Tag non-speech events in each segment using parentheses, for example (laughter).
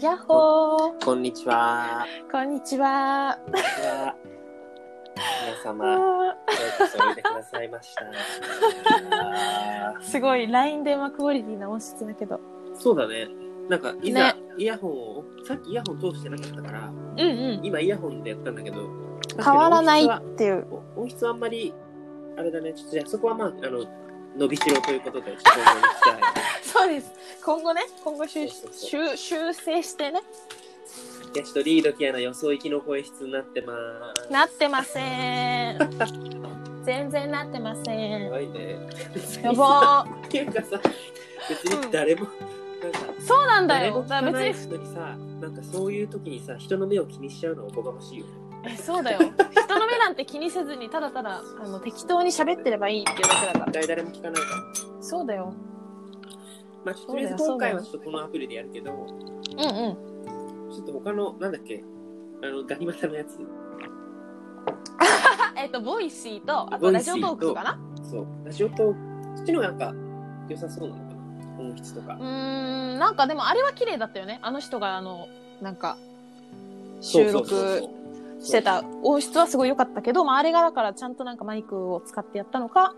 やっほーこんにちは。こんにちは。こんにちは皆様、ようあこそおいでください (laughs) ました。あーすごい LINE 電話クオリティな音質だけど。ーそうだね。なんか、いざ、ねイヤホンを、さっきイヤホン通してなかったから、うんうん。今イヤホンでやったんだけど、変わらない確かにっていう。音質はお音質はあんまり、あれだね、ちょっとじゃあそこはまあ、あの、伸びしろということで、ちょっと今後にしたい。 (laughs) そうです。今後ね、今後修そうそう修修正してね。じゃあちょっとリードキアの予想行きの声質になってます。なってま (laughs) せん。全然なってませやん。ばいね。やばー。っていうかさ、別に誰も、なんか、そうなんだ誰よも。聞だかからない別に。人にさ、なんかそういう時にさ、人の目を気にしちゃうのはおこがましいよね。えそうだよ。人の目なんて気にせずに、ただただあの適当に喋ってればいいっていうだけだから。絶対誰も聞かないから。そうだよ。まあ、ちょっととりあえずそう今だ回よはちょっとこのアプリでやるけど、ちうんうん。ょっと他の、なんだっけ、あの、ガニ股のやつ、あえっ、とボイシーとあとラジオトークとかな。そう、ラジオと、そっちの方がなんか良さそうなのかな、音質とかう。ーんなんかでもあれは綺麗だったよねあの人があのなんかそう収そうそう録してた音質はすごい良かったけど、まあ、あれがだからちゃんとなんかマイクを使ってやったのか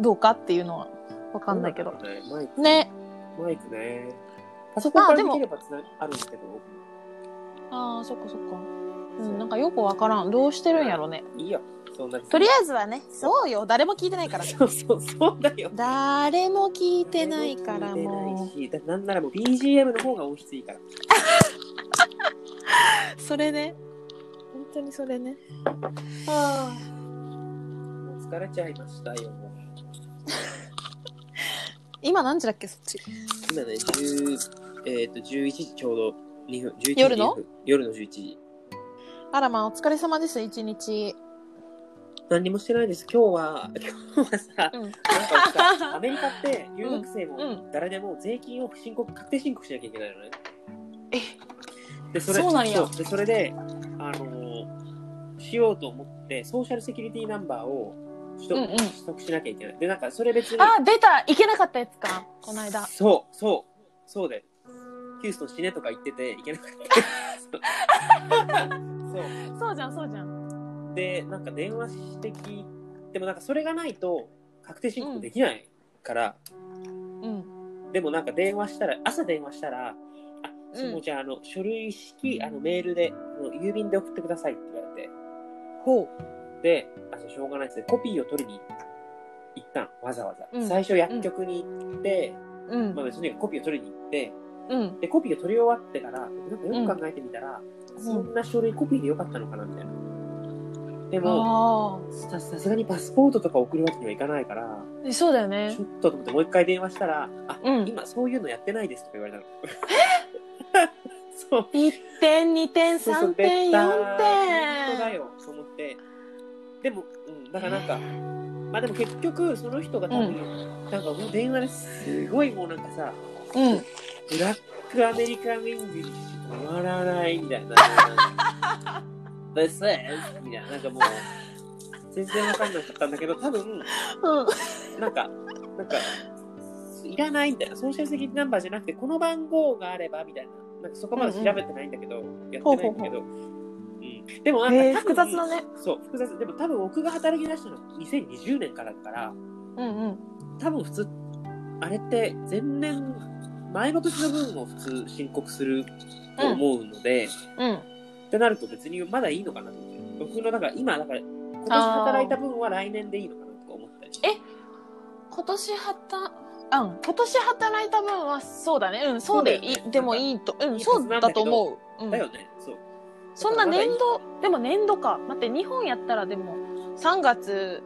どうかっていうのは分かんないけどそうだねマイクねマイクね。パソコンかあらででもきればつなあるんですけど、あーそっかそっかうそうんなんかよく分からんどうしてるんやろねいいよ、そんなにとりあえずはねそうよ誰も聞いてないからそうそう、そうだよ。誰も聞いてないから誰も聞いてないしだなんならもう BGM の方が音質いいから。うそれね本当にそれねもう疲れちゃいましたよ。今何時だっけそっち今ね、10えっ、と、11時ちょうど2分、11時夜の2分夜の11時。あらまあお疲れ様です一 (laughs) 日何にもしてないです。今日は、 (laughs) 今日はさ、うんなんかさ、アメリカって留学生うんも誰でも税金を申告、確定申告しなきゃいけないのね。えで、それ、そうなんやうで、それで、あのーしようと思って、ソーシャルセキュリティナンバーを取得,、うんうん取得しなきゃいけない。で、なんか、それ別に。あ、出た行けなかったやつか、この間。そうそうそうでヒューストン死ねとか言ってて行けなかったそうそそうじゃん、そうじゃん。うでなんか電話して聞いてもなんかそれがないと確定申告できないから、うん。でもなんか電話したら朝電話したらあそううんもうじゃああの書類式あのメールであの郵便で送ってくださいって言われてほう。であじゃあしょうがないですねコピーを取りに行ったのわざわざ、うん最初薬局に行って、うんまあ、別にコピーを取りに行ってうん。で、コピーを取り終わってから、なんかよく考えてみたら、そんな書類コピーでよかったのかなみたいな。であも、ささすがにパスポートとか送るわけにはいかないから、あ。そうだよねちょ。っとと思ってもう一回電話したら、あ、うん今そういうのやってないですとか言われ (laughs) たの。そう。 1点、2点、そうそう3点、ベタ4本当だ点。よ、と思って。でも、うん、だからなんか、まあでも結局、その人が多分、うなんかもう電話ですごいもうなんかさ、うん。ブラックアメリカン・イングリッシュ止まらないみたいな。This is みたいな。なんかもう、全然わかんなかったんだけど、多分、うん。なんか、なんか、いらないみたいな。ソーシャルセキュリティナンバーじゃなくて、この番号があればみたいな。なんかそこまで調べてないんだけど、やってないんだけど。うん、でもなんか、えー多分複雑だね。そう、複雑。でも多分僕が働き出したのは2020年からだから、うんうん。多分普通あれって前年前の年の分を普通申告すると思うので、うん。ってなると別にまだいいのかなと思って僕のだから今だから今年働いた分は来年でいいのかなとか思ったりしてえ今年はた、うん。今年働いた分は、そうだね。うん。そうでいそうだよい。ねでもいいと。うん。いいそはずうなんだだけとど思う。うだよん。ねそうそんなまだいい年度、でも年度か。待って、日本やったらでも、3月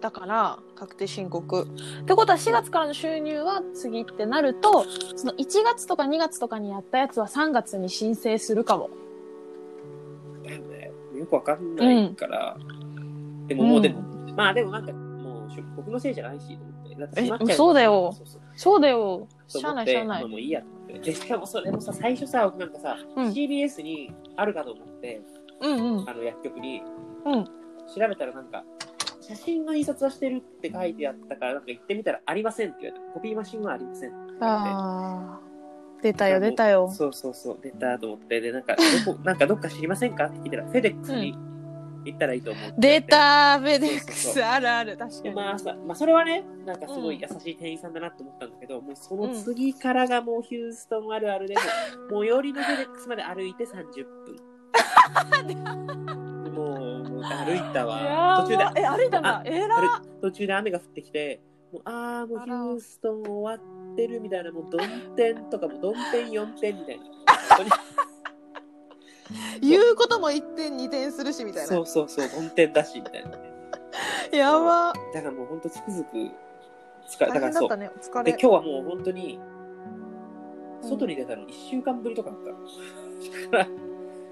だから確定申告ってことは4月からの収入は次ってなるとその1月とか2月とかにやったやつは3月に申請するかもだよねよくわかんないから、でももう、うんでもまあでもなんかもうしょ僕のせいじゃないしと思ってだって閉まっちゃえそうだよそうそうそうだよと社思内って社まあ内もういいやと思ってでしかもそれもさ最初さ僕なんかさ、うん CBS にあるかと思ってうんうんあの薬局にうん調べたらなんか写真の印刷はしてるって書いてあったからなんか行ってみたらありませんって言われたコピーマシンはありませんあ出たよ、出たよ。そうそうそう、出たと思って、で、なんか、どこ、 (laughs) なんかどっか知りませんかって聞いたら、フェデックスに行ったらいいと思うって言わ出れて。たー、ベデックそうそうそス、あるある、確かでに。まあ、さまあ、それはね、なんかすごい優しい店員さんだなと思ったんだけど、もうその次からがもうヒューストンあるあるで、 (laughs) もう最寄りのフェデックスまで歩いて30分。もう、もう歩いたわ。途中でえ、歩いたんだ。えらあ途中で雨が降ってきて、もうああ、もうヒューストン終わってるみたいな、もうどん天とかもどん天4点みたいな。本言うことも一点二点するし、み当たにいそな。うそうそう、どん天だしみたいな。やば。だからもう本当つくづく疲れ、大だか変らだそっうた。ね、お疲で、れ今。日はもう本当に、うん外に出たの1週間ぶりとかだった。だか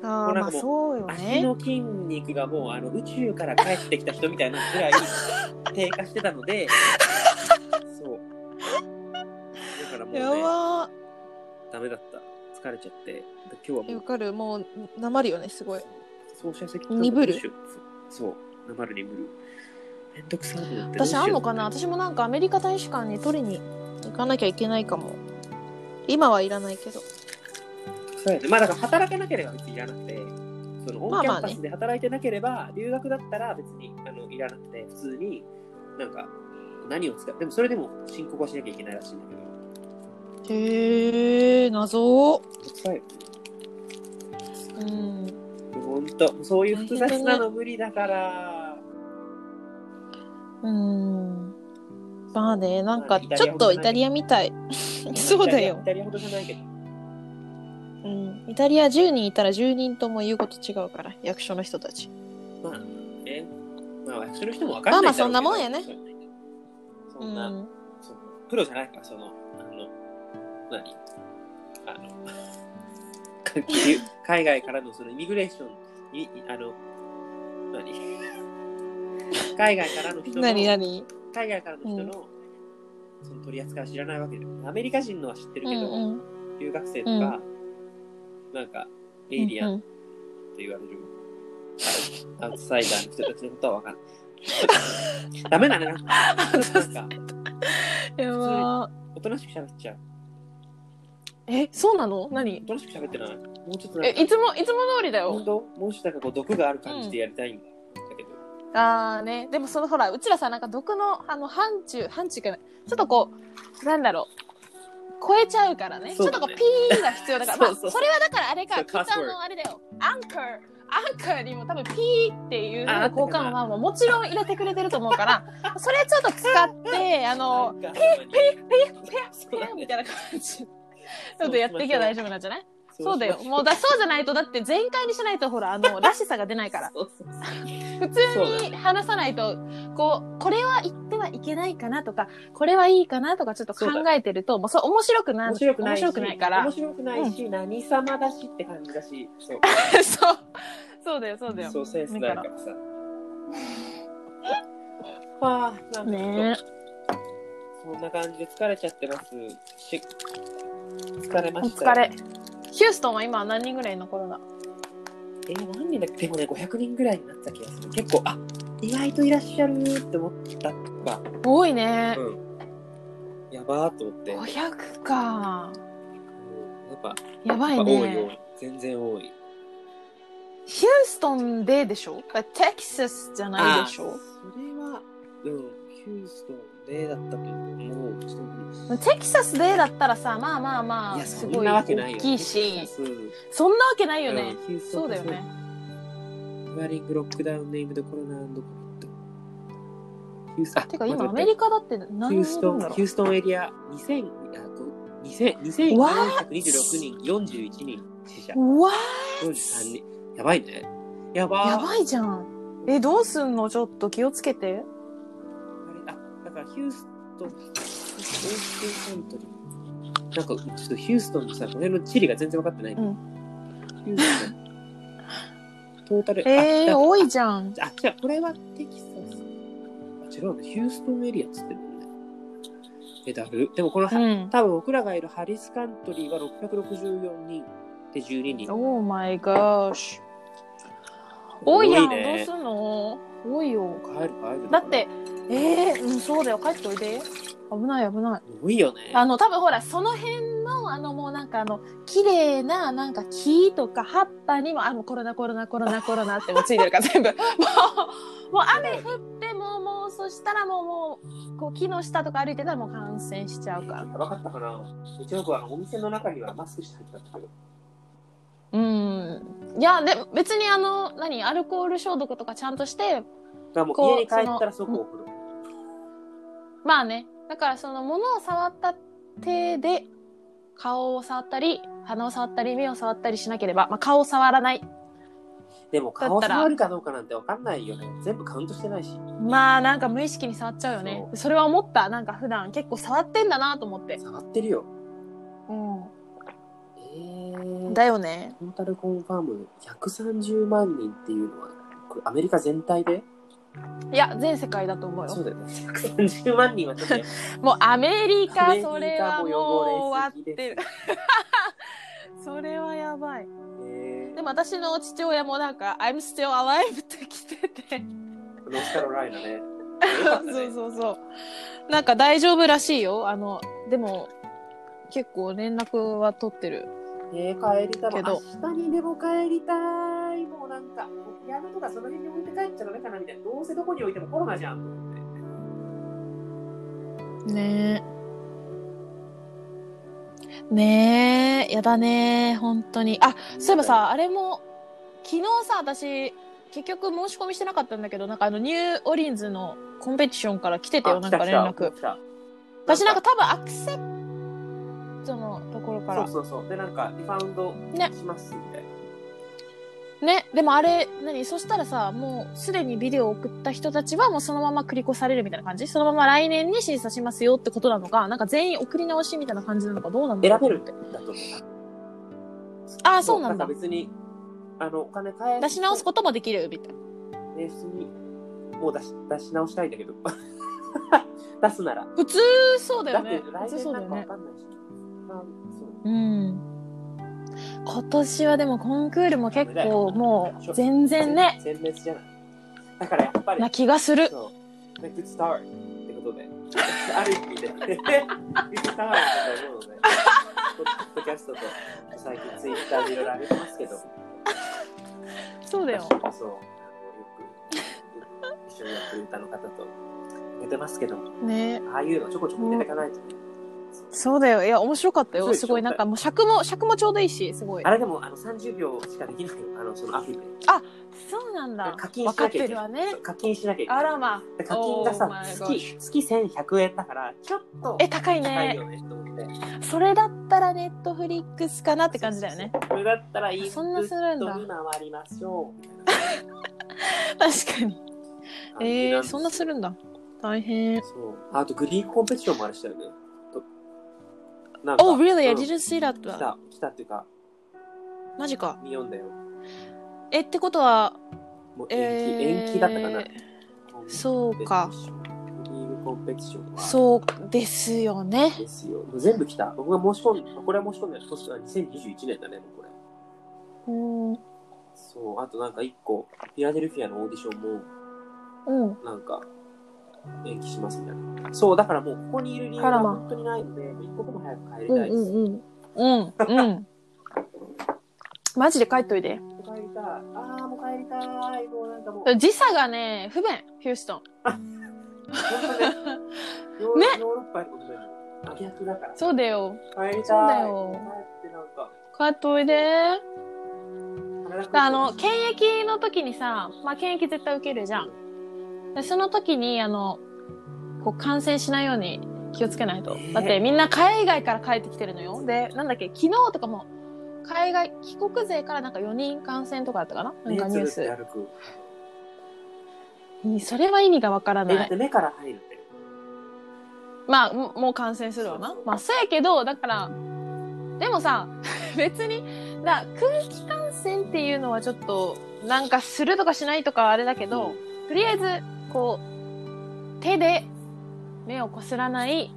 あもうあ、なんまかあもうそうよら足ね。の筋肉がもうあの宇宙から帰ってきた人みたいな (laughs) ぐらい低下してたので、そう。だからもう、ね、やばダメだった疲れちゃってで今日ー。はわもかる、もう、なまるよね、すごい。うソーシャルセキュ鈍るそうなまるにぶるめんどくさいと思って私あんのかなどうし私もなんかアメリカ大使館に取りに行かなきゃいけないかも。今はいらないけど。ようそうやねまあだから働かなければ別にいらなくてそのオまあンキまャあねンパスで働いてなければ、留学だったら別にあのいらなくて普通になんか何を使うでもそれでも申告はしなきゃいけないらしいんだけどへえ、謎。めんどくさいよねうん。ほんとそういう複雑なの無理だから、うん。まあね、なんかちょっとイタリアみたい。 (laughs) (laughs) そうだよイ。タリアほどじゃないけどうん。イタリア10人いたら10人とも言うこと違うから、役所の人たち。まあね、まあ、する人もわかんなまいあまあそんなもんやねだろうけど。そうんな、ん。そのプロじゃないから、その、あの、何あの、 (laughs) か海外からのそのイミグレーションに、いあの、何海外からの人の、なになに海外からの人の、うんその取り扱いは知らないわけで、アメリカ人のは知ってるうけど、んうん。留学生とか、なんか、エイリアうンんって言われるアウトサイダーの人たちのことは分かんない。(laughs) ダメだね、なんか。なんかうん。やばおとなしく喋っちゃう。ー。え、そうなのお何となしく喋ってない。もうちょっとなえん、か、いつも、いつも通りだよ。本当もうちょっとなんかこう毒がある感じでやりたいんだけど。ああね、でもそのほら、うちらさ、なんか毒の、あの、範疇、範疇かない。ちょっとこう、なんだろう。超えちゃうからね。ちそょうっだとねこう、ピーが必要だから。そうそうまあ、それはだからあれそか、うきっとあ password の、あれだよ。アンカー、アンカーにも多分ピーっていうあなんか交換はもうもちろん入れてくれてると思うから、それちょっと使って、あ (laughs) の、なんかほんまにペア、ペアみたいな感じ。ちそうょっとやっていけば大丈夫なんじゃないそうだよ。しましょもうだ、そうじゃないと、だって全開にしないと、ほら、あの、らしさが出ないから。そうそうそ普う通に話さないと、こう、これは言ってはいけないかなとか、これはいいかなとかちょっと考えてると、もうそう、面白くない、面白くないし。面白くないから。面白くないし、何様だしって感じだし。そう。 (laughs) そう。そうだよ、そうだよ。そう、センスないからさ。はあ、なんかちょっとねそんな感じで疲れちゃってます。し疲れまおした。疲れ。。ヒューストンは今何人ぐらいのコロナえー何人だっけでもね、500人ぐらいになった気がする。結構、あ意外といらっしゃるって思ったわ。多いね。うん。やばーと思って。うんや500か。っぱ、やばいやっぱ多いよね。。全然多い。ヒューストンででしょだテキサスじゃないでしょそれは、うん、ヒューストンでだったけど、もう、ちょっと無理テキサスでだったらさ、まあまあまいあ、や、すそごんいなわけな大いよ。きいテキしサ、スそんなわけないよね。うんそうだよね。。ワーリングロックダウンネームドコロナコビット。ヒューストン。てか今待アメって待っリカだっててヒュ何ー人スいるトんだン、ろヒュうーストンエリア2000、あご2000 2426人、41人死者、うわ43人。やばいね。やばーやばいじゃん。え、どうすんのちょっと気をつけて。あ、だからヒューストン、ヒューストンカントリー。なんか、ちょっとヒューストンのさ、この辺の地理が全然分かってない。うんヒューストン。トータル。えあー、多いじゃん。あ、違う、これはテキサス。あ、違うね、ヒューストンエリアっつってるもんね。え、だる。でもこの、うん。多分僕らがいるハリスカントリーは664人で12人。 Oh my gosh。多いやん。多いどうねすんの多いよ。帰る、帰る。だって、えー、うん、そうだよ。帰っておいで。危ない危ない。多いよね。あの、多分ほら、その辺の、あの、もうなんかあの、綺麗な、なんか木とか葉っぱにも、あ、もうコロナコロナコロナコロナってもうついてるから全部。もう、もう雨降って、もうもう、そしたらもうもう、こう木の下とか歩いてたらもう感染しちゃうから。分かったかなうちの子はあのお店の中にはマスクして入ったんだけど。うん。いや、で、別にあの、何、アルコール消毒とかちゃんとして、だからもうこう家に帰ったら即送る。まあね、だからその物を触った手で顔を触ったり、鼻を触ったり、目を触ったりしなければ、まあ顔を触らない。でも顔だったら触るかどうかなんて分かんないよね。全部カウントしてないし。まあなんか無意識に触っちゃうよね。そそれは思った。なんか普段結構触ってんだなと思って。触ってるよ。うえー、だよね。トータルコンファーム130万人っていうのは、これアメリカ全体でいや、全世界だと思うそよ。うだよね。130万人はちょっとやっ (laughs) ぱもうアメリアメカ、リカそれはもう終わってる (laughs) も。それはやばい。えでも私の父親もなんか、I'm still alive って来てて。ー、ノースカロライナね。よかった (laughs) ねそうそうそう。なんか大丈夫らしいよ。あの、でも、結構連絡は取ってる。えー、帰りたけのど明日にでも帰りたい。もうなんか、おピアノとかその辺に置いて帰っちゃダメかなみたいな。どうせどこに置いてもコロナじゃんと思って。ねえ。ねえ、やだねえ、本当に。あ、そういえばさ、あれも、昨日さ、私、結局申し込みしてなかったんだけど、なんかあの、ニューオリンズのコンペティションから来てたよ、あ、なん来たか来連た絡。来た。私なんか多分アクセプトのところからそうそうそう。で、なんか、リファウンドねしますみたいな。ね、でもあれ、何そしたらさ、もうすでにビデオを送った人たちはもうそのまま繰り越されるみたいな感じそのまま来年に審査しますよってことなのか、なんか全員送り直しみたいな感じなのかどうなんだろ選うべるって。だと思う。ああ、そうなんだか。別に、あの、お金返し出てし直すこともできるみたいな。えー普通に、もう出し出し直したいんだけど。 (laughs) 出すなら。普通そうだだよっねて来。普通年そうだなよんかわね。かんないし。まあそううん。今年はでもコンクールも結構もう全然ね、全滅じゃない。だからやっぱり、な気がする。そう。ね good start ってことで。ある意味で。good start だと思うので。ポッドキャストと、最近ツイッターでいろいろ上げてますけど。そうだよ。そう。よく、一緒にやってる歌の方と、出てますけど、ねああいうのちょこちょこ入れていかないとね。そうだよ。いや、面白かったそうよ。でしすょごい。なんかもう尺も、尺もちょうどいいし、すごいあ。れでも、あの、30秒しかできないよ。あの、そのアプリで。そうなんだ。課金わしかなっきゃていけるなわい。ねそう。課金しなきゃいけなあい。らま。で課金がさ Oh my、gosh 月、月1100円だから、ちょっとえ、高い高いね。よね、と思って。それだったらネットフリックスかなって感じだよね。。それだったらいい。そんなするんだと今回りましょうみたいな確かに。感じえなー、んです。そんなするんだ。大変。そう。あと、グリークコンペティションもあれしたよね。となんか Oh, really? う I ん didn't see 来 that. た、来たっていうか、マジか。見よんだよ。え、ってことは、もう延期、えー、延期だったかな。そうか。グリークコンペティションは。そうですよね。ですよ。全部来た。僕が申し込んこれは申し込んだ年は2021年だね、もうこうれ。ん。うん。そう、あとなんか一個、フィラデルフィアのオーディションも、なんか、延期しますみたいな。そう、だからもうここにいる理由あがらま本当にないので、もう一刻も早く帰りうんたいでうす。んうん。うん。うん。 (laughs) マジで帰っといて。帰りたい。ああ、もう帰りたい。もうなんかも (laughs) う、時差がね、不便、ヒューストン。本当ね、ヨーヨーロッパへことだよ。真逆だから。そうだよ。帰りたい。そうだよ帰ってなんか帰っといで。羽田空港、あの検疫の時にさ、まあ、検疫絶対受けるじゃんでその時にあのこう感染しないように気をつけないとねえだってみんな海外から帰ってきてるのよでなんだっけ昨日とかも海外帰国勢からなんか4人感染とかだったかななん目かニューつぶっスて歩く。それは意味がわからえ、だなっいて目から入るんだよ。まあももう感染するわなそうそうまあそうやけどだからでもさ (laughs) 別にだ空気感染っていうのはちょっとなんかするとかしないとかはあれだけど、とりあえずこう手で目をこすらない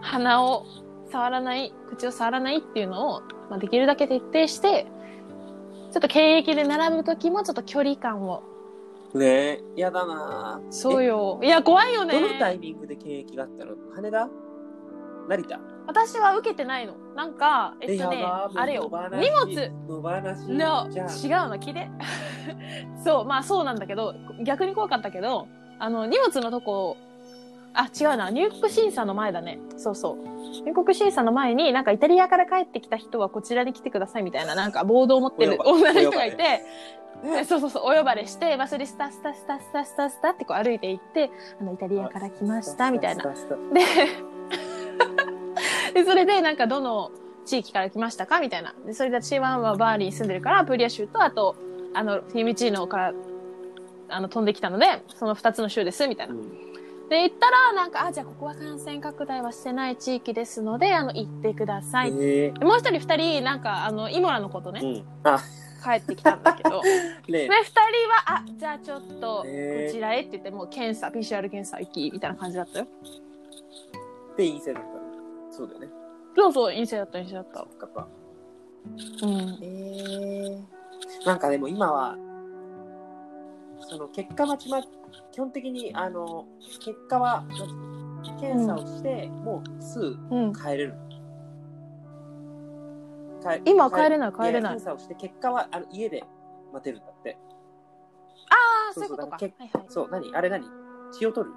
鼻を触らない口を触らないっていうのを、まあ、できるだけ徹底してちょっと検疫で並ぶ時もちょっと距離感をねえ、嫌だなぁそうよ。いや、怖いよえね。どのタイミングで検疫があったの羽田成田私は受けてないの。なんか、えっとね、あれよ。荷物の話の、じゃあ違うの、聞いて。 (laughs) そう、まあそうなんだけど、逆に怖かったけど、あの、荷物のとこ、あ、違うな、入国審査の前だね。そうそう。入国審査の前に、なんかイタリアから帰ってきた人はこちらに来てくださいみたいな、なんかボードを持ってるお呼ば女の人がおい呼ばれて、えそうそうそう、お呼ばれして、バスでスタスタスタスタスタスタってこう歩いて行って、あの、イタリアから来ました、みたいな。。ででそれでなんかどの地域から来ましたかみたいなでそれで私はまあバーリーに住んでるからアプリア州とあとあのフィミチーノからあの飛んできたのでその2つの州ですみたいなうんで行ったらなんかあじゃあここは感染拡大はしてない地域ですのであの行ってください、えでもう一人二人なんかあのイモラのことえね、うん。あ、帰ってきたんだけどで二ねえ人はあじゃあちょっとこねちらへって言ってもう検査 PCR 検査行きみたいな感じだったよで、陰性だったの。そうだよね。そうそう陰性だった陰性だったそっかうんえーなんかでも今は、その結果待ちま、基本的に、あの、結果は、なんていうの検査をして、もうすぐうん帰れる。帰今帰れない帰れないや検査をして、結果はあの家で待てるんだって。あそういうことか。だらはい結はい。そう、何あれ何血を取る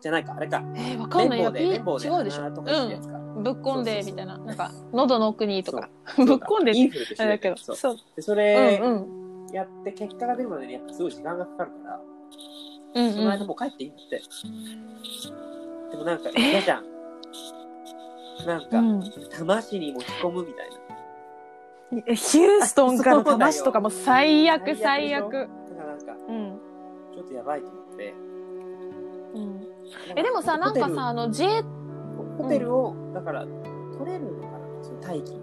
じゃないか、あれか。えー、わかんない。綿や棒で、違綿棒で、うでしょ。鼻うとか行くやん。つか。ぶっこんでそうそうそうみたいな。なんか、喉の奥にとか。 (laughs) ぶっそうだこんでインフルと一あ緒れだだけけど。ど。そうそう。で、そうれんうん。やって、結果が出るまでにやっぱすごい時間がかかるから、うんそのう間ん。もう帰っていいんだって。でもなんか嫌じゃん。なんか、うん、魂に持ち込むみたいな。えヒューストンからのそうだよ魂とかも最悪最最悪で悪だからなんか、うん、ちょっとやばいと思って。うん、えでもさなんかさあの自衛ホテルを、だから、取れるのかなその待機。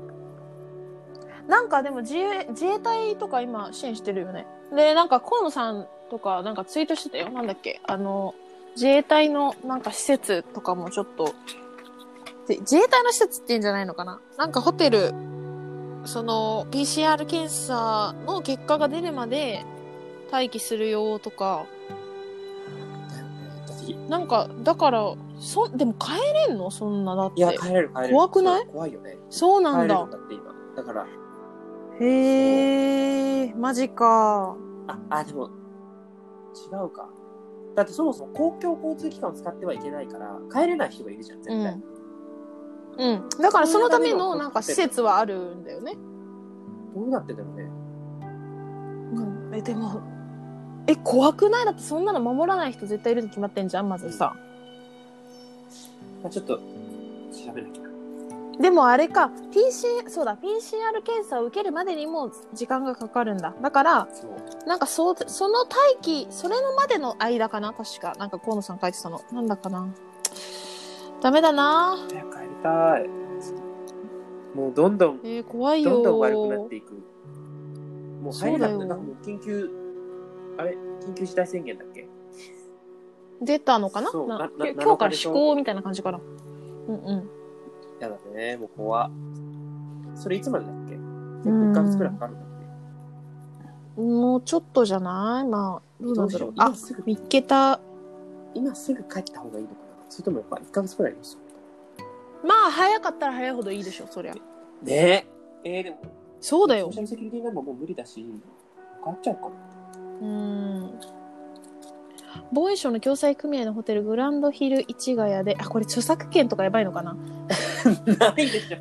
なんかでも自衛自衛隊とか今支援してるよねでなんか河野さんとかなんかツイートしてたよなんだっけあの自衛隊のなんか施設とかもちょっとで自衛隊の施設って言うんじゃないのかななんかホテルその PCR 検査の結果が出るまで待機するよとかだってなんかだからそでも帰れんのそんなだっいや、て帰れる、帰れる。怖くないそう怖いよね。そう帰なれんるだんだって今。だから、へえマジかあ、あ、でも、違うか。だってそもそも公共交通機関を使ってはいけないから、帰れない人がいるじゃん、絶対。うん、だからそのためのなんか施設はあるんだよね。どうなってんだろうね。うん、えでもえ怖くないだってそんなの守らない人絶対いるに決まってんじゃんまずさ。まあ、ちょっと、調べなきゃ。でもあれか PC そうだ PCR 検査を受けるまでにもう時間がかかるんだだからそう。なんかそうその待機それのまでの間かな確かなんか河野さん書いてたのなんだかなダメだな早く帰りたい。もうどんどん、えー怖いよどんどん悪くなっていく。もう入それなくうだて、よなんかもう緊急、あれ緊急事態宣言だっけ出たのかなそうななな今日から施行みたいな感じかなうんうんやだね、もう怖それいつまでだっけん ?1 ヶ月くらいかかるんだっけもうちょっとじゃないまあ、どうどなんうしだよろうう。今あ、すぐ見っけた。今すぐ帰った方がいいのかなそれともやっぱ1ヶ月くらいですまあ、早かったら早いほどいいでしょ、そりゃ。ねえ。えー、でも、そうだよソーシ。ャルセキュリティナンバーもう無理だし、帰っちゃうかうん。防衛省の共済組合のホテル、グランドヒル市ヶ谷で、あ、これ著作権とかやばいのかなな。ないでしょ。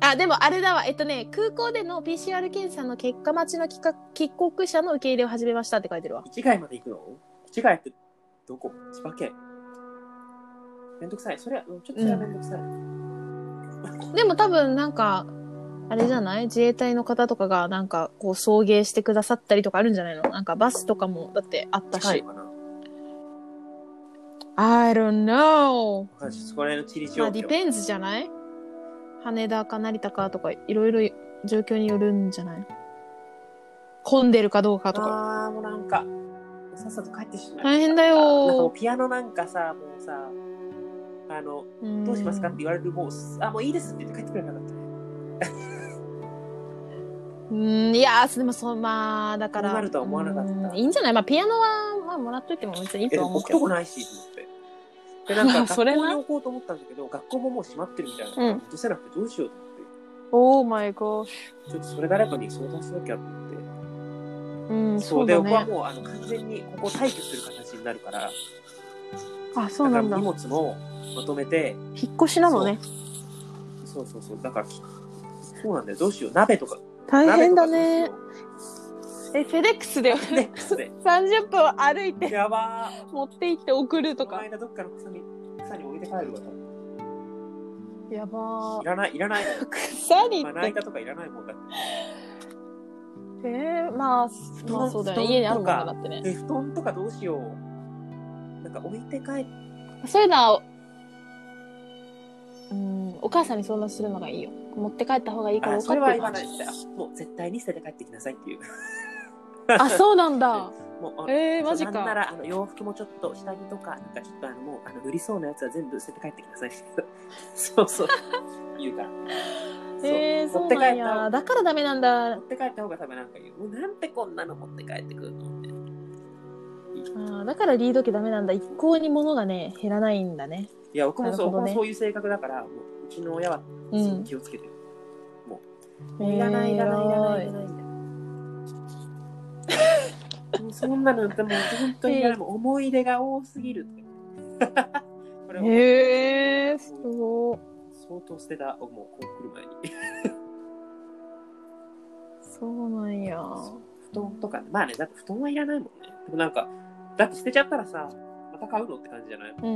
あ、でもあれだわ。えっとね、空港での PCR 検査の結果待ちの帰か帰国者の受け入れを始めましたって書いてるわ。市街まで行くの市街ってどこ千葉県。めんどくさい。それは、うんちょっとそれはめんどくさい。でも多分なんか、あれじゃない自衛隊の方とかがなんかこう送迎してくださったりとかあるんじゃないのなんかバスとかもだってあったし。近いのかな。 I don't know. わかんないそこら辺の地理ま状あ、ディ況。ペンズじゃない羽田か成田かとか、いろいろ状況によるんじゃない混んでるかどうかとか。あー、もうなんか、さっさと帰ってしまう。大変だなんかもうよ。ピアノなんかさ、もうさ、あの、どうしますかって言われる、もう、あ、もういいですって言って帰ってくれなかったね。うんいやーでもそうまあだからそうなるとは思わなかったうんいいんじゃないまあピアノは、まあ、もらっといても別にいいえ、とは置思うくけとどこないし、と思って。で、なんか、学そ校れにな置こうと思ったんだけど、学校ももう閉まってるみたいな。うん落とせなくてどうしようと思っオーマイゴて。ちょっとそれ誰かに相談しなきゃと思って。うんそそううで、だ僕はねもうあの完全にここ退去する形になるから、あそうなんだから荷物もまとめて、引っ越しなのねそうそうそう、だから、そうなんだよ、どうしよう、鍋とか、大変だね鍋とかえフェデックスで (laughs) どうしよう。ね、それ30分歩 (laughs) いてやばー。持って行って送るとこのか間どっかの草に、草に置いて帰るわ。やばいらない、いらないもん。草に行まっなて板とかいらないもんだって。えー、まあ団まあそうだよね布団とか家にあるもんねだってねで、布団とかどうしよう。なんか置いて帰っそういうのはうんお母さんに相談するのがいいよ持って帰った方がいいからあ分そかれはって言わるないもう絶対に捨てて帰ってきなさいっていう。あそうなんだもうあえー、マジなんなからあの洋服もちょっと下着とかなんかちょっとあのもうあの塗りそうなやつは全部捨てて帰ってきなさい (laughs) そうそう言 (laughs) うからそうえー、そ持うって帰なんったやだからダメなんだ持って帰った方が多分なんか言うもうなんてこんなの持って帰ってくるのってあーだからリード機ダメなんだ一向に物がね減らないんだねいや僕もそう、なるほどね僕もそういう性格だからもううちの親はうすごいん気をつけてる、もういらないいらないいらないいらないいらないもうそんなのでも本当にいらないもう思い出が多すぎるって (laughs) こえれをーへえー、すごい相当捨てたもうこう来る前にそうなんや布団とか、まあね、だって布団はいらないもんね。でもなんか、だって捨てちゃったらさ、また買うのって感じじゃないだかう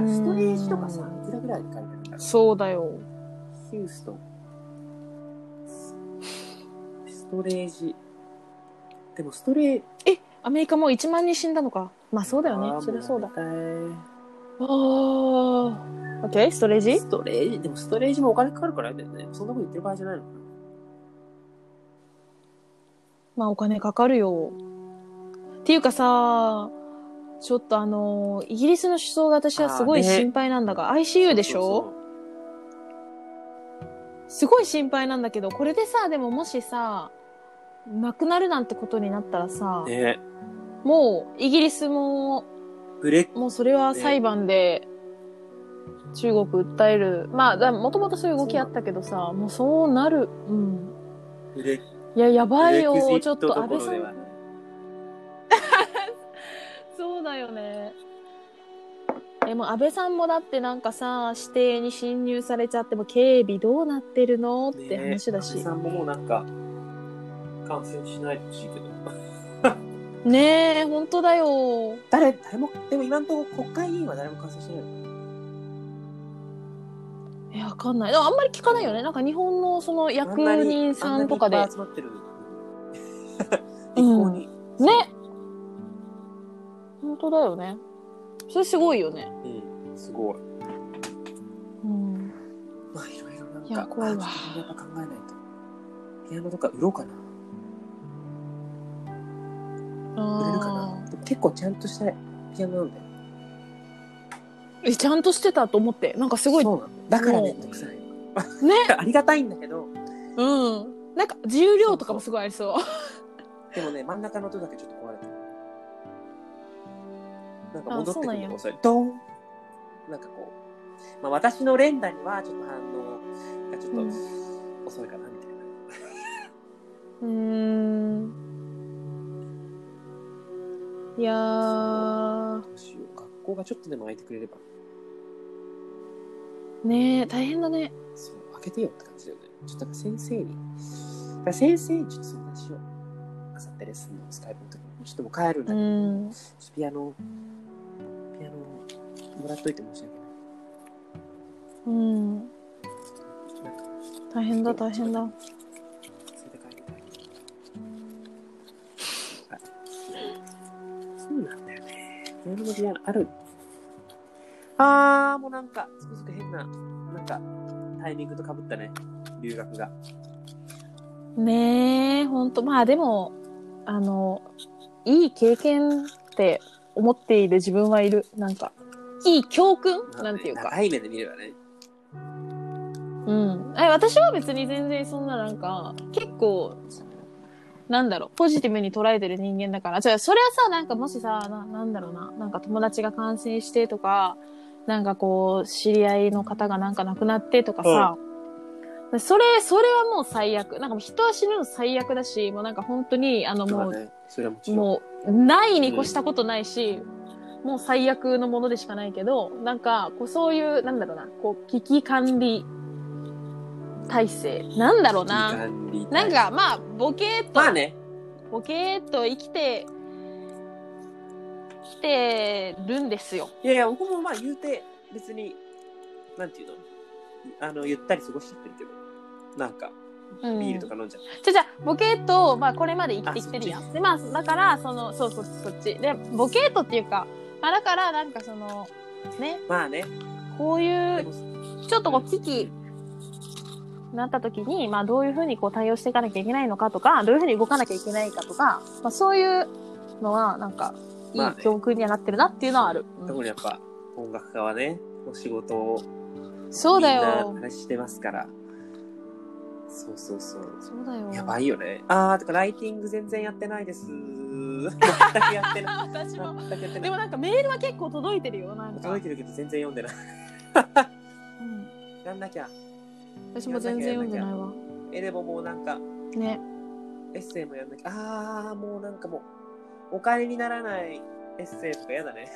んらストレージとかさ、いくらぐらいで買えるんだろうそうだよヒューストン。ストレージ。でもストレージ。えアメリカもう1万人死んだのかまあそうだよねそりゃそうだあー。もああオッケーストレーうやめたジいストレージ、でもストレージもお金かかるからだよね。そんなこと言ってる場合じゃないのかな。まあお金かかるよっていうかさちょっとあのイギリスの首相が私はすごいあーね心配なんだが、ICU でしょそうそうすごい心配なんだけどこれでさでももしさ亡くなるなんてことになったらさ、そうねもうイギリスもブレッもうそれは裁判で中国訴えるまあだもともとそういう動きあったけどさもうそうなるうんブレいややばいブレグジよッちょトっとど安こ倍ろさではんないそうだよねえもう安倍さんもだってなんかさ指定に侵入されちゃってもう警備どうなってるのって話だしねえ安倍さんももうなんか、感染しないでほしいけど。ねえ本当だよ誰、誰も、でも今のところ国会議員は誰も感染してないのえ、わかんない。でもあんまり聞かないよね。なんか日本のその役人さんとかで。あねなにいっぱい集まってる。一向に。。本当だよね。それすごいよね。うん、すごい。うん。まあ、いろいろなんか、いや怖いわあちょっとやっぱ考えないと。ピアノとか売ろうかな。売れるかあな。でも結構ちゃんとしたピアノなんだよ。ーえ、ちゃんとしてたと思って。なんかすごい。そうなんだよ。だからめんどくさい。ね (laughs) ありがたいんだけうど、ん。なんか重量とかもすごいありそう。でもね、真ん中の音だけちょっと壊れてる。なんかあ戻ってくそうなるんのやが遅い。ドーンなんかこう、まあ、私の連打にはちょっと反応がちょっうんと遅いかなみたいな。うーん。いやー。どうしよう学校がちょっとでも空いてくれれば、ねえ、大変だね。そう、開けてよって感じだよね。ちょっとなんか先生に、だから先生にちょっと相談しよう。あさってレッスンのスカイプの時に、ちょっともう帰るんだうけど、ん。ちょっとピアノ、ピアノもらっといて申し訳ない。うん。なんか大変だ、大変だ。それで帰りたい。あそうなんだよね。ピアノのピアノある。あー、もうなんか、つくづく変な、なんか、タイミングとかぶったね。留学が。ねえ、ほんと。まあでも、あの、いい経験って思っている自分はいる。なんか、いい教訓なんていうか。長い目で見ればね。うん。え、私は別に全然そんななんか、結構、なんだろう、ポジティブに捉えてる人間だから。じゃあ、それはさ、なんかもしさ、ななんだろうな、なんか友達が感染してとか、なんかこう、知り合いの方がなんか亡くなってとかさ、それ、それはもう最悪。なんかもう人は死ぬの最悪だし、もうなんか本当に、あのまもあう、ね、それはもちろん。もう、ないに越したことないし、もう最悪のものでしかないけど、なんか、こう、そういう、なんだろうな、こう、危機管理体制。なんだろうな。ななん、か、まあ、ボケーっと、まあね、ボケーっと生きて、生きてるんですよ。いやいや、僕もまあ言うて、別に、なんていうの、あの、ゆったり過ごしちゃってるけど、なんか、うんビールとか飲んじゃって、じゃじゃボケーと、まあ、これまで生きてきてるやあん。で、まあ、だから、その、そうそう、そっち。で、ボケーとっていうか、まあ、だから、なんかその、ね、まあね、こういでうもちょっとこう危機なった時に、まあどういうふうにこう対応していかなきゃいけないのかとか、どういうふうに動かなきゃいけないかとか、まあそういうのはなんか、いまあいね教訓にはなってるなっていうのはある。うん特にやっぱ、音楽家はね、お仕事を、そうだよみん。なしてますから、そうそうそう。そうだよ。やばいよね。あー、とか、ライティング全然やってないです。全くやってない。あ私も。全くやって (laughs) なでい。もなんかメールは結構届いてるよ。なんか。届いてるけど、全然読んでない。うんやんなきゃ。私も全然読んでないわ。え、でももうなんか、ね。エッセイもやんなきゃ。あー、もうなんかもう、お金にならないエッセイとかやだね。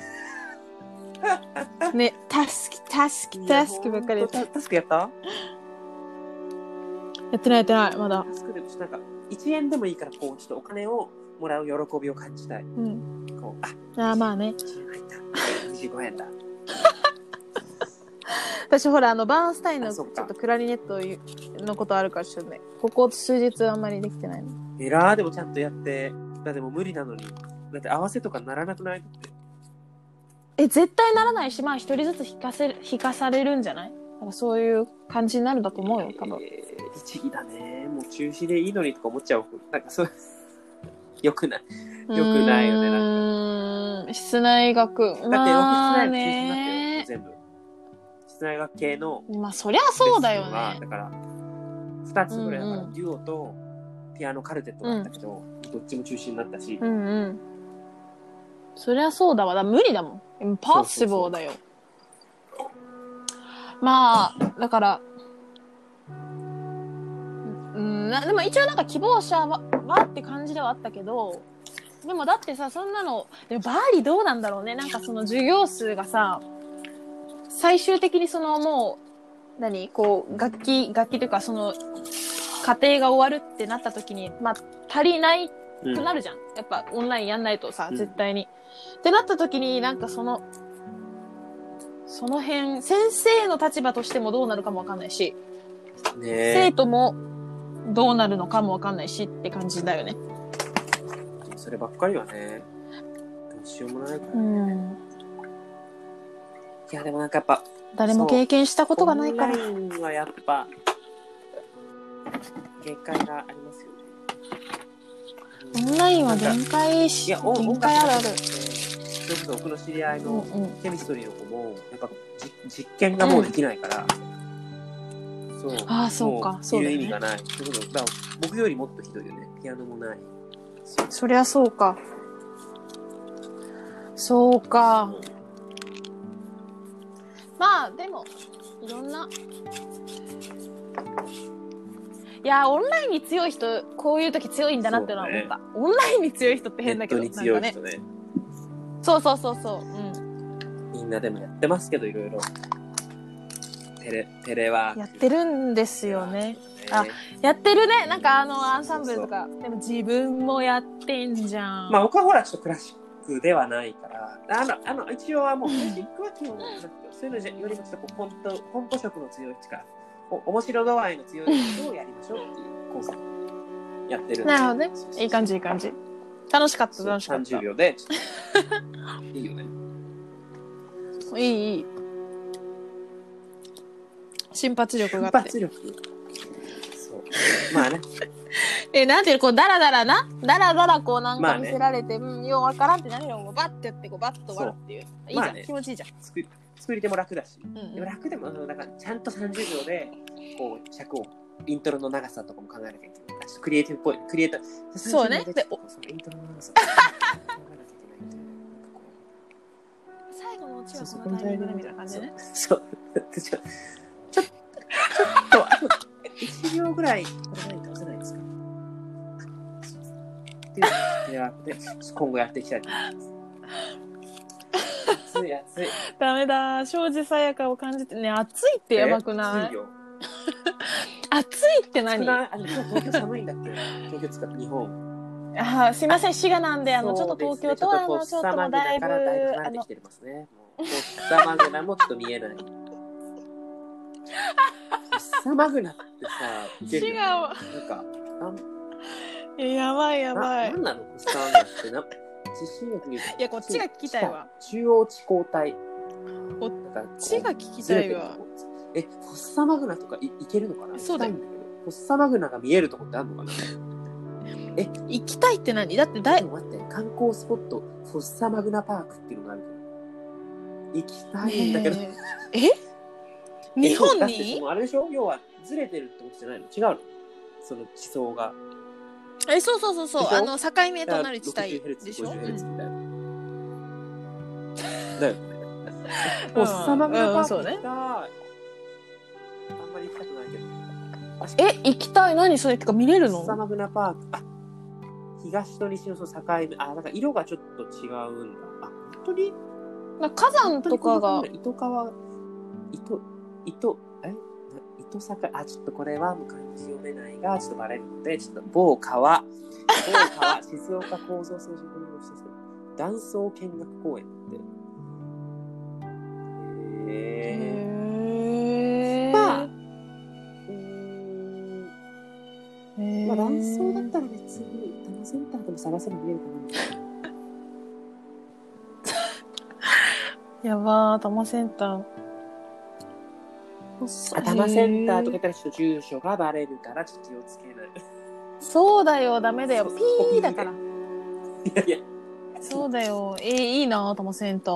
ね。タスク、タスク、タスクばっかりいややっほんとタタスクやったてないやってない、まだ。タスクでもちょっとなんか、1円でもいいから、こう、ちょっとお金をもらう喜びを感じたい。うん。こう、あ、あーまあね。 1円入った。25円だ。私ほらあのバーンスタインのちあょそっっかとクラリネットのことあるからちょっとねここ数日あんまりできてないのえらーでもちゃんとやって、だってもう無理なのに。だって合わせとかならなくないって。え絶対ならないしまあ一人ずつ引かせ引かされるんじゃないなんかそういう感じになるんだと思うよ多分、えー律儀だね。もう中止でいいのにとか思っちゃう。なんかそう、よくない。よくないよねうなんかーん室内学だって、まあ室内の中止になったよ、もうね全部。室内学系のまあそりゃそうだよレッスンはねだから、2つぐらいだから、うんうんデュオとピアノカルテットだったけど、どっちも中止になったし、うんうんそりゃそうだわだ無理だもん impossible だよまあだからうんなでも一応なんか希望者ははって感じではあったけどでもだってさそんなのでもバーリーどうなんだろうねなんかその授業数がさ最終的にそのもう何こう楽器楽器というかその家庭が終わるってなった時にまあ足りないうんくなるじゃん。やっぱオンラインやんないとさ、うん絶対に。ってなった時になんかその、その辺、先生の立場としてもどうなるかもわかんないし、生ね徒もどうなるのかもわかんないしって感じだよね。えそればっかりはねどうしようもないから、いん。やでもなんかやっぱ誰も経験したことがないからオン。ラインはやっぱ限界がありますよねオンラインは限界いし、やお限界あるある。音楽だってそれこそ僕の知り合いうのんうん。ケミストリーの子もやっぱじ実験がもうできないから、そうああ、そうかも。そういだるよ意味ね。がないそういうことだから僕よりもっとひどいよねピアノもないそうそりゃそうか。そうか。まあでもいろんないやーオンラインに強い人こういう時強いんだなってのは思った、オンラインに強い人って変だけどネットに強いなんか人ねねそうそうそうそう、うん、みんなでもやってますけどいろいろテレテレワークやってるるんですよねあやってるねなんかあのアンサンブルとかでも自分もやってんじゃん、まあ僕はほらちょっとクラシックではないからあのあの一応はもううクんラシックは基本なんですけどそういうのじゃよりもちょっとこうポンとポンポ色の強い力お面白度合いの強い人をやりましょうっていうコンセプトやってるんでなるほどねそうそうそういい感じいい感じ楽しかった楽しかっ30た秒 (laughs) でちょっといいよ (laughs) ねいいいい瞬発力があって発力そうまあねえ、なんていうのこう、だらだらな、だらだらこうなんまかあ見ねせられて、うん、ようわからんってなるよ。もうバッてやって、こう、バッと終わるっていう。いいじゃん、まあね気持ちいいじゃん。作作り手も楽だし、うんでも楽でも、あのなんかちゃんと30秒で、こう、尺を、イントロの長さとかも考えなきゃいけない。ちょっとクリエイティブっぽい、クリエイター、そうね30秒でちょっとそのイントロの長さ考えなきゃいけないっていうなん最後かこうのオチはそうそここののタタイミンイミグンでグみたいな感じでね。そう。ちょ、ちょ、ちょっと、あと1秒ぐらい、これ何倒せないですかっていうのをやって、今後やっていきたいと思います。暑 (laughs) い、暑い。ダメだ庄司さやかを感じてね暑いってやばくな暑いよ暑いって何少ないあれ今日東京寒いんだっけ東京つか日本。あーすいません滋賀なんであのちょっと東京とはあそうのですちょっともうだいぶねちょっとフォッサマグナからだいぶ離あれてのきてますね。もうフォッサマグナもちょっと見えない。フォッサマグナってさ、見てるよ滋賀はねなんか、あんえやばいやばいななんなのコスターナってな地震学にいやこっちが聞きたいわ中央地高帯こっなんかこうちが聞きずたれているわとこえフォッサマグナとかいいけるのかなそうだ行きたいんだけどフォッサマグナが見えるとこってあるのかな行きたいって何だってだでいも待って観光スポットフォッサマグナパークっていうのがあるけど行きたいんだけど、ねええ日えだ本ってそにのあれでしょ要はずれてるってことじゃないの違うのその地層がえそうそうそうそうでしょあの境目となる地帯でしょ、 50うヘルツんみたいな。だよね。おっさまうんがうパんークそう行ねきたい。あんまり行きたくないえけど。行きたい何それってか見れるおっさのまグナパーク。あ東と西のその境目。あ、なんか色がちょっと違うんだ。あ、本当になんか火山とかが本当にこの辺り糸川、糸、糸、えな糸坂、あ、ちょっとこれはもう漢字読めないが、ちょっとバレるので、ちょっと某川、某 (laughs) 川、静岡構造装飾の一つ断層見学公園だって。へえ。へまあ、うーん、まあ断層だったら別に、多摩センターでも探せば見えるかなみたいな。やばー、多摩センター。あ多摩センターとか言ったらちょっと住所がバレるから、ちょっと気をつけない。そうだよ、ダメだよ。そうピーだから。いやいや。そうだよ。えー、いいな多摩センター。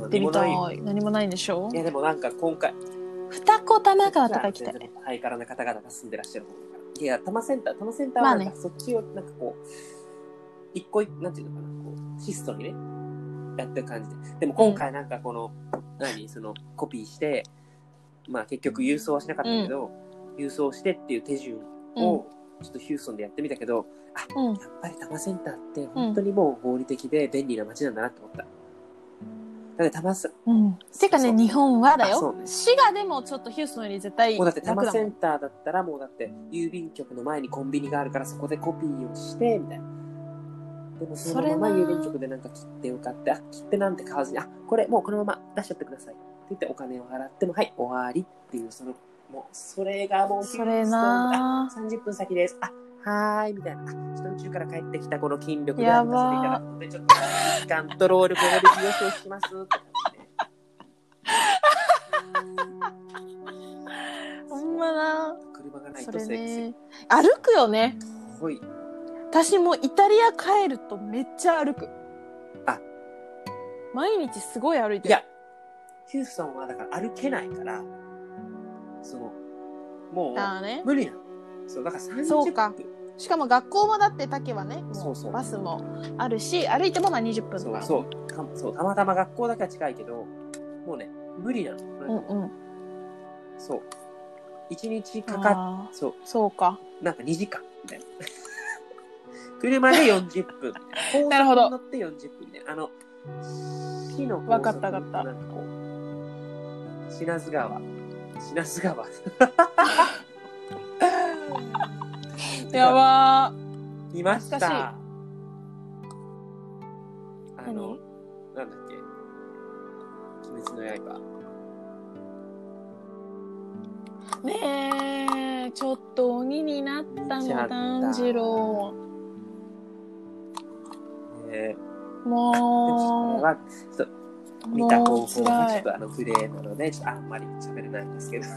行ってみたい。何も何もないんでしょいやでもなんか今回、二子玉川とか行きたい。ハイカラな方々が住んでらっしゃる方だから。いや、多摩センター、多摩センターまあはねなんかそっちをなんかこう、一個一個、なんていうのかな、こう、質素にね、やってる感じで。でも今回なんかこの、何、その、コピーして、まあ結局郵送はしなかったけど、郵送してっていう手順うんを、ちょっとヒューストンでやってみたけど、うん。やっぱり多摩センターって本当にもう合理的で便利な街なんだなと思った。だって多摩セうん。てかそね、うそう日本はだあそよう。ね滋賀でもちょっとヒューストンより絶対もうだって多楽摩だセもンん。ターだったらもうだって郵便局の前にコンビニがあるからそこでコピーをしてみたいな。でもそのままそれな郵便局でなんか切手を買って、あ、切手なんて買わずに、あ、これもうこのまま出しちゃってください。って言ってお金を払っても、はい、終わりっていう、その、もうそれがもう、それなあ、30分先です。あ、はーい、みたいな。あ、ちょっと宇宙から帰ってきたこの筋力がやあばーりますので、ちょっと時間とロールここで予想しますって感じで。ほんまな車がないそとれ生活ね。歩くよね。遠い。私もイタリア帰るとめっちゃ歩く。あ毎日すごい歩いている。や、ヒューストンはだから歩けないから、その、もだうね。無理なの。そう、だから30分。そうかしかも学校もだって竹はね、もそうそうバスもあるし、歩いてもまあ20分とそうか。そうたそう、たまたま学校だけは近いけど、もうね、無理なの。うんうん。そう。一日かかあっ、そう、ーそうか。なんか2時間みたいな。車で40 (laughs) 分。なるほど高速に乗って40分みたいな。あの、市の高速わかったわかったなんかこう、品津川。品津川。 (laughs) やば見ました。懐あかの、なんだっけ。鬼滅の刃。ー。ねえ、ちょっと鬼になった見ちゃの、った炭治郎。えー、でもそれもは、ちょっう、と (laughs) 見たも方う法がちょ辛っい。とあのグレーなので、ちょっとあんまり (laughs) 喋れないんですけど。もう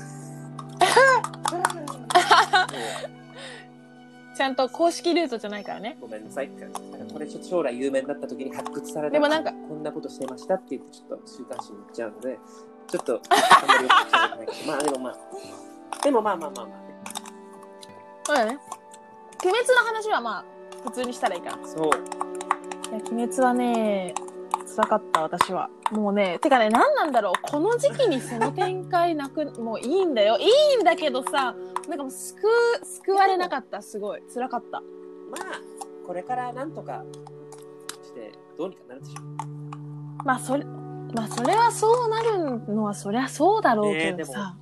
ちゃんと公式ルートじゃないからね。ごめんなさいって感じです。なんかこれちょっと将来有名になった時に発掘されたでもなんかこんなことしてましたって言ってちょっと週刊誌に行っちゃうので、ちょっとあんまりよく喋ってないけど、まあでもまあ、でもまあまあまあまあ、ね、そうだね。鬼滅の話はまあ、普通にしたらいいから。いそう、や、鬼滅はね、辛かった、私は。もうね、てかね、何なんだろう。この時期にその展開なく、 (laughs) もういいんだよ。いいんだけどさ、なんかもう救う、救われなかった、すごい。辛かった。まあ、これからなんとかして、どうにかなるでしょまあ、それ、まあ、それはそうなるのは、そりゃそうだろうけどさ。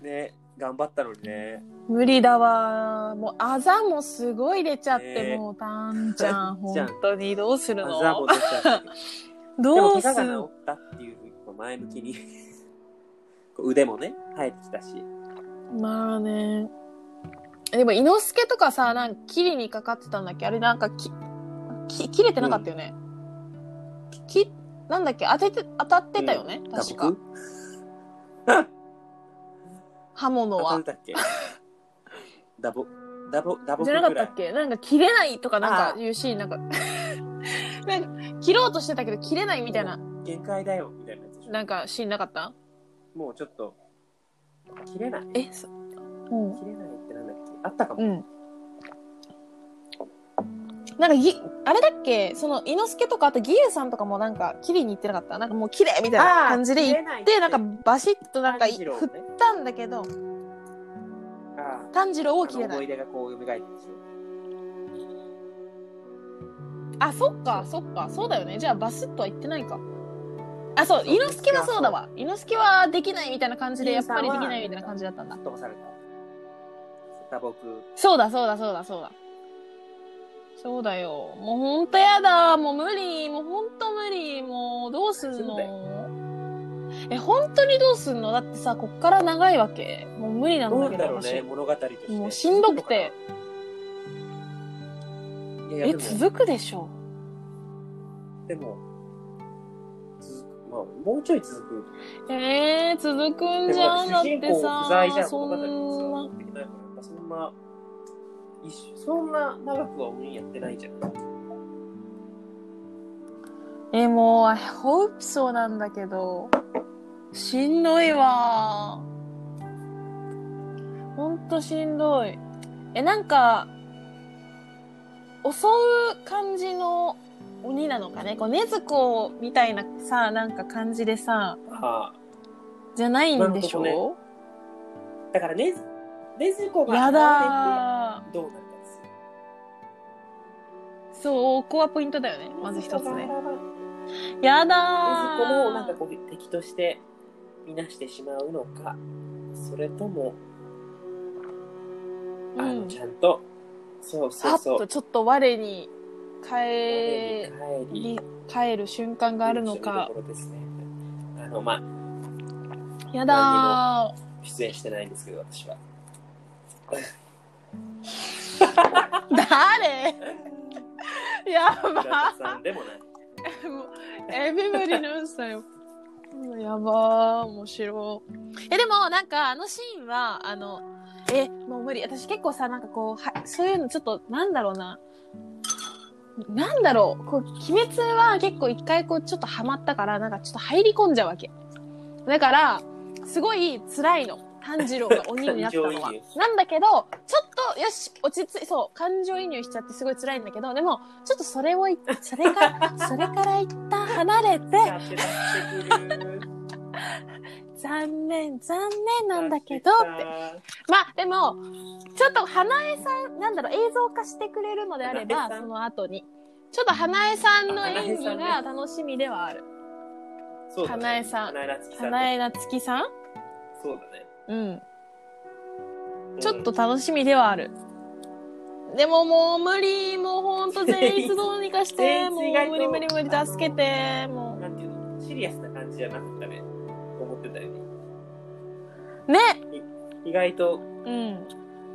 う。ね、頑張ったのにね。無理だわ。もう、あざもすごい出ちゃって、ねえもう、たんち (laughs) ゃん、たんちゃん本当にどうするあのざも出ちゃったけど。でどもう怪す我るが治ったっていうふうにこう前向きにこう腕もね生えてきたしまあね。でも、伊之助とかさ、なんか、切りにかかってたんだっけあれ、なんかき、き、切れてなかったよね。き、きなんだっけ当てて、当たってたよね、確か。刃物打はっ。たっけ打撲打撲打撲じゃなかったっけなんか、切れないとかなんかいうシーン、なんか、 (laughs) なんか、切ろうとしてたけど、切れないみたいな、限界だよみたいなやつでしょなんか、シーンなかったもうちょっと切れないえ、そうん。切れないってなんだっけあったかも、うん。なんかぎ、あれだっけその、伊之助とか、あと義勇さんとかもなんか、切りに行ってなかったなんかもう綺麗みたいなあー感じで切行れっないってて、なんかバシッとなんかい炭治振郎ねったんだけど、あ炭治郎あをあ切のれな思いい。出がこう蘇ってるでしょあ、そっか、そっか、そうだよね。じゃあバスッとは行ってないか。あ、そう、伊之助はそうだわ。伊之助はできないみたいな感じで、やっぱりできないみたいな感じだったんだ。飛ばされた打撲そうだ、そうだ、そうだ、そうだ。そうだよ。もうほんとやだ。もう無理。もうほんと無理。もうどうすんそうのだえ、本当にどうすんのだってさ、こっから長いわけ。もう無理なんどうだなけんど、だろうね私。物語としてもうしんどくて。いやいやえ、でも続くでしょ。でも、続く、まあ、もうちょい続く。えー、続くんでじゃんも、だっ主人て公さ不在じゃ、ん、そ物語にんなつなが。っていけないから、やっぱそんな、一緒そんな長くは鬼やってないじゃん。え、もう、I hope so なんだけど、しんどいわ。ほんとしんどい。え、なんか、襲う感じの鬼なのかねこう、禰豆子みたいなさ、なんか感じでさ、ああ。じゃないんでしなるょ、だからね、ねずこがや倒だー。れて、どうなるかですよ。そう、ここはポイントだよね。まず一つねずね。こもやだー。なんかこう、敵として、みなしてしまうのか、それとも、あうの、んちゃんと、そうさそうっそうと。ちょっと我に我返に帰りり帰る瞬間があるのかと。ころですね。あの、まあ、やだ出演してないんですけど、(laughs) 私は。ー。誰 (laughs) やば村田さんでもない。ー。もうエビブリのさよ。やばー、面白い。え、でも、なんか、あのシーンは、あの、え、もう無理。私結構さ、なんかこう、はそういうのちょっと、なんだろうな。なんだろう。こう、鬼滅は結構一回こう、ちょっとハマったから、なんかちょっと入り込んじゃうわけ。だから、すごい辛いの。炭治郎 (laughs) が鬼になったの感は情移入。なんだけど、ちょっと、よし、落ち着い、そう、感情移入しちゃってすごい辛いんだけど、でも、ちょっとそれ (laughs) をい、それから、それから一旦離れて、やってたってくる。残念、残念 (laughs) なんだけどって。まあ、でも、ちょっと花江さん、なんだろう、映像化してくれるのであれば、花江さんその後に。ちょっと花江さんの演技花江さが楽しみではある。そうだね。花江さん花江夏樹さんね。花江夏樹さんそうだね。うん。うんちょっと、楽しみではある。でももう無理、もうほんと全員どうにかして、全もう無員意外と理無理無理、助けて、もなんていうの、シリアスな感じじゃなかったね。思ってたよう。ねり。意外と、うん。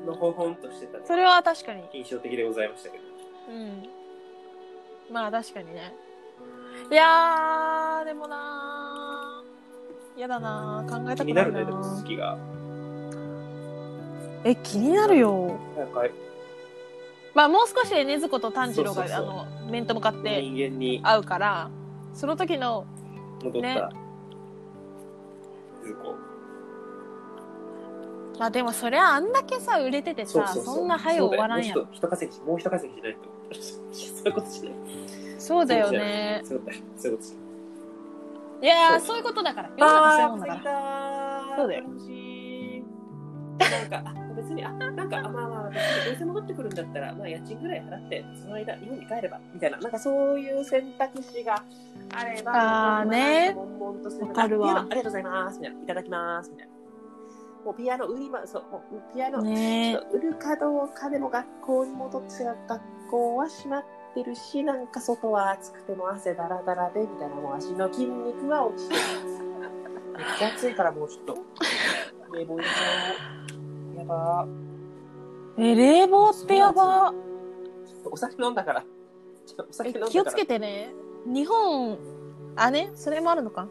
のほほんとしてた、ね。それは確かに。印象的でございましたけど。うん。まあ確かにね。いやー、でもなー。やだなー。考えた気くにななるなるね、でも続きが。え、気になるよ。なんか、まあもう少しで禰豆子と炭治郎がそうそうそうあの面と向かって人間に会うからその時の戻ったね禰豆子まあでもそりゃあんだけさ売れててさそんな早う終わらんやそうろだよもう一一稼ぎしもう一稼ぎしないと (laughs) そういうことしないそうだよねそうだよそういうことしないいやーそうそういうことだから世の中そういうあもんだーかやっらたそうだよ楽しいなんかあ別にあなんかあまあまあ別にどうせ戻ってくるんだったらまあ家賃ぐらい払ってその間日本に帰ればみたいななんかそういう選択肢があればあーね悶々とするわかるわピアノありがとうございますみたいないただきますみたいなもうピアノ売りまそうもうピアノ、ね売るかどうかでも学校に戻って学校は閉まってるしなんか外は暑くても汗だらだらでみたいなもう足の筋肉は落ちてますめっちゃ暑いからもうちょっと冷房入れちゃおうやばーえ冷房ってやばちょっとお酒飲んだからちょっとお酒え飲んだから気をつけてね日本あねそれもあるのか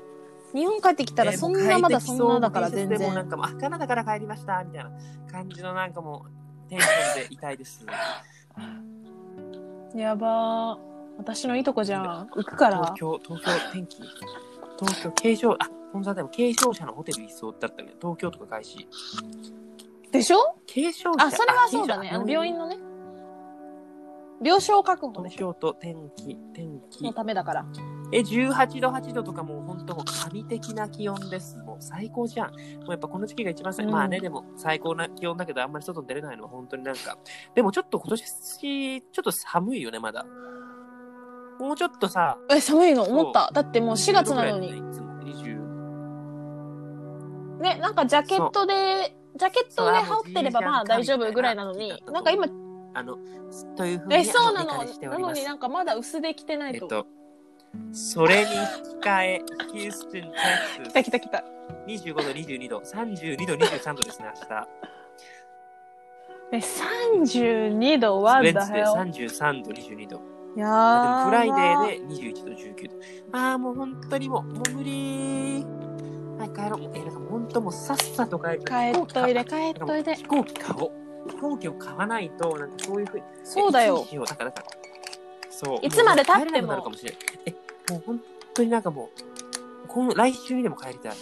日本帰ってきたらそんなまだそんなだから全でもな然んかもうあカナダから帰りましたみたいな感じのなんかもうテンションで痛いですやばー私のいとこじゃん行くから東京東京天気東京軽症あ本座でも軽症者のホテル一層だったね東京とか外資でしょ軽症者あそれはそうだねあの病院のね病床確保で東しょ京都天気天気のためだからえ18度8度とかもう本当もう神的な気温ですもう最高じゃんもうやっぱこの時期が一番最、うんまあねでも最高な気温だけどあんまり外に出れないのは本当になんかでもちょっと今年ちょっと寒いよねまだもうちょっとさえ寒いの思っただってもう4月なのにいつも20ね、なんかジャケットで、ジャケットで羽織ってればそうまあ大丈夫ぐらいなのそうにだ、なんか今、あの、というふうに、え、そうなあの、理解しておなりのますになんかまだ薄で着てなえいっと。と、それに引き換え、ヒューストン、テ来キサた来た来た。ス、25度、22度、32度、23度ですね、明日。え、32度はウェンズだデよ。ー33度、22度。いやあでもー。フライデーで21度、19度。あー、もう本当にもう、もう無理はい、帰ろう。え、なんかもう本当もうさっさと帰る。帰っといで、飛行機帰買わ。っといで飛。行機買おう。飛行機を買わないと、なんかそういうふうに。そうだいつよに。しようだからだからそういつまで経ってもう帰れなくなるかもしれないえもう本当になんかもう今来週にでも帰りたい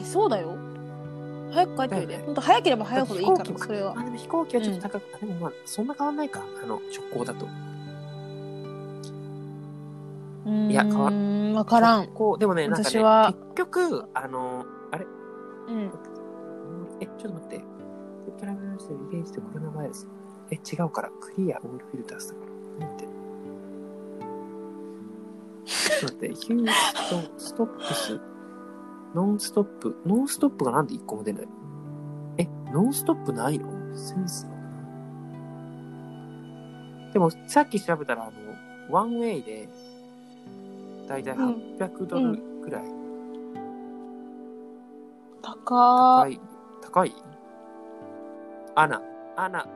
え、そうだよ。早く帰っといだよで。ねほんと早ければ早いほどいいか飛行機もら、それはま。あでも飛行機はちょっと高く、あでもまあそんな変わんないかあの直行だとうーんいや変わわからん。こうでもねなんか私ねは結局あのあれうん。えちょっと待ってトラベルナースのリベンジとコロナウイルスえ違うからクリアオールフィルターズだから待ってちょっと待ってヒューストンストップスノンストップノンストップがなんで1個も出ないえノンストップないのセンスないでもさっき調べたらあのワンウェイでだいたい800ドルくらい、高高ー。い高いアナアナ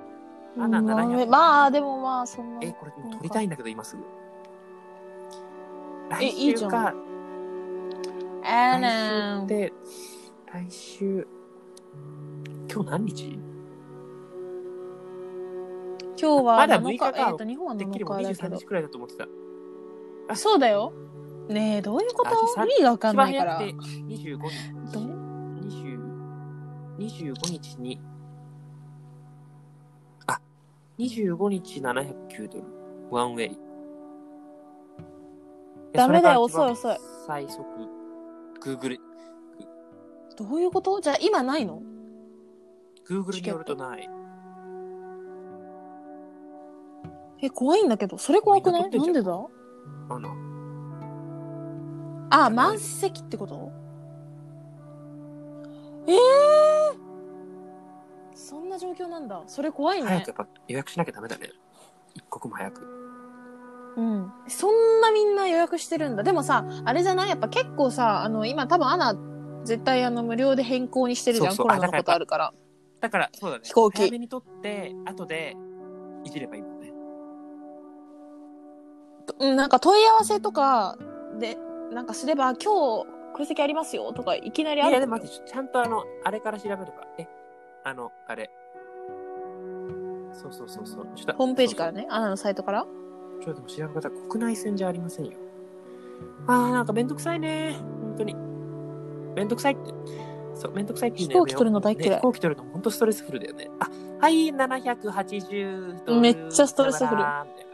アナ700まあ、でもまあ、そんな。えこれもう撮りたいんだけど今すぐえ来いい週じゃんかあ来ら週で来週今日何日今日はまだ7 6日かえっ、と、日本はてっきりもう7日だけ23ど日。くらいだと思ってたあそうだよ。ねえ、どういうことあ意味がわか一んな番いか早らく。て25日ど20 25日にあ25日709ドルワンウェイダメだよそれが一遅い番最速 Google どういうことじゃあ今ないの Google によるとないえ、怖いんだけど。それ怖くなみいんな撮なってんんでじゃんだあのあ、い満席ってことええそんな状況なんだ。それ怖い早ねく。やっぱ予約しなきゃダメだね一刻も早くうん。そんなみんな予約してるんだ。でもさ、あれじゃないやっぱ結構さ、あの、今多分アナ、絶対あの、無料で変更にしてるじゃん。そうそうコロナあのこだからやっとぱあるから。だからそうだね飛行機早めに取って後でいじればいいもんねうん、なんか問い合わせとかで、なんかすれば、今日空席ありますよとか、いきなりいあるやとで思もうよ待ってちゃんとあのあれから調べればえあのあれそうそうそうそう。ちょっとホームページからね、アナのサイトから。ちょっとでも調べ方、国内線じゃありませんよ。あー、なんかめんどくさいね。本当に。めんどくさいって。そう、めんどくさいっていうのやめよ飛行う機取るの大嫌いね飛行機取るの本当ストレスフルだよね。あ、はい、780ドル。めっちゃストレスフルさよならみたいな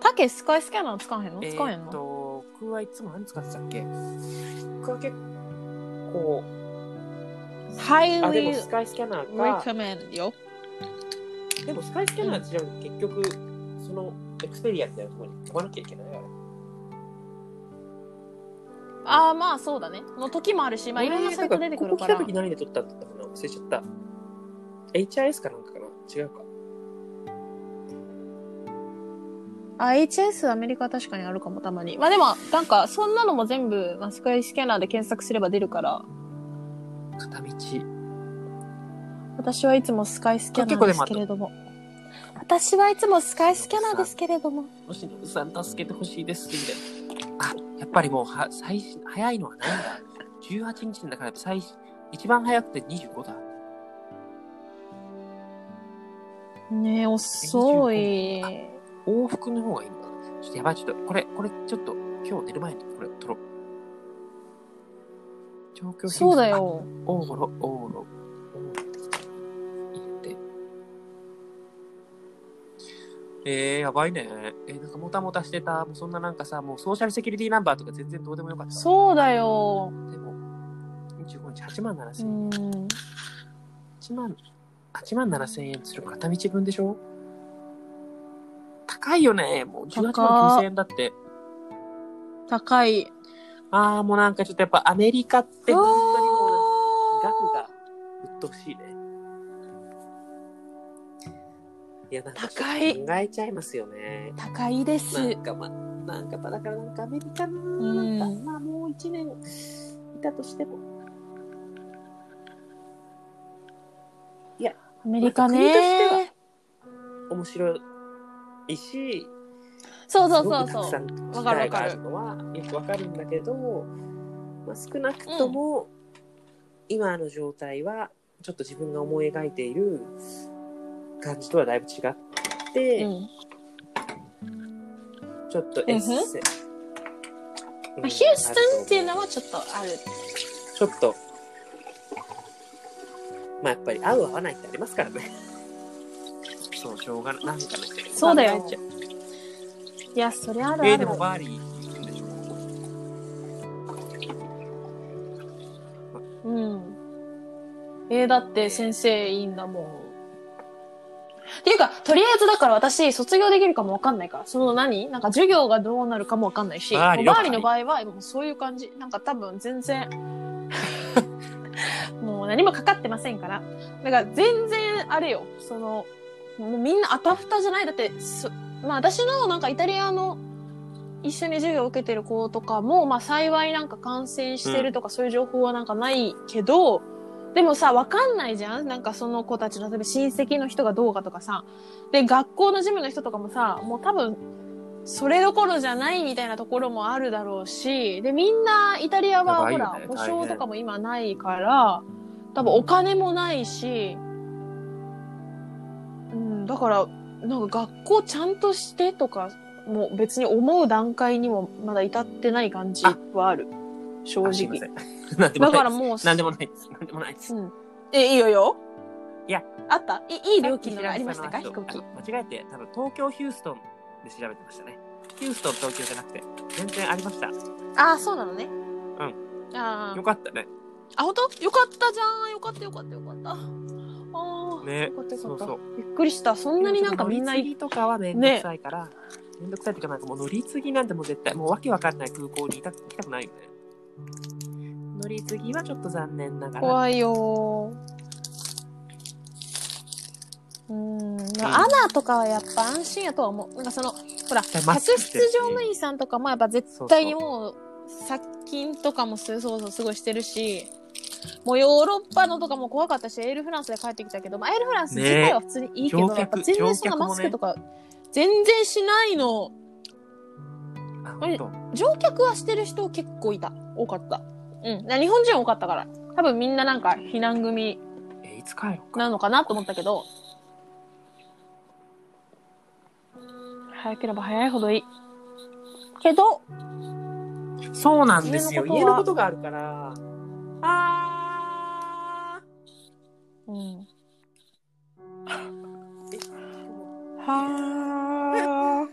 タケ、スカイスキャナー使わへんのえ使わへんーっのと、僕はいつも何使ってたっけ僕は結構、あ、でも ?Highly スカイスキャナーか。 recommend よ。でもスカイスキャナーって調べて結局、そのエクスペリアみたいなところに飛ばなきゃいけないあれ。ああ、まあそうだね。の時もあるし、まあいろんなサイト出てくるから。ここ来た時何で撮ったんだったかな忘れちゃった。HIS かなんかかな違うか。あ、HS アメリカは確かにあるかもたまに。まあでも、なんか、そんなのも全部、まあ、スカイスキャナーで検索すれば出るから、片道。私はいつもスカイスキャナーあ結構でですもけれども。私はいつもスカイスキャナーですけれども。星野さん助けてほしいです。みたいな。あ、やっぱりもうは最新早いのはなんだ ?18 日だからやっぱ最新一番早くて25だ。ねえ、遅い。往復の方がいいのかなちょっとやばい、ちょっとこれ、これちょっと今日寝る前にこれ撮ろう。状況そうだ。よ。オーロ、オーロ。入れて。えー、やばいね。えーなんかもたもたしてた。もうそんななんかさ、もうソーシャルセキュリティナンバーとか全然どうでもよかった。そうだよ。でも、25日8万7う千円。ん。 8万、8万7千円する片道分でしょ高いよね。もう18万9千円だって。高い。あー、もうなんかちょっとやっぱアメリカって本当にもうなんか額が鬱陶しいね。いや、なんか高い考えちゃいますよね。高いでなすん。かまあ、なんかまあだからなんかアメリカの、んなんかまあもう一年いたとしても。アメリカ国としてね。面白いし、そうそうそうすごくたくそさう。んわ機かるわか会があるるのはよくわかるんだけど、まあ、少なくとも、今の状態はちょっと自分が思い描いている感じとはだいぶ違って、うん。ちょっとエッセ、うんふうんまあヒューストンっていうのはちょっとある。ちょっとまあやっぱり合う合わないってありますからねそうしょうがないなんかねそうだよ考えちゃういや、そりゃあるえあー、でるも。バーリー行くんでしうょん。えーだって先生いいんだもん。っていうか、とりあえずだから私、卒業できるかもわかんないから、その何なんか授業がどうなるかもわかんないし、周りの周りの場合は、もうそういう感じ。なんか多分全然、 (laughs) もう何もかかってませんから。だから全然あれよ、その、もうみんなあたふたじゃない。だって、そまあ私のなんかイタリアの一緒に授業を受けてる子とかも、まあ幸いなんか感染してるとかそういう情報はなんかないけど、でもさ、わかんないじゃんなんかその子たちの、例えば親戚の人がどうかとかさ。で、学校のジムの人とかもさ、もう多分、それどころじゃないみたいなところもあるだろうし、で、みんなイタリアはほやらばいよ、保ね大証変とかも今ないから、多分お金もないし、うん、だから、なんか学校ちゃんとしてとか、もう別に思う段階にもまだ至ってない感じはある。正あすいま直せ。ん (laughs) なんでもだなかいらですもう、なんでもないですなんでもないですうん。え、いいよよ。いや。あったいいい料金のがありましたか飛平行井機さん。の話を間違えて、多分東京、ヒューストンで調べてましたね。ヒューストン、東京じゃなくて、全然ありました。ああ、そうなのね。うん。あよーかったね。あ、本当？よかったじゃん。よかったよかったよかった。ああ。ねよかったよそかっうた。そう。びっくりした。そんなになんかみんな乗り継ぎとかはめんどくさいから、めんどくさいっていうか、なんかもう乗り継ぎなんてもう絶対、もうわけわかんない空港にいた行きたくないよね。乗り継ぎはちょっと残念ながら。怖いよー。うん、アナとかはやっぱ安心やとは思う。なんかその、ほら、マ客ス室クして乗務員さんとかもやっぱ絶対にもう、殺菌とかもすそうそうすごいしてるし、もうヨーロッパのとかも怖かったし、エールフランスで帰ってきたけど、まあ、エールフランス自体は普通にいいけど、ねやっぱ全然そんな乗客乗客もねマスクとか、全然しないの。あ、ほんと。乗客はしてる人結構いた。多かった。うん。な日本人多かったから。多分みんななんか避難組え、いつ帰ろうか。なのかなと思ったけど、早ければ早いほどいい。けど、そうなんですよ。家家ののここととがあるから。あうん。ー。は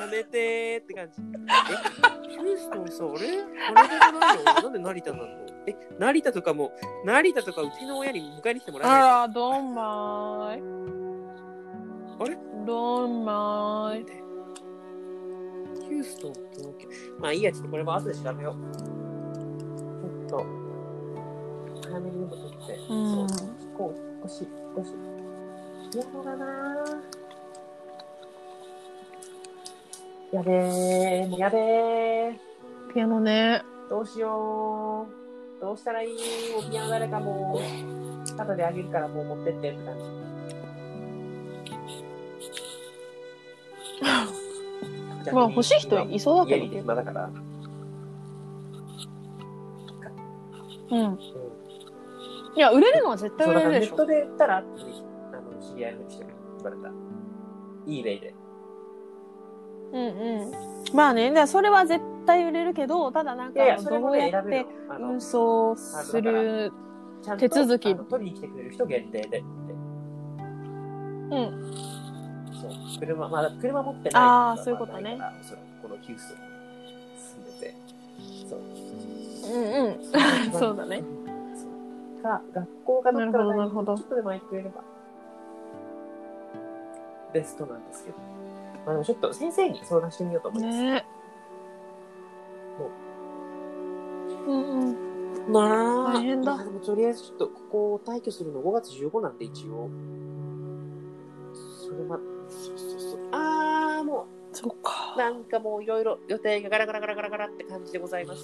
やめてーって感じ。え、ヒューストンさ、あれあれじゃないのなんで成田なのえ、成田とかも、成田とかうちの親に迎えに来てもらえないあら、どんまーい。あれどんまーい。ヒューストンって東京まあいいや、ちょっとこれは後で調べよう。ちょっと、早めに飲むとって。うん。こう、腰、腰。嫌だなーやべー、もうやべー。ピアノね。どうしよう。どうしたらいいもうピアノ誰かもう、後であげるからもう持ってってって感じ。まあ欲しい人いそうだ家けにどね。暇だから。うん。うん。いや、売れるのは絶対そう売だれかるらネでしッょト。で売ったら、あの知り合いの人に言われた。いい例で。うんうん。まあね、だからそれは絶対売れるけど、ただなんいかやいや、、それどうもね、やっ選べるてよ。あの運送する。ちゃん手と続きあの取りに来てくれる人限定で。うん。そう車、まあ、車持ってない人があーそういうことねまあないからおそらくこのヒューストンに住んでて。そう。うんうん。そうだね。そうか、学校がどっかなるほどなるほどちょっとでも行ってくれれば。ベストなんですけど。まあ、でもちょっと先生に相談してみようと思います。ねうんうん。まあ、大変だまあでもとりあえずちょっとここを退去するの5月15なんで一応。それま、そうそうそう。あー、もう。そっか。なんかもういろいろ予定がガラガラガラガラガラって感じでございます。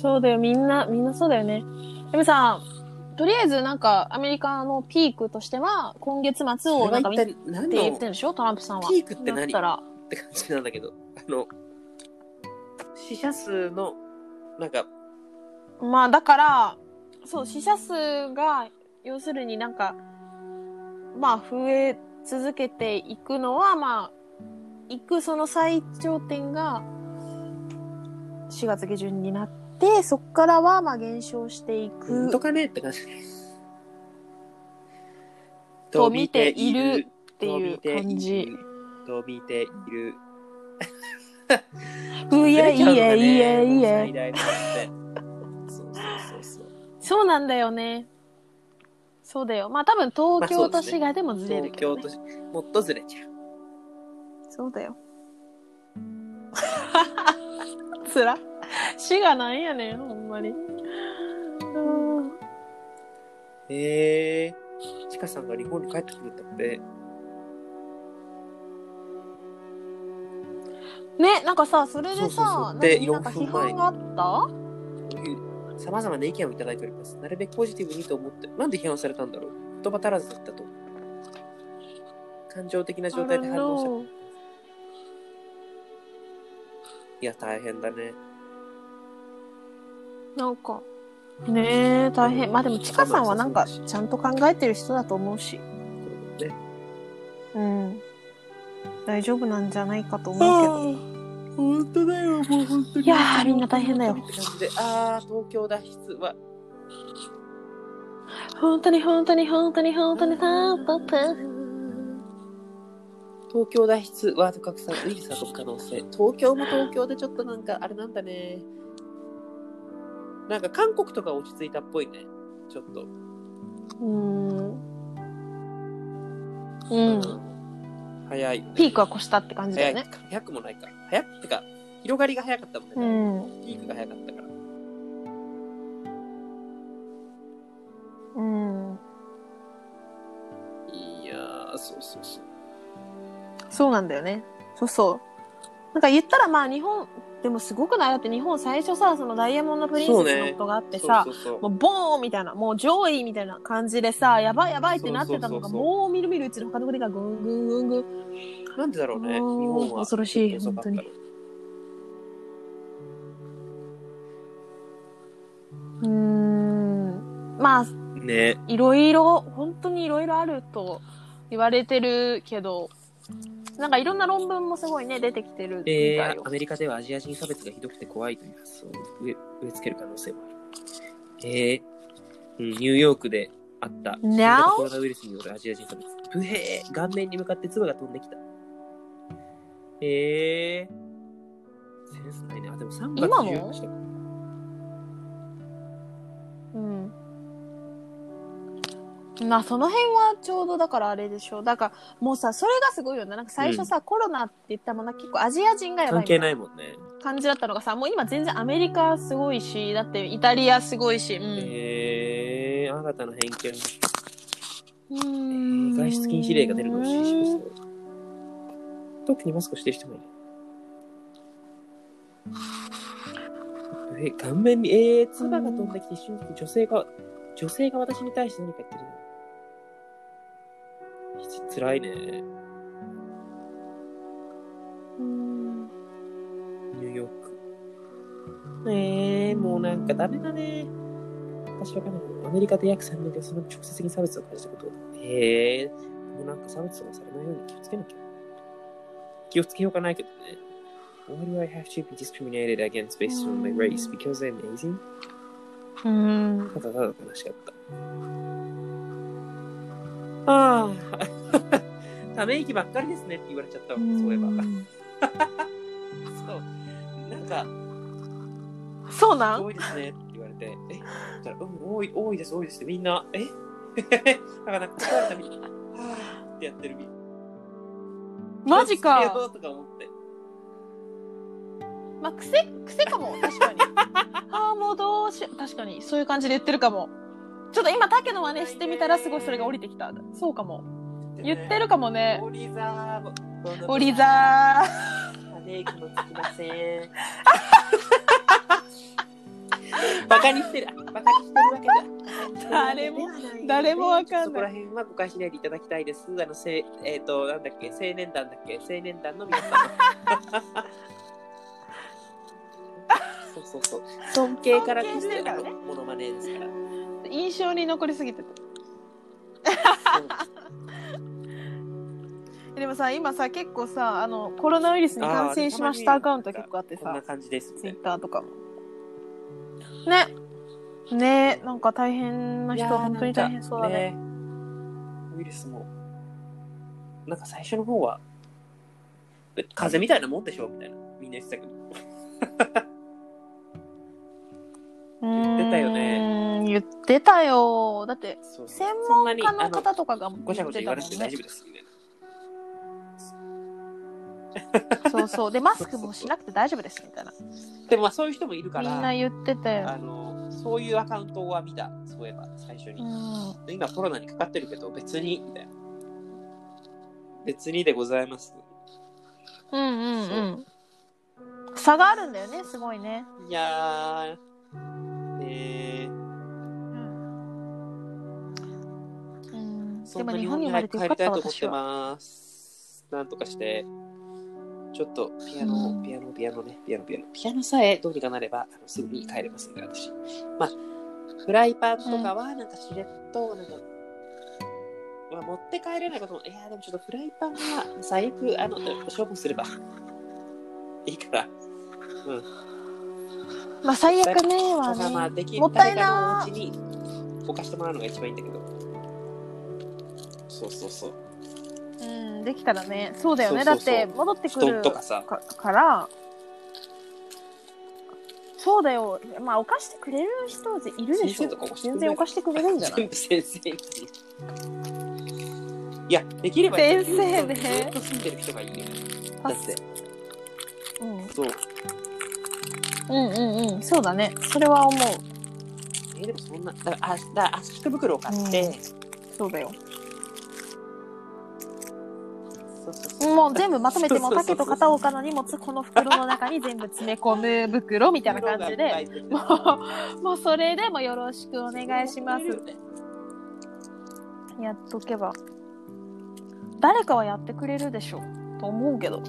そうだよ、みんな、みんなそうだよね。でもさ、とりあえずなんかアメリカのピークとしては、今月末をなんか見てって何言ってのるでしょトランプさんは。ピークって何だったら、って感じなんだけど、あの、死者数の、なんか、まあだから、そう、死者数が、要するになんか、まあ増え続けていくのは、まあ、行くその最頂点が4月下旬になって、そっからはまあ減少していうくんとかねって感じ。と見ているっていう感じ。。と見ている。うずやれいちゃうんだやねいやいもう最や。大のって。そうそうそうそう。そうなんだよね。そうだよ。まあ多分東京都市外でもずれる東けど、京ね都市、もっとずれちゃう。そうだよ。 (laughs) つら。死がないやねん、ほんまに。うんへえー。ちかさんが日本に帰ってくるんだって。ね、なんかさ、それでそうそうそさ、うで何なんか批判があったさまざまな意見をいただいております。なるべくポジティブにと思って、なんで批判されたんだろう言葉足らずだったと。感情的な状態で反応した。あららいや、大変だね。なんか。ねえ、大変。まあでも、ちかさんはなんか、ちゃんと考えてる人だと思うし。ねうん。大丈夫なんじゃないかと思うけど。本当だよ、もう本当に。いやーみんな大変だよって感じで、あー、東京脱出は。本当に本当に本当に本当に本当に東京脱出ワード拡散ウイルスの可能性東京も東京でちょっとなんかあれなんだねなんか韓国とか落ち着いたっぽいねちょっとうんうん早いよねピークは越したって感じだ早よいねか早くもないか早くってか広がりが早かったもんね、うんピークが早かったからうんいやーそうそうそうそうなんだよねそうそうなんか言ったらまあ日本でもすごくないだって日本最初さそのダイヤモンド・プリンセスのことがあってさそうそうもそうボーンみたいな、もう上位みたいな感じでさ、やばいやばいってなってたのが、そうそうそうそうもうみるみるうちの他の国がぐんぐんぐんぐん。うなんでだろうね日もう本は恐ろしいちょっと遅かったのーんまあね。いろいろ本当にいろいろあると言われてるけどなんかいろんな論文もすごいね出てきてるみたいえーよアメリカではアジア人差別がひどくて怖いという発想を植え植え付ける可能性もある。えーうん、ニューヨークであった新 Now？型コロナウイルスによるアジア人差別。ブヘー顔面に向かって唾が飛んできた。えー、センスないね。あ、でも3月今も14日だうんまあその辺はちょうどだからあれでしょうだからもうさそれがすごいよねなんか最初さ、コロナって言ったもんな結構アジア人がやばい関みたい係なないもんね。感じだったのがさもう今全然アメリカすごいしだってイタリアすごいし、うんえー、新たな偏見。えうんー外出禁止令が出るのを支持しました。特にマスクしてる人もいない。えー、顔面に、えー、唾が飛んできて、瞬時に女性が、女性が私に対して何か言ってるの。つらいね。ニうんューヨーク。えー、もうなんかダメだね。私わかんないけど、アメリカで約3年でその直接的に差別を感じたことを。えー、もうなんか差別とかされないように気をつけなきゃ。気をつけようがないけどね。Why do I have to be discriminated against based on my race? Because I'm Asian? うんただただ悲しかった。ああ。 (laughs) ため息ばっかりですねって言われちゃったわ、そういえば。 (laughs) そう。なんか、そうなん多いですねって言われて、えそしたら、うん、多い、多いです、多いですって、みんな、え (laughs) なんか、なんか、疲れたみ (laughs) たいな、はぁってやってるみんな。マジ (laughs) どうしよか、うとか思って。まあ、癖癖かも確 (laughs) かにああもうどうしよう確かにそういう感じで言ってるかもちょっと今竹の真似してみたらすごいそれが降りてきたそうかも言ってるかもねオリザー。オリザーー。メイクもつきません。バカにしてる。バカにしてるわけだ。誰も誰もわかんないそこら辺は誤解しないでいただきたいです。あの、せ、えっ、と、なんだっけ、青年団だっけ、青年団の皆さん。 (laughs) そうそうそう。尊敬から来尊敬してるるからねモノマネですから。印象に残りすぎてそうたでもさ今さ結構さあのコロナウイルスに感染しましたアカウント結構あってこんなさ感じです、ツイッターとかもねねなんか大変ないや人ー本当に大変そうだね。なんかウイルスも、なんか最初の方は、え風邪みたいなもんでしょみたいな。みんな言ってたけど。言ってたよね言ってたよだってそうそう専そんな門に家のあ方とかがのごちゃごちゃ言わなくて言っ大て丈夫です。みたいな。たもんねそうそうでマスクもしなくて大丈夫ですみたいなでもまあそういう人もいるかみんなら、言ってたあよ、の、そういうアカウントは見た。そういえば、最初うに。ん、今コロナにかかってるけど、別に、みたいな。別にでございます。うんうんうん差があるんだよねすごいねいやー、ねえうんそでんなも日本に生まれてよ帰かりったいたと思っ私てはます。なんとかして、ちょっとピアノ、うんピアノ、ピアノね、ピアノ、ピアノ。ピアノさえどうにかなれば、あのすぐに帰れますんで、私。まあ、フライパンとかは、なんかしれっと、なんか、まあ、持って帰れないことも、いや、でもちょっとフライパンは、最悪、あの、処分すればいいから。まあ最悪ねはただまあ、ねできもったいな誰かのお家に置かしてもらうのが一番いいんだけど。そうそうそう。うんできたらねそうだよねそうそうそうだって戻ってく布る団とかさ。かからそうだよまあお貸してくれる人いるでし先生とかおょ貸してくれる全然お貸してくれるんじゃない (laughs) 全部先生にいやできれば先生ねずっと住んでる人がいいよだってうんそううんうんうんそうだねそれは思うえでもそんなだからあだから圧縮袋を買って、うんそうだよそうそうそうもう全部まとめてもそうそうそう竹と片岡の荷物この袋の中に全部詰め込む袋みたいな感じ (laughs) でもうもうそれでもよろしくお願いしますってやっとけば誰かはやってくれるでしょと思うけど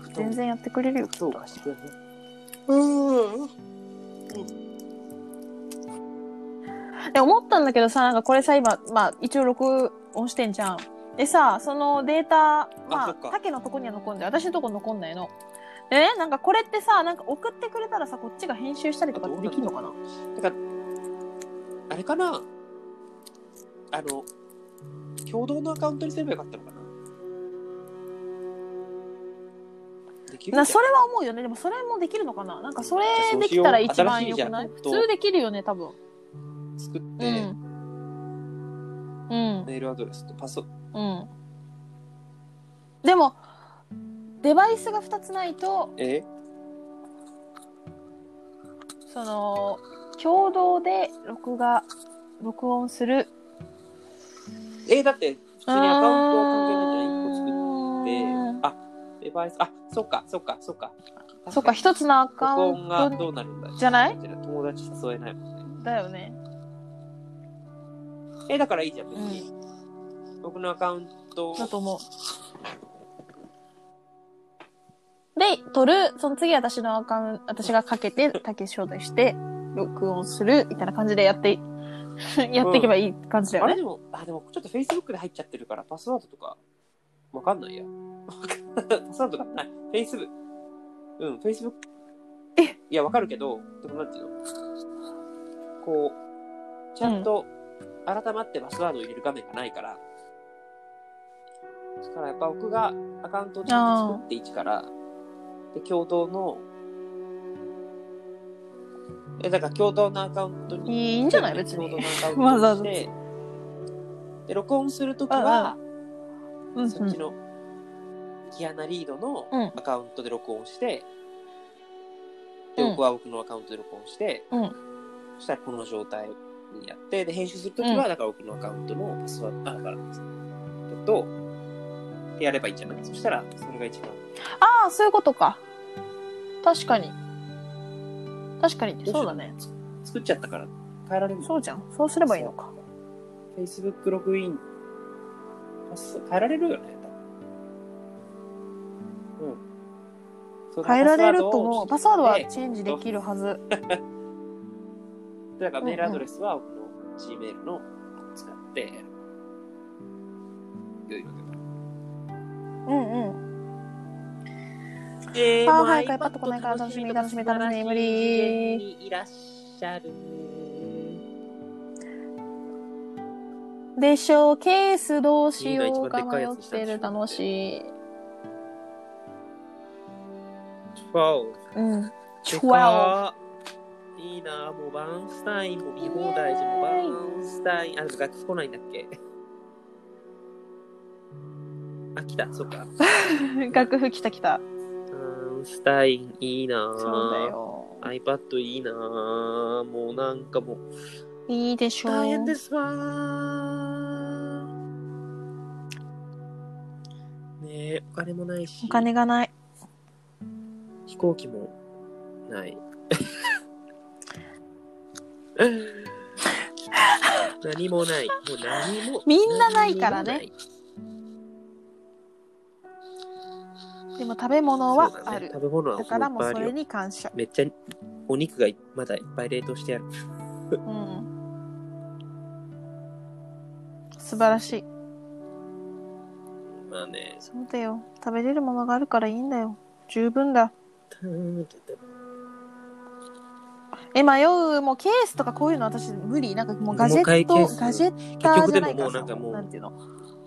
布団全然やってくれるよ布団を貸してくれるうん。で思ったんだけどさ、なんかこれさ、今、まあ、一応録音してんじゃん。でさ、そのデータ、まそあっ、かタケのとこには残んで、私のとこ残んないの。でね、なんかこれってさ、なんか送ってくれたらさ、こっちが編集したりとかってできるのかなあれかなあの、共同のアカウントにすればよかったのかなできるなそれは思うよね。でもそれもできるのかななんかそれできたら一番良くないじゃあ普そうし通よう新しいじゃんできるよね、多分。作っうて、ん。うん。メールアドレスとパソうん。でも、デバイスが2つないと、えその、共同で録画、録音する。えだって普通にアカウントは関係ないじゃん1個作ってうーんあデバイスあそっかそっかそっかそっか、確1つのアカかウに録音がンどトうなるんだじゃない友達誘えないもんねだよね。えだからいいじゃん別うに、ん。僕のアカウントだと思う。で、撮る、その次私のアカウント、私がかけて、竹招待して、録音する、みたいな感じでやって、 (laughs) やっていけばいい感じだよあねれ。でもあでもちょっと Facebook で入っちゃってるからパスワードとかわかんないや (laughs) わかんないパスワードがない Facebook うん Facebook えいやわかるけどでもなんていうのこうちゃんと改まってパスワードを入れる画面がないから、だからやっぱ僕がアカウントをちゃんと作って一からで共同のえだから共同のアカウントにいいんじゃない別に。わわざざわわざざで録音するときはうんうんそっちのキアナ・リードのうんアカウントで録音して、うんで僕は僕のアカウントで録音して、うんそしたらこの状態にやってで編集するときは、だから僕のアカウントのパスワードあだからとでやればいいんじゃないそしたらそれが一番ああ、そういうことか。確かに。確かに。そうだね。作っちゃったから変えられるそうじゃん。そうすればいいのか。 Facebook ログインパス変えられるよね多分うんその変えられると思う。パスワードをはチェンジできるはず。だからメールアドレスは僕の Gmail の使って、よいのでうんうん。えーもう iPad こないから楽しみ楽しみ楽しみ無理いらっしゃるでしょう。ケースどうしいいよのう一番かでっかい迷やっつにしたんてでしょる楽しい。 12うん。で 12! かーいいなあもうバーンスタインも見放題じゃんもうバーンスタインあでも楽器来ないんだっけあ来たそっか楽譜来た来た。バーンスタインいいなあそうだよ。 iPad いいなあもうなんかもういいでしょう。大変ですわーねえお金もないしお金がない。飛行機もない。 (laughs) 何もない。もう何も。みんなないからね何もない。でも食べ物はそうあだねる。食べ物はだからもういっそぱいあれるよに感謝。めっちゃお肉がいまだいっぱい冷凍してある。うん。素晴らしい。まあね。そうだよ。食べれるものがあるからいいんだよ。十分だ。え、迷う。もうケースとかこういうの私無理。なんかもうガジェッもト、う一回ケースガジェッター結局じでゃなもいもかうならんかさ。もなんうていうの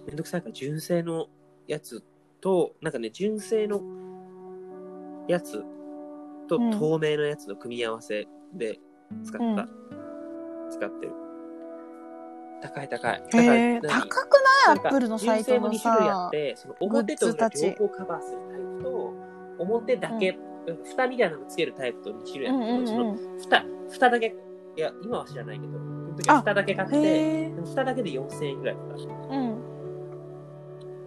めんどくさいから純正のやつと、なんかね、純正のやつとうん透明のやつの組み合わせで使った。うん使ってる。高い高い。へーだから高何くないアなんかップルのサイトの純正の2種類あさっ。て、その表とグ裏ッズ両たち方カバーするタイプと、表だけ、蓋みたいなのつけるタイプと2種類うあっんて、うんそのう蓋、蓋だけ、いや、今は知らないけど、その時は蓋だけ買っん。て、へえ。蓋だけで4000円ぐらいだった。うん。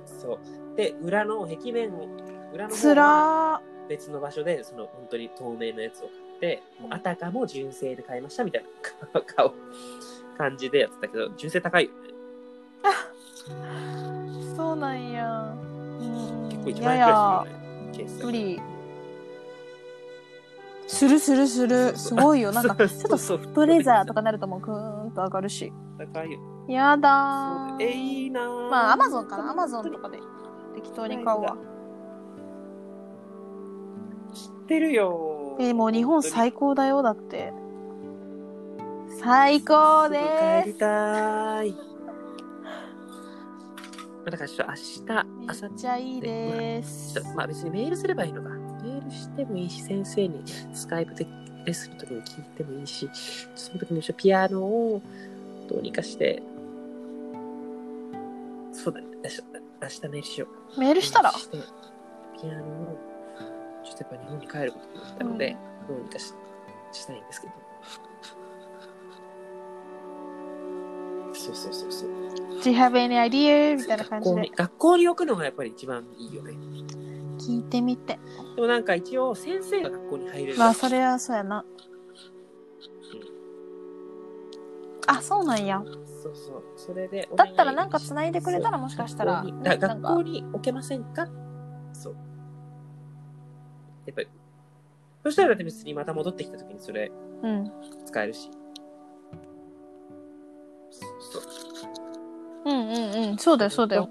そう。で、裏の壁面を、裏のつ方はら別の場所で、その本当に透明のやつを買って、もうあたかも純正で買いましたみたいな (laughs) 顔、感じでやってたけど、純正高いよね。ー。そうなんや。うん結構1万円くやらいやするよね。ケースだけ無理。するするする。すごいよ。なんか、ちょっとそうそうブレザーとかなるともうグーンと上がるし。高いよ。やだそうー。だえ、いいなーまあ、アマゾンかな。アマゾンとかで適当に買うわ。知ってるよー。えーもう日本最高だよ。だって。最高高で帰りす。たーい。だからちょっと明め日、明っ後ちゃいいです日。まあ別にメールすればいいのか。メールしてもいいし、先生にスカイプでレッスンの時に聞いてもいいし、その時にちょっとピアノをどうにかして、そうだね、明日明日メールしよう。メールしたらしてピアノをちょっとやっぱ日本に帰ることになったので、どうにかししたいんですけどそうそうそうそう Do you have any idea? みたいな感学じ校でに学校に置くのがやっぱり一番いいよね聞いてみて。でもなんか一応先生が学校に入れるまあ、それはそうやな。あ、そうなんや。そうそうそれでだったらなんか繋いでくれたららもしかしたら。なだん学か校に置けませんかそうやっぱりそしたらだって別にまた戻ってきた時にそれうん。使えるしそううんうんうん。そうだよ、そうだよ。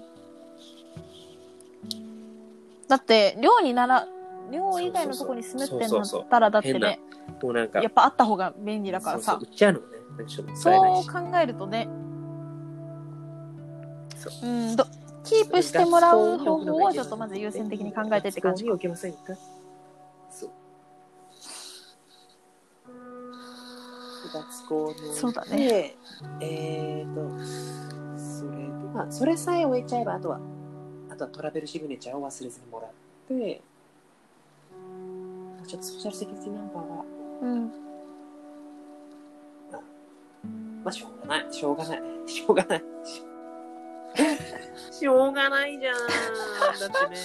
だって、寮になら、寮以外のとこに住むってなったら、だってね、もうなんかやっぱあった方が便利だからそさうそう。売っちゃうのもねなんかちょっともっそたいないうし考えるとね、そううん、どキープしてもらう方法をちょっとまず優先的に考えてって感じ学。校に置けませんかそう学校のそうだね。でえっ、ー、とそれとまあそれさえ終えちゃえばあとはあとはトラベルシグネチャーを忘れずにもらってちょっとソーシャルセキュリティナンバーはうん。まあしょうがないしょうがない (laughs) しょうがないし (laughs) しょうがないじゃんだってね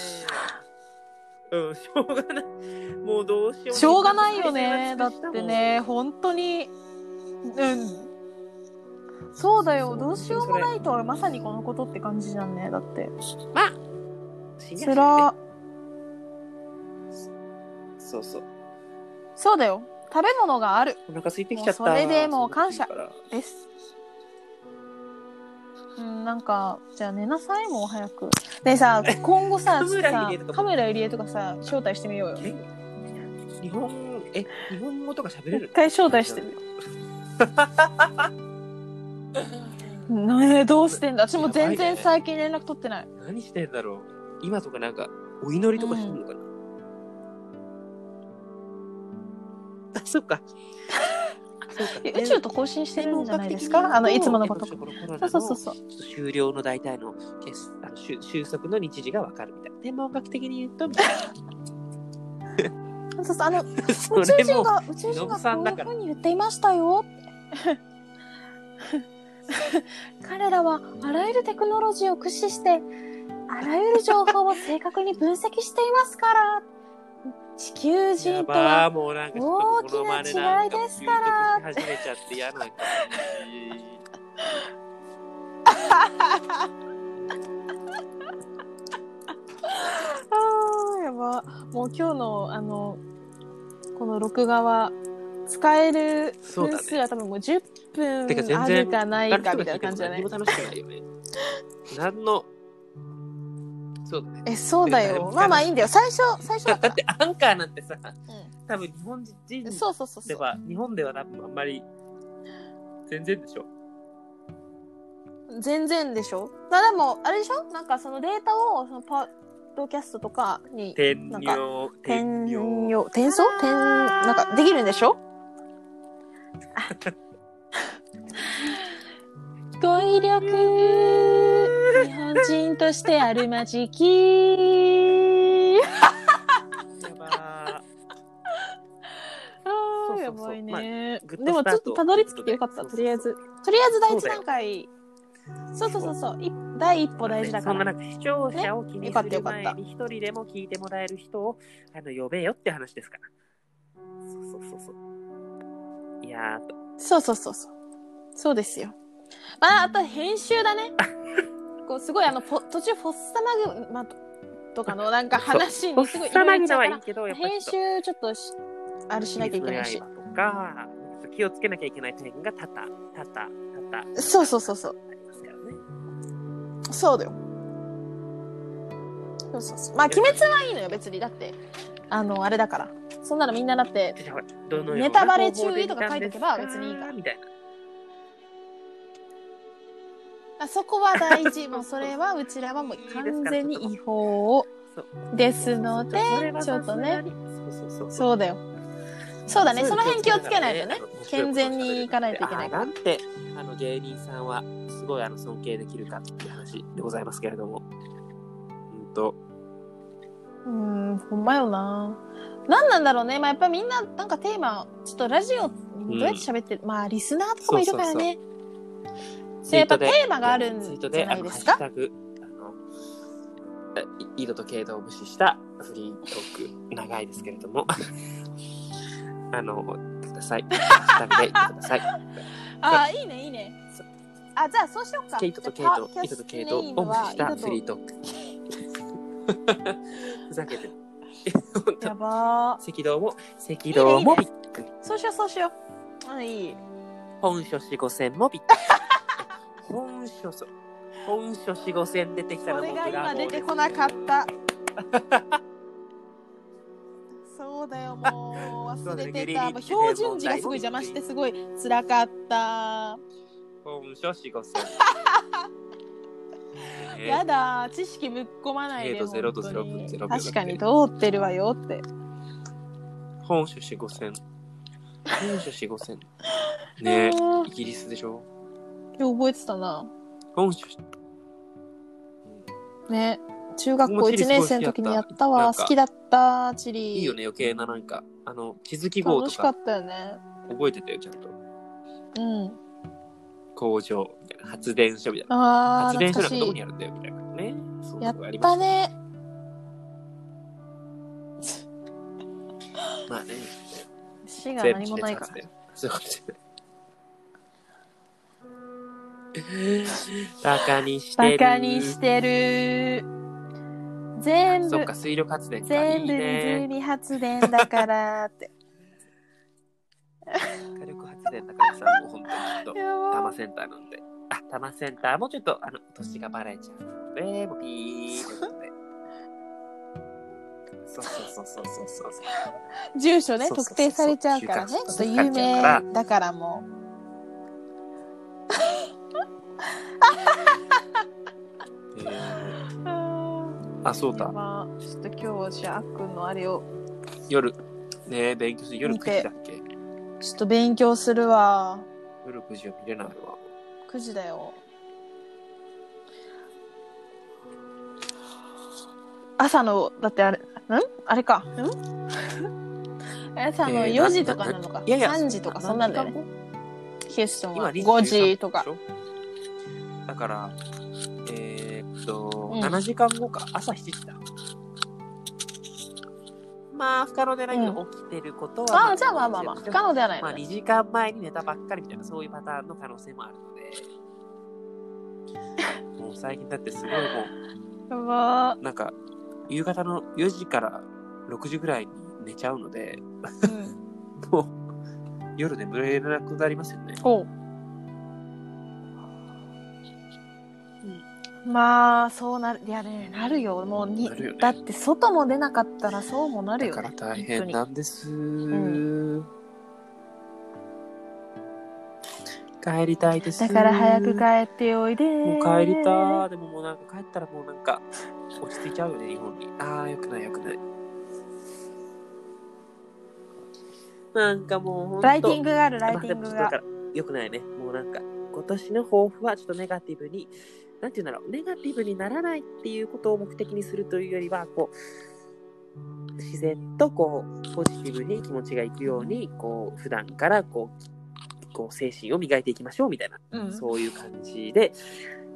うんしょうがないもうどうしようもしょうがないよね。だってね、本当に、うん。そうだよ。どうしようもないとはまさにこのことって感じじゃんね。だって。死につゃしないら、そうそうそうだよ。食べ物がある。お腹空いてきちゃったもうそれでもう感謝そんなこと言うです。うん、なんか、じゃあ寝なさい、もう早く。ねえさ、今後さ、 (laughs) カメラ入されとかカメラ入り江とかさ、招待してみようよ。からえ日本え日本語とか喋れ一る回招待してみよ (laughs) う。ねえ、どうしてんだ私も全然最近連絡取ってない。何してんだろう今とかなんかお祈りとかしてんのかな、あそっかそうかえ宇宙と交信してるんじゃないですかあの、いつものこと。そそううそうそうそう。終了の大体の決あの収収束の日時がわかるみたいな。天文学的に言うとみたいそうそうあの、 (laughs) な。そ宇宙れ人もが、宇宙人忍がさんだこからういうふうに言っていました (laughs) よ。彼らはあらゆるテクノロジーを駆使して、あらゆる情報を正確に分析していますから、地球や人とばはーもうなんか大きな違いですから始めちゃって嫌な感あーやばもう今日のあのこの録画は使えるそうだね分数は多分もう10てか全分然あるかないじ。かみたいな感じじゃな誰いも楽しくないよね。何の。そうだね。えそうだ誰もよ聞かまないあまあいいんだよ最初最初だっだた (laughs) だってアンカーなんてさ、う多分日本人んそうそうそうそでうは日本では多分あんまり全然でしょ。全然でしょだでもあれでしょなんかそのデータをそのパッドキャストとかに転なんか用転用転送転なんかできるんでしょあ (laughs) 語彙力日本人としてあるまじ (laughs) きやばあそうーそうそうやばいね、グッドでもスタちょーっとトたどり着けてよかったそうそうとりあえずとりあえず第一そうだよ段階そうそうそうそうい第一歩大事だかそんなら、中視聴者を気にする前よかったよかっに一人でも聞いてもらえる人をあの呼べよって話ですから。そうそうそうそう。いやーとそうそうそうそうそうですよまああと編集だ (laughs) ねこうすごいあのポ途中フォッサマグマとかのなんか話ホ (laughs) にすごいッサマいろいろ言っちゃうからギナはいいけどやっぱ編りちょっ集ちょっとしあれしなきゃいけないし水の刃とか、気をつけなきゃいけない点が多々、多々、多々そうそうそうそうありますからね。そうだよそうそうそうまあ鬼滅はいいのよ別にだってあのあれだからそんなのみんなだってじゃあどのようなネタバレ注意とか書いとけば別にいいからみたいな。あそこは大事 (laughs) もうそれはうちらはもう完全に違法をそうですのでそうそれはちょっとねさすがにそうそうそう。そうだよそうだねその辺気をつけないとねそううの気を健つけ全ながらにいかないといけなあいーなんて、あの芸人さんはすごいあの尊敬できるかっていう話でございますけれども。うんと、うんほんまよな何なんだろうねまあやっぱみんななんかテーマちょっとラジオどうやって喋ってる、まあリスナーとかもいるからねツでイやーっぱトテで、ーマがあるんツイじートゃで、なあいの、でハッすシュかタグ、あの、い井戸と経度を無視したフリートーク、長いですけれども、 (laughs) あの、ください。ハッシュタグで言ってください。 (laughs) ああいいねいいねあじゃあそうしようかケイトとケじイゃあトパ、イキャストとネケイトーをム無は視した井戸とフリートーク。 (laughs) ふざけてる。 (laughs) 本当やば赤道も、赤道もいいねいいねびっくり。ーそうしようそうしようあいい本書四五線もびっく (laughs) り。本書そう。本書四五線出てきそたられが今出てこい。なかったそうだよもう忘れてたもう標準字がすごい邪魔してすごい辛かった本書四 (laughs) 五線。ねやだ知識ぶっ込まないで0と0と本当に0と0確かに通ってるわよって本書四五線。本書四五線。 (laughs) ねえうんイギリスでしょ。今日覚えてたな本書。ね中学校僕も地理1年生の時にやったわす好ごい好ききだったチリいいよね、余計ななんか、あの、地図記号楽としかかったよね覚えてたよ、ちゃんと。うん工場みたいな、発電所みたいな。ああ発電所懐かなんかしいどこにあるんだよ、みたいなね。そうやいっうのがありまたすねまあね。死が全部何もないから地熱発電そういうことバカにしてる。バカにしてる全そ部っか、水力発電か。全部いいね。湖発電だからって (laughs) 火力発電だからさ、もう本当にちょっやと、多ば摩センターなんで。あ、多摩センターもちょっと、あの、年がバレちゃう。ねもうピーってことで。そうそうそうそうそうそう。住所ねそうそうそ特う定されちゃうからねちそうょっと特定さ有れちゃ名うからだからもえーうああ、そうだ。まあちょっと今日じゃああっくんのあれを夜、ね勉強する。夜9見て時だっけちょっと勉強するわ夜9時は見れないわ。 9時だよ朝のだってあれんあれかん (laughs) 朝のえー4時とかなのか、いやいや3時とかそんなんだよね何時間後ヒューストン今は23 5時とかでしょだからえーっと、うん7時間後か朝7時だまあ不可能でないけど、起きてることはああじゃあまあまあまあ不可能ではないまよあね2時間前に寝たばっかりみたいなそういうパターンの可能性もあるの (laughs) でもう最近だってすごいもやばうなんか夕方の4時から6時ぐらいに寝ちゃうのでー、うん、もう夜眠れなくなりますよねほうまあそうなるいやねなるよもうになるよねだって外も出なかったらそうもなるだよかねら大変本なんです、帰りたいです当にだから早く帰もっておいでう帰りたでももうなんか帰ったらもうなんか落ち着いちゃうよね日本にああよくないよくないなんかもうほんとライティングがあるライティングがまあでもちょっとだからよくないねもうなんか今年の抱負はちょっとネガティブになんて言うんだろうネガティブにならないっていうことを目的にするというよりはこう自然とこうポジティブに気持ちがいくようにこう普段からこうこう精神を磨いていきましょうみたいな、うんそういう感じで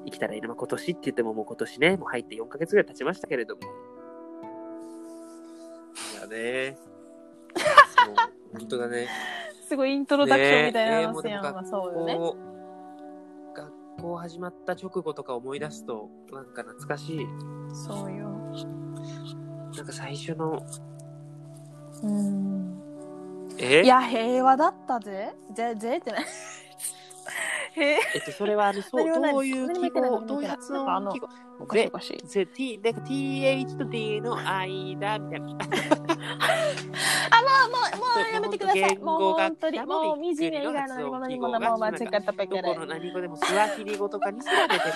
生きたらいいな、まあ今年って言ってももう今年ねもう入って4ヶ月ぐらい経ちましたけれどもいやね (laughs) そう本当だねすごいイントロダクションみたいなのせやんねえまあそうよねこう学校始まった直後とか思い出すとなんか懐かしいそうよなんか最初のうんえいや平和だったぜぜぜってないへえっと、それはあの、(laughs) そう、何もないどういう何も言記ってない号、何どもういう言ってない発なんか音あの記号。おかしいおかしいぜ T、なんか TH と D の間みたいな。もうもうやめてくださいもう本当にもう惨め以外の何物にも何も間違った (laughs) ペどケこでの何語でもスワヒリ語とかにすら出てこ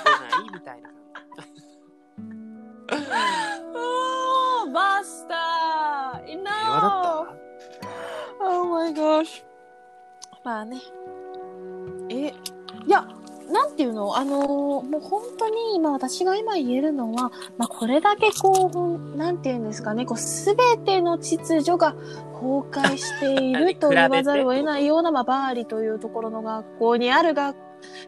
ないみたいな。おーバスター No 平和だっ Oh my gosh まあねえいやなんていうのあのーもう本当に今私が今言えるのは、まあ、これだけこうほんなんていうんですかねこう全ての秩序が崩壊していあれると言わ比べてざるを得ないような、まあ、バーリというところの学校にある学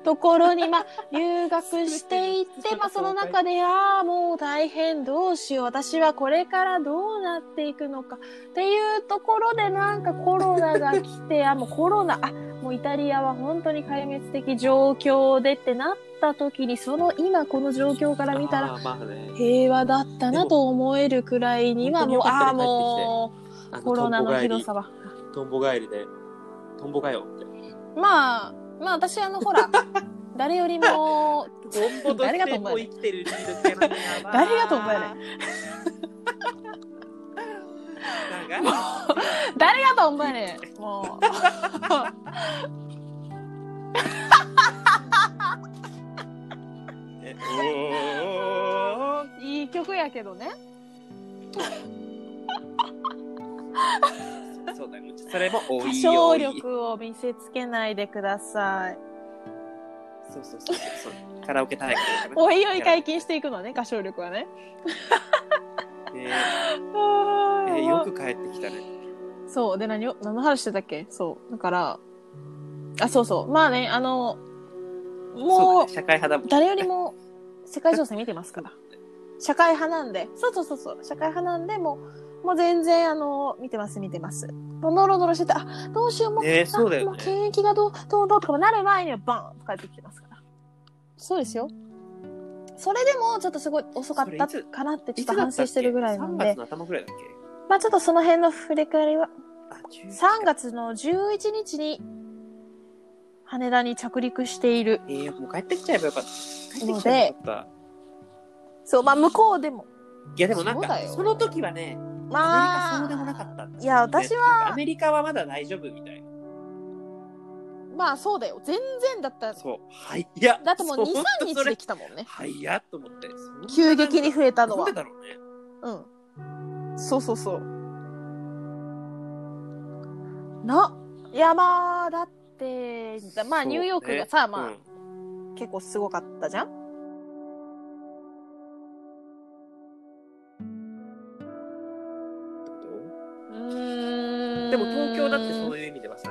ところに、まあ、留学してい (laughs) って、まあ、その中で、ああ、もう大変、どうしよう、私はこれからどうなっていくのか、っていうところで、なんかコロナが来て、あ、もうコロナ、あ、もうイタリアは本当に壊滅的状況でってなった時に、その今この状況からた。見たら、あーまあね、平和だったなと思えるくらいには、でもうも、ああ、本当によもあう、コロナのひどさは。トンボ帰りで、トンボかよって。まあ、まあ私あの、ほ (laughs) ら、誰よりも、トンボと誰しがトてンボもやねう生きてるリードキャラだな (laughs) 誰がトンボやね。なんか誰がトンボやねんもう。えおーいい曲やけどね。そうだね。それも多歌い唱よ。力を見せつけないでください。そうそうそうそう。カラオケ大会とかね。おいおい解禁していくのね、歌唱力はね。えあーーえーよく帰ってきたね。そう。で、何を、何の話してたっけそう。だから、あ、そうそう。まあね、あの、そもうだね、社会派だもんう、。誰よりも世界情勢見てますから。社会派なんで。そうそうそうそう。社会派なんで、もう、もう全然、あの、見てます、見てます。もう、ノロノロしてて、あ、どうしよう、もう、ねそうだよもうね。検疫がどうどうどうとかなる前にはバーンと帰ってきてますからそうですよそれでもちょっとすごい遅かっそれたいつかなってちょっと反省してるぐらいなん3で月の頭ぐらいだっけまあちょっとその辺の振り返りはあ、10 3。月の11日に羽田に着陸しているえー、もう帰ってきちゃえばよかった。帰ってきちゃえばよかっそうまあ向こうでもた。いや、でもなんそうかだ、よその時はね、アメリカそうでもなかまあったんだよねいや私はなんかアメリカはまだ大丈夫みたいな。まあそうだよ全然だったそう。はい。いや、だってもうそ23そ日れで来たもんねはいやと思って。急激にえ増えたのなはんでだろうね。うん。そうそうそう。な、いやまあ、だって、だまあそうニューヨークがねさ、うまんあ、結構すごかったじゃんうーんでも東京だってそういう意味ではさ、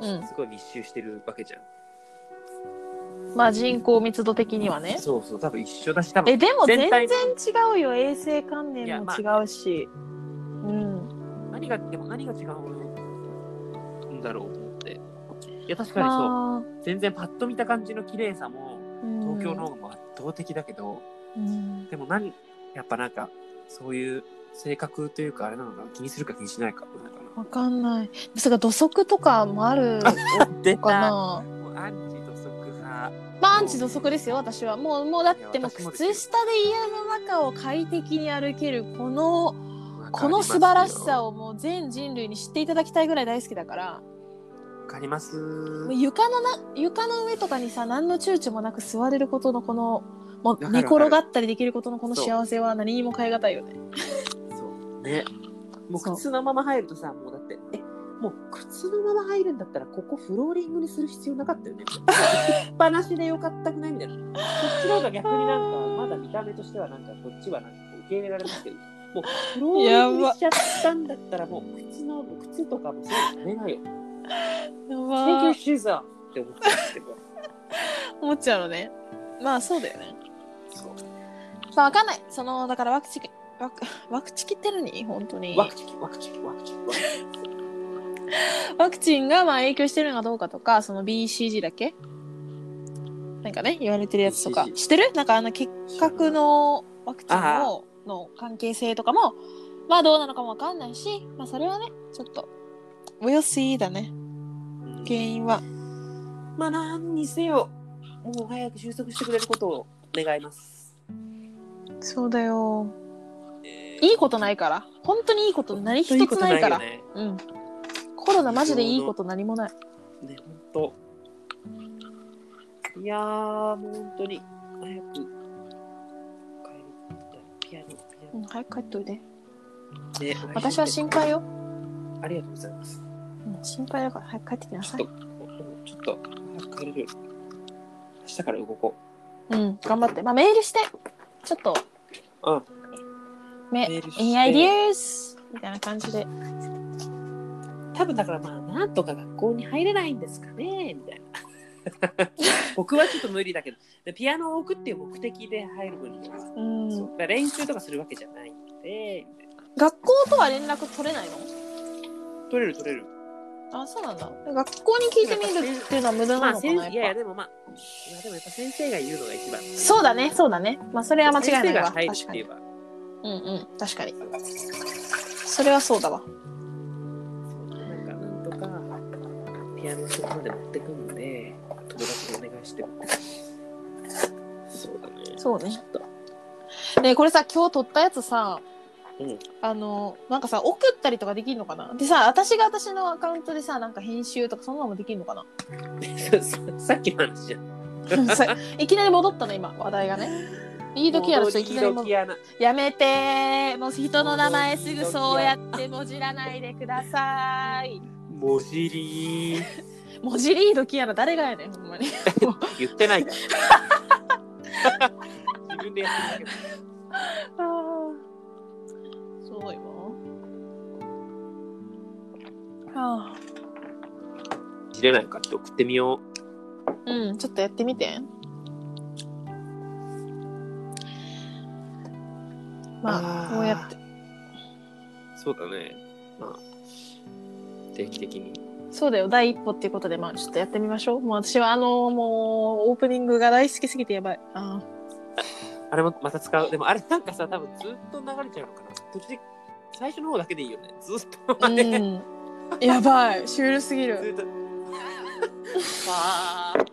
うすごい密集してるわけじゃん。ん。まあ人口密度的にはね。そうそう、多分一緒だし、多分え、でも全全然違体的うよ。衛生観い念やもま違うし。うん。何が、でも何が違うんだろうと思って。いや、確かにそう。まあ、全然パッと見た感じの綺麗さも、東京のうん方が圧倒的だけど、うんでも何、やっぱなんか、そういう性格というか、あれなのかな、気にするか気にしないか、なんかわかんない。それから土足とかもあるな。出のかな。もうアンチ土足派。まあ、アンチ土足ですよ、私は。もう、もうだってもういや私もですよ靴下で家の中を快適に歩ける、この、わかりますよこの素晴らしさ。をもう全人類に知っていただきたいぐらい大好きだから、わかります。もう床のな、床の上とかにさ、何の躊躇もなく座れることのこの、もうかる寝転がったりできることのこの幸せは何にも変え難いよね。そうね。もうそう靴のまま入るとさ、もうだって、え、もう靴のまま入るんだったら、ここフローリングにする必要なかったよ (laughs) ね。引っぱなしでよかったくないみたいな。こっちの方が逆になんか、まだ見た目としてはなんか、こっちはなんかこう受け入れられますけど、もうフローリングにしちゃったんだったら、もう靴の、もう靴とかもそういうのやめないよ。Take your わ shoes off! って思ったんですけど。思っちゃうのね。まあ、そうだよね。そう。まあ、わかんない。その、だからワクチン、ワク、ワクチキって何本当に。ワクチキ、ワクチキ、ワクチキ。ワクチキワクチンがまあ影響してるのかどうかとか、その BCG だっけなんかね、言われてるやつとか。 BCG 知ってるなんかあの結核のワクチンをの関係性とかも、まあどうなのかもわかんないし、まあそれはね、ちょっとおよしだねうん原因はまあ何にせよ、もう早く収束してくれることを願います。そうだよえーいいことないから本当にいいこと何一つないからね。うんコロナマジでいいこと何もないね、本当。いやー、もう本当に早く帰りたい。ピアノ、ピうん早く帰っといてアノ。ね、私は心配よ、ありがとうございます。うん、心配だから早く帰ってきなさちょいっと、もうちょっと早く帰れるように。明日から動こうん頑張ってまあメールしてちょっとう。うん。めメールして any ideas みたいな感じで多分だからまあなんとか学校に入れないんですかねみたいな (laughs) 僕はちょっと無理だけどでピアノを置くっていう目的で入る分には、うそうんだから練習とかするわけじゃないんで学校とは連絡取れないの取れる取れるあそうなんだ学校に聞いてみるっていうのは無駄まなあのか先な生いやいややっぱでもまあいやでもやっぱ先生が言うのが一番そうだねそうだねまあそれは間違いないわ先生が入る確っかてに言えばうんうん確かにそれはそうだわなんかなんとかピアノをそこまで持ってくんで友達にお願いしてそうだねそうねちょっとねえこれさ今日撮ったやつさ、うんあのなんかさ送ったりとかできるのかなでさ私が私のアカウントでさなんか編集とかそんなのもできるのかなさっきの話じゃん (laughs) さいきなり戻ったの今話題がねいい時やらちょいきなりも戻うドキドキやなやめてーもう人の名前すぐそうやってもじらないでくださいもじりーもじりーどきやら誰がやねんほんまに言ってないから。 (laughs) 自分でやってるけそうよはあど。知れないかって送ってみようん、ちょっとやってみて。まああ、ーこうやって。う。そうだね。まあ、定期的に。そうだよ、第一歩っていうことで、まあ、ちょっとやってみましょう。もう私は、あのもう、オープニングが大好きすぎてやばい。ああれもまた使う。でもあれなんかさ、多分ずっと流れちゃうのかな。途中で最初の方だけでいいよね。ずっと。あ、うん。 (laughs) やばい、シュールすぎずる。っと。あー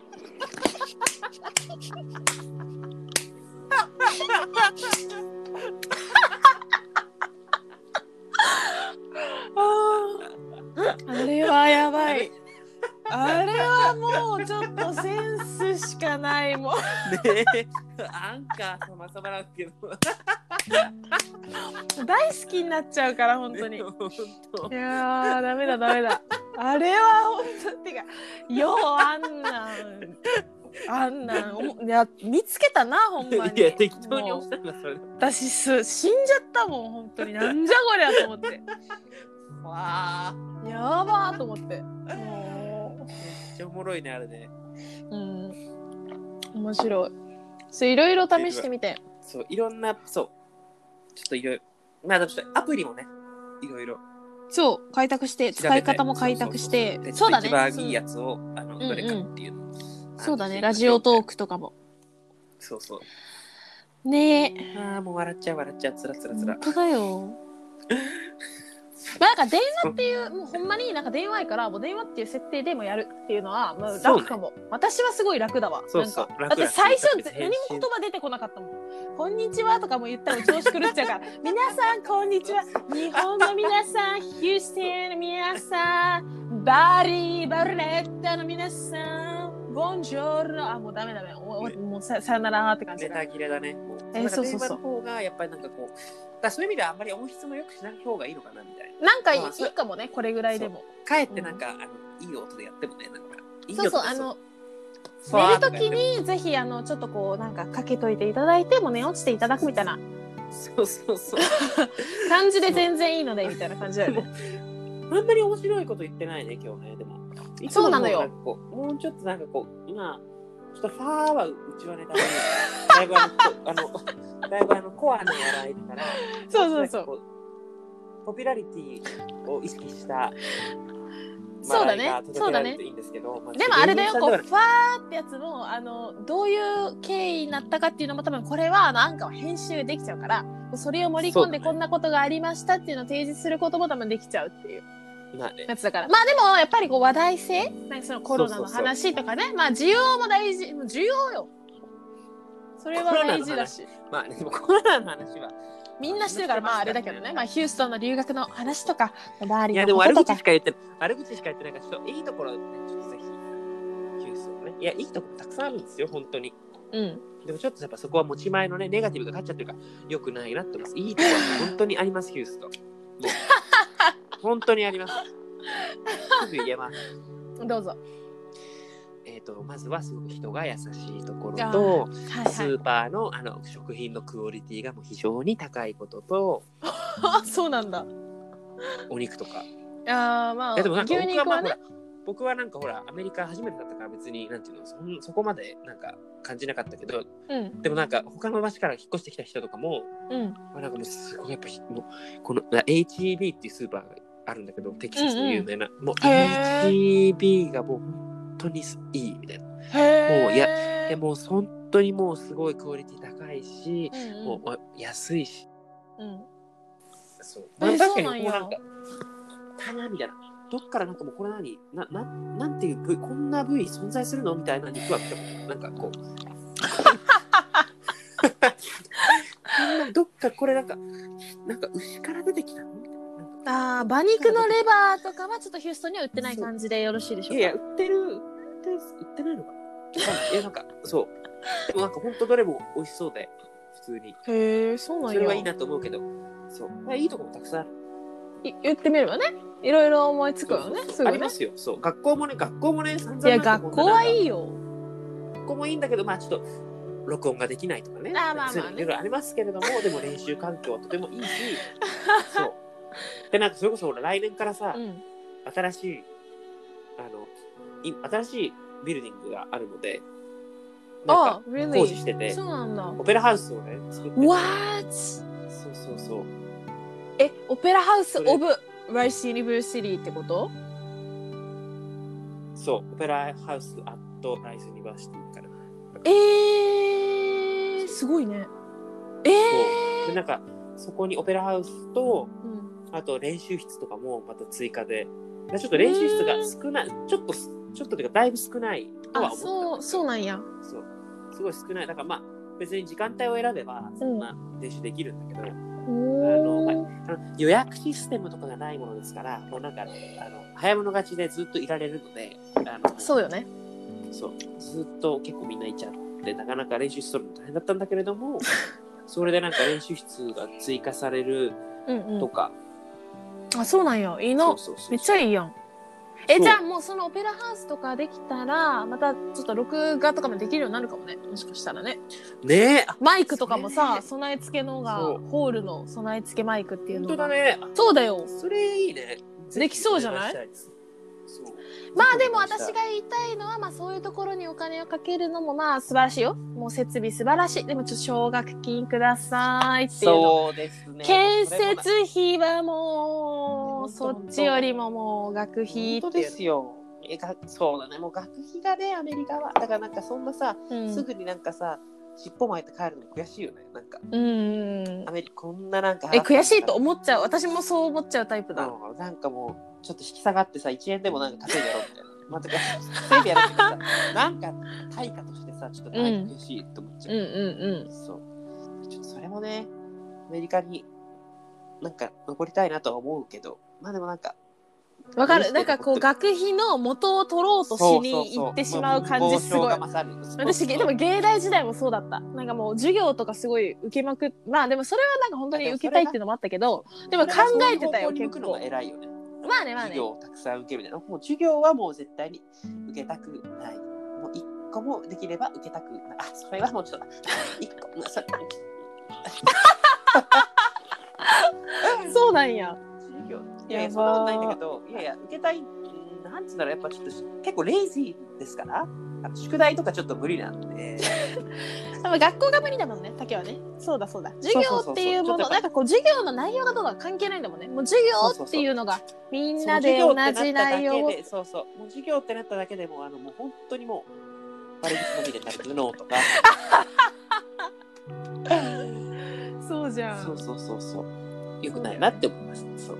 あーあれはやばい。あれはもう、ちょっとセンスしかない、もう。ねえ。アンカー様様なんですけど。大好きになっちゃうから、本当 (laughs) に。本当い。やー、ダメだ、ダメだ。あれは本当ってか、よう、あんなん。あんなん、おもいや、見つけたな、ほんまに。いや、適当にもう押したのがそれだ。私す、死んじゃったもん、本当に、なんじゃこりゃと思って。わあ。やばーと思って。もめっちゃおもろいね、あれね。う、うん。面白い。そう、いろいろ試してみて。そう、いろんな、そう、ちょっといろいろ、まあ、だってアプリもね、いろいろ、そう、開拓して、調べて使い方も開拓して。でそうだ一番いいねや。つを、あの、んうんどれかっていうのをそうだね、ラジオトー。クとかも。あのそうそう。ねえ。ああ、もう笑っちゃう、笑っちゃう、つらつらつら本。当だよ。 (laughs) まあなんか電話っていうもうほんまになんか電話やからもう電話っていう設定でもやるっていうのはまあそうね楽かも、私はすごい楽だわそうそうなんか楽楽私最初楽何も言葉出てこなかったもん「こんにちは」とかも言ったら調子狂っちゃうから「皆さんこんにちは日本の皆さんヒューストンの皆さんバリーバルネッタの皆さんボンジョルノ」あもうダメダメおおもうささよならって感じネだタ切れだね。もうえーそうそうそうなんか電話の方が、やっぱりなんかこう、だからそういう意味ではあんまり音質も良くしない方がいいのかな、みたいな。なんかいまあそいかもねこれぐらいでも。かえってなんか、あの、いい音でやってもね、なんか、いいそう音そう、であの、寝そうるふわーっととかきやってもに、ぜひ、あの、ちょっとこう、なんか、かけといていただいて、もう寝落ちていただくみたいなそうそうそう。感じで全然いいので、みたいな感じだよね。あんまり面白いこと言ってないね、今日ね、でも。いつそもうなのよんかこうもうちょっとなんかこう、今、ちょっとファーはうちはネタだいぶあの、あの、だいぶあの、コアな笑いだから、 (laughs) (laughs) そうそうそうちょっとなんかこう。ポピュラリティを意識 (laughs) したそうだね笑いが届けられるといいんですけど。までも、あれだよ、こう、芸フ人さんァーってやつも、あの、どういう経緯になったかっていうのも、多分、これは、あの、アンカーは編集できちゃうから、それを盛り込んで、そうだねこんなことがありましたっていうのを提示することも多分できちゃうっていう。はまあね。夏だからまあでもやっぱりこう話題性なんかそのコロナの話とかねまあ需要も大事もう需要よそれは大事だしまあね、でもコロナの話は。みんなしてるからまああれだけどね、まあ、ヒューストンの留学の話とかバーリいーや、のでもこと悪と口かしか言ってない。悪口しか言ってないから、ちょっといいところ、ね、ちょっとぜひ、ヒュースをね。いや、いいところたくさんあるんですよ、本当に。うんでもちょっとやっぱそこは持ち前のね、ネガティブが勝っちゃってるから、よくないなって思います。いいところ (laughs) は本当にあります、ヒュースと。もう本当にあります。すぐ言えます。どうぞえっ、と、まずはすごく人が優しいところあと、はいスーパーのあの食品のクオリティがもう非常に高いことと、はい (laughs) そうなんだあお肉とか。ーまいやでもなあんか牛僕は肉まはあほねら僕はなんかほらアメリカ初めてだったから別になんていうのそんそこまでなんか感じなかったけどうんでもなんか他の場所から引っ越してきた人とかもうんあなんかもうすごいやっぱひもうこのあ HEB っていうスーパーがあるんだけどテキサスの有名な、もうへ HEB がもう本当にすいいみたいなへえもういでもう本当にもうすごいクオリティ高いし、もうお安いしうんうんそう、えまあ、ー確かにそうなんもうやなんか棚みたいなどっからなんかもうこれ何なななんていう部位こんな部位存在するのみたいな肉は見たことないなんかこうこんなどっかこれなんかなんか牛から出てきたのみたいななんかあー馬肉のレバーとかはちょっとヒューストンには売ってない感じでよろしいでしょいうやかいや売ってる売ってる売ってないのかなえなんかそうでもなんかほんとどれも美味しそうで普通にへえそうなそんれやはいいなと思うけどそうまあいいとこもたくさんあるい言ってみればねいろいろ思いつくよねすあぐりねますよ。そう。学校もね、学校もね、散い々やなんか学こ校んなはなんかいいよ学校もいいんだけど、まあちょっと、録音ができないとかね。あーまあまあねそういうのいろいろありますけれども、でも練習環境はとてもいい (laughs) し、そう。で、なんかそれこそ俺来年からさ、うん新しい、あの、い新しいビルディングがあるので、なあんか工事 really しててそ、うなんだオペラハウスをね、作ってて。 What そうそうそう。えオペラハウスそれオブライスユニバーシティってことそう、オペラハウスアットライスユニバーシティから。えー、すごいねえそう。で、なんか、そこにオペラハウスと、ーうんあと練習室とかもまた追加で、でちょっと練習室が少ない、ちょっとす、ちょっとというか、だいぶ少ないとはあ思ったそうそうなんやそうすごい少ない。だからまあ、別に時間帯を選べば、そんな練習できるんだけど、おーあのあの予約システムとかがないものですから、もうなんかあの、あの早物勝ちでずっといられるので、あのそうよねそうずっと結構みんないちゃって、なかなか練習室取るの大変だったんだけれ (laughs) ども、それでなんか練習室が追加されるうんうとか、んあそうなんやいいそなうそうそうめっちゃいいやんえそうじゃあもうそのオペラハウスとかできたらまたちょっと録画とかもできるようになるかもねもしかしたらねねえ、マイクとかもそれさね備え付けのがそうホールの備え付けマイクっていう本の当だがね。そうだよそれいいね。できそうじゃないぜひお願したですそうまあでも私が言いたいのは、まあ、そういうところにお金をかけるのもまあ素晴らしいよもう設備素晴らしいでもちょっと奨学金くださいっていうのそうですね。建それも設費はもうそ本当っちよりももう学費本っ当ていでうすよ。えがそうだね。もう学費がね、アメリカは。だからなんかそんなさ、うんすぐになんかさ、尻尾巻いて帰るの悔しいよね。なんか、うんアメリカ、こんななんか。え悔しいと思っちゃう私もそう思っちゃうタイプだ、うんなんかもう、ちょっと引き下がってさ、1円でもなんか稼いでやろうみたいな。まあ、てか稼いでやろうっていうかさ、なんか対価としてさ、ちょっとなんか悔しいと思っちゃう。うんうんそう。ちょっとそれもね、アメリカになんか残りたいなとは思うけど、まあでもなんか、うんわかるなんかこう学費の元を取ろうとしに行ってしまう感じす (laughs) ごい私でも芸大時代もそうだったなんかもう授業とかすごい受けまくっまあでもそれはなんか本当に受けたいっていうのもあったけどでも考えてたよ結構偉いよね。まあねまあ授ね業をたくさん受けるみたいな。もう授業はもう絶対に受けたくない。もう一個もできれば受けたくない。あ、それはもうちょっと、 (laughs) 一個、もうそれそうなんや授業いやいや、そんなことないんだけど、いやいや、受けたい、なんつうんだろう、やっぱちょっと結構レイジーですから、あの宿題とかちょっと無理なんで。多分学校が無理だもんね竹はねそうだそうだ授業っていうもそうそうそうそうちょのっとなやっぱんかこう授業の内容がどうだか関係ないんだもんねもう授業っていうのがみんなでそ同の授業じってなっただ内け容をでそうそうもう授業ってなっただけでもうあのもう本当にもうバレリのみで食べるの (laughs) とかそうじゃそうそうそうそうよくないなって思いますそう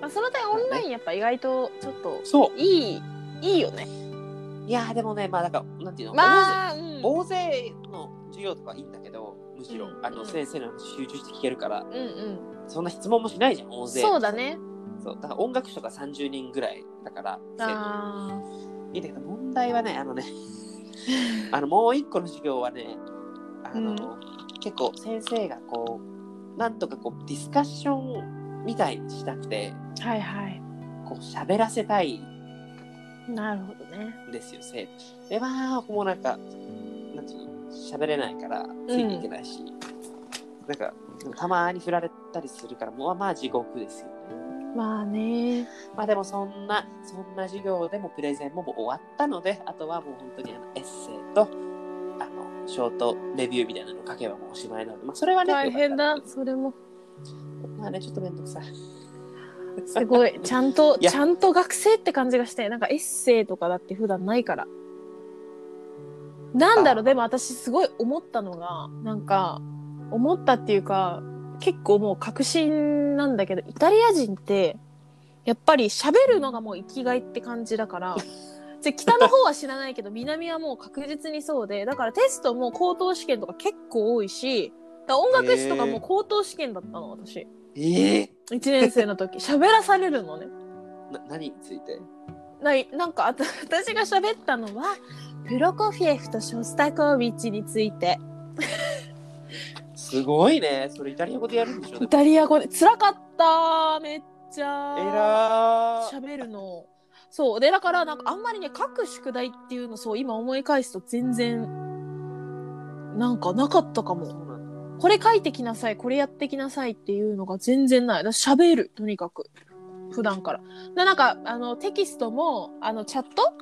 まあ、その点オンラインやっぱ意外とちょっとそいいいいよねう。いやーでもね、まあだから、なんていうの、まあ、うん、大勢の授業とかいいんだけど、むしろ、うんあのうん先生の話集中して聞けるから、うんうんそんな質問もしないじゃん、大勢。そうだ。ねそう、だから音楽室とか30人ぐらいだから、生徒あいいんだけど、問題はね、あのね、あのもう一個の授業はね、あの、うん結構先生がこう、なんとかこう、ディスカッションみたいにしたくて、ーはいはいこう、喋らせたいんなるほどねですよ、生徒。で、まあ、もうなんか、なんていうの、喋れないから、ついていけないし、なんか、たまに振られたりするから、もうまあ地獄ですよね。まあねまあでもそんな、そんな授業でもプレゼンももう終わったので、あとはもう本当にあのエッセイと、あの、ショートレビューみたいなのを書けばもうおしまいなので、まあそれはね、大変よだかっそれもた。まあね、ちょっとめんどくさい。すごいちゃんといやちゃんと学生って感じがしてなんかエッセイとかだって普段ないからなんだろあーうでも私すごい思ったのがなんか思ったっていうか結構もう確信なんだけどイタリア人ってやっぱり喋るのがもう生きがいって感じだ (laughs) からで北の方は知らないけど南はもう確実にそうでだからテストも高等試験とか結構多いしだから音楽室とかも高等試験だったの私 (laughs) ええ1年生の時喋らされるのねな何についてないなんかあた私が喋ったのはプロコフィエフとショスタコービッチについてすごいね。それイタリア語でやるんでしょイタリア語で辛かっためっちえゃらー。喋るのそうでだからなんかあんまりね書く宿題っていうのそう今思い返すと全然なんかなかったかそもうなんだこれ書いてきなさいこれやってきなさいっていうのが全然ないだから喋るとにかく普段からでなんかあのテキストもあのチャット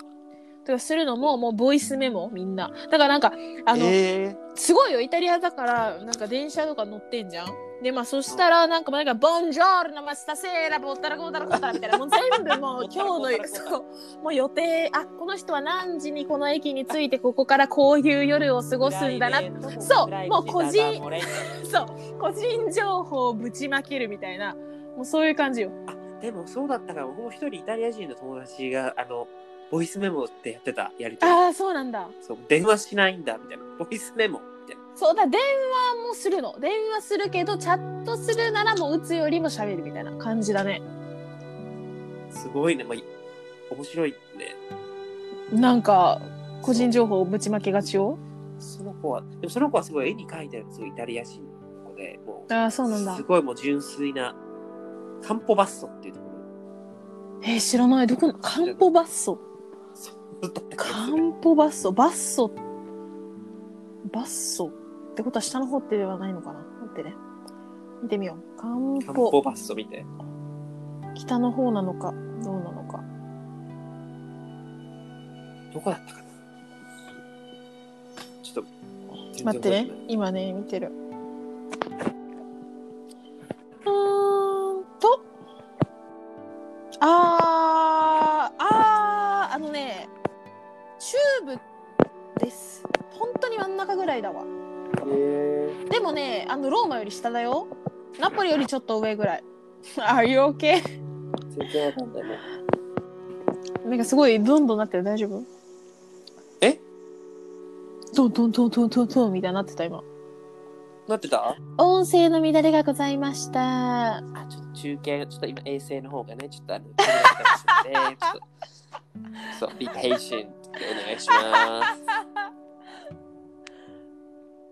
とかするのももうボイスメモみんなだからなんかあの、えーすごいよイタリアだからなんか電車とか乗ってんじゃんでまあそしたらなんかもうなんか「ボンジョールのマスタセーラボッタラコータラコータラ」みたいなもう全部 (laughs) もう今日のそうもう予定あこの人は何時にこの駅に着いてここからこういう夜を過ごすんだなってそうもう個人そう個人情報をぶちまけるみたいなもうそういう感じよでもそうだったから僕も一人イタリア人の友達があのボイスメモってやってたやりとりああそうなんだそう電話しないんだみたいなボイスメモみたいなそうだ電話もするの電話するけどチャットするならもう打つよりも喋るみたいな感じだねすごいね、まあ、い面白いねなんか個人情報をぶちまけがちをその子はでもその子はすごい絵に描いてあるすごいイタリア人の子でもうああそうなんだすごいもう純粋なカンポバッソっていうとこえー知らないどこのカンポバッソろそうだったかカらンポバッソバッソバッソってことは下の方ってではないのかな待ってね見てみようカンカンポポバッソ見て北の方なのかどうなのかどこだったかなちょっと全然待ってね覚え今ね見てるうーんとあーあーあのねチューブです本当に真ん中ぐらいだわてないへでもねあのローマより下だよナポリよりちょっと上ぐらい (laughs) Are you okay? え全然わかんないねなんかすごいどんどんなってる大丈夫えどんどんどんどんどんどんみたいになってた今なってた音声の乱れがございましたあちょっと中継がちょっと今衛星の方がねちょっとあのちょっとそう be patient ってお願いします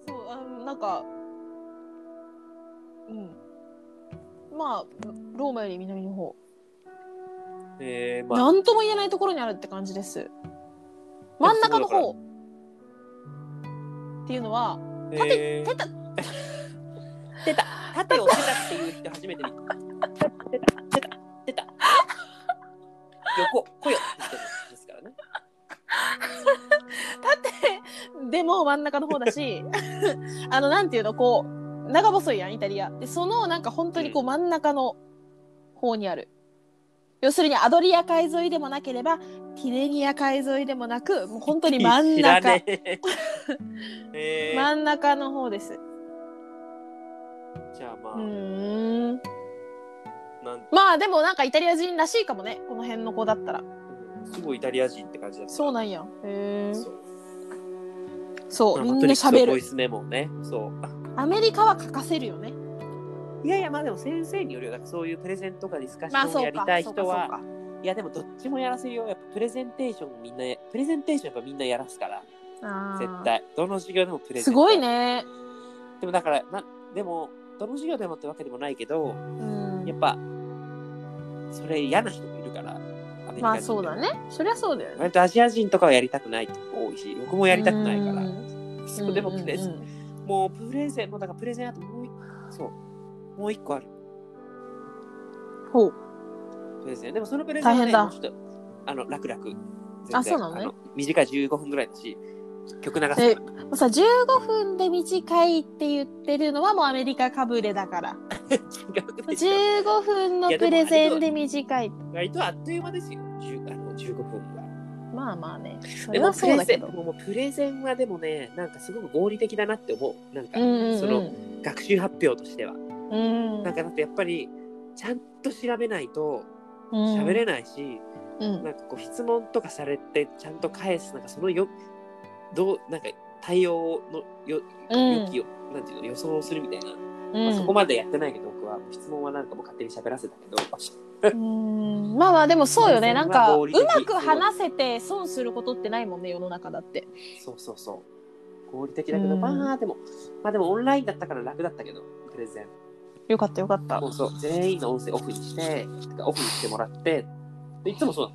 そうあのなんかうんまあローマより南の方、えー、まあなんとも言えないところにあるって感じです真ん中の方っていうのはえ出たー、出た縦を出たっていう人初めて見た出た出た出た横こよって人ですからねでも真ん中の方だし (laughs) あのなんていうのこう長細いやんイタリアでそのなんか本当にこう真ん中の方にある、要するにアドリア海沿いでもなければティレニア海沿いでもなくもう本当に真ん (laughs) 知ら中ねええー (laughs) 真ん中の方ですじゃあまあ、うーんなんまあでもなんかイタリア人らしいかもねこの辺の子だったらすごいイタリア人って感じだったそうなんやへえそうそうまあみ本ん当なに喋ボイるスメモをねそうあアメリカは欠かせるよねいやいやまあでも先生によるよだからそういうプレゼントとかディスカッシまあョンをそやうりかたいそうか人そうは、かいやでもどっちもやらせるよやっぱプレゼンテーションみんなやプレゼンテーションやっぱみんなやらすからあー絶対どの授業でもプレゼンすごいねでもだからなでもどの授業でもってわけでもないけどうんやっぱそれ嫌な人もいるからアメリカ人まあそうだねそりゃそうだよね割とアジア人とかはやりたくないって子多いし僕もやりたくないかうらんそうでもうんうんプレゼン、もうプレゼンもうだからプレゼンあともう一そうもう一個あるほうプレゼンでもそのプレゼンは、大変ね、だもうちょっとあの楽々全あそうなのねあ短い15分ぐらいだし曲流すからえもうさ15分で短いって言ってるのはもうアメリカかぶれだから違うでしょ15分のプレゼンで短い割とあっという間ですよ10あの15分はまあまあねそでれもはプそうレだゼけンどもうプレゼンはでもねなんかすごく合理的だなって思うなんかうんうんうんその学習発表としてはうんなんかだってやっぱりちゃんと調べないとうん喋れないし、うんなんかこう質問とかされてちゃんと返すなんかそのよどうなんか対応のようん良きよ、なんていうの予想をするみたいな、うんまあそこまでやってないけど僕は質問はなんかもう勝手に喋らせたけうどんまあまあでもそうよねプレゼンなんかは合う理的まく話せて損することってないもんね世の中だってそうそうそう合理的だけど、うんまあでもまあでもオンラインだったから楽だったけどプレゼンよかったよかったもうそう全員の音声オフにしててかオフにしてもらってでいつもそう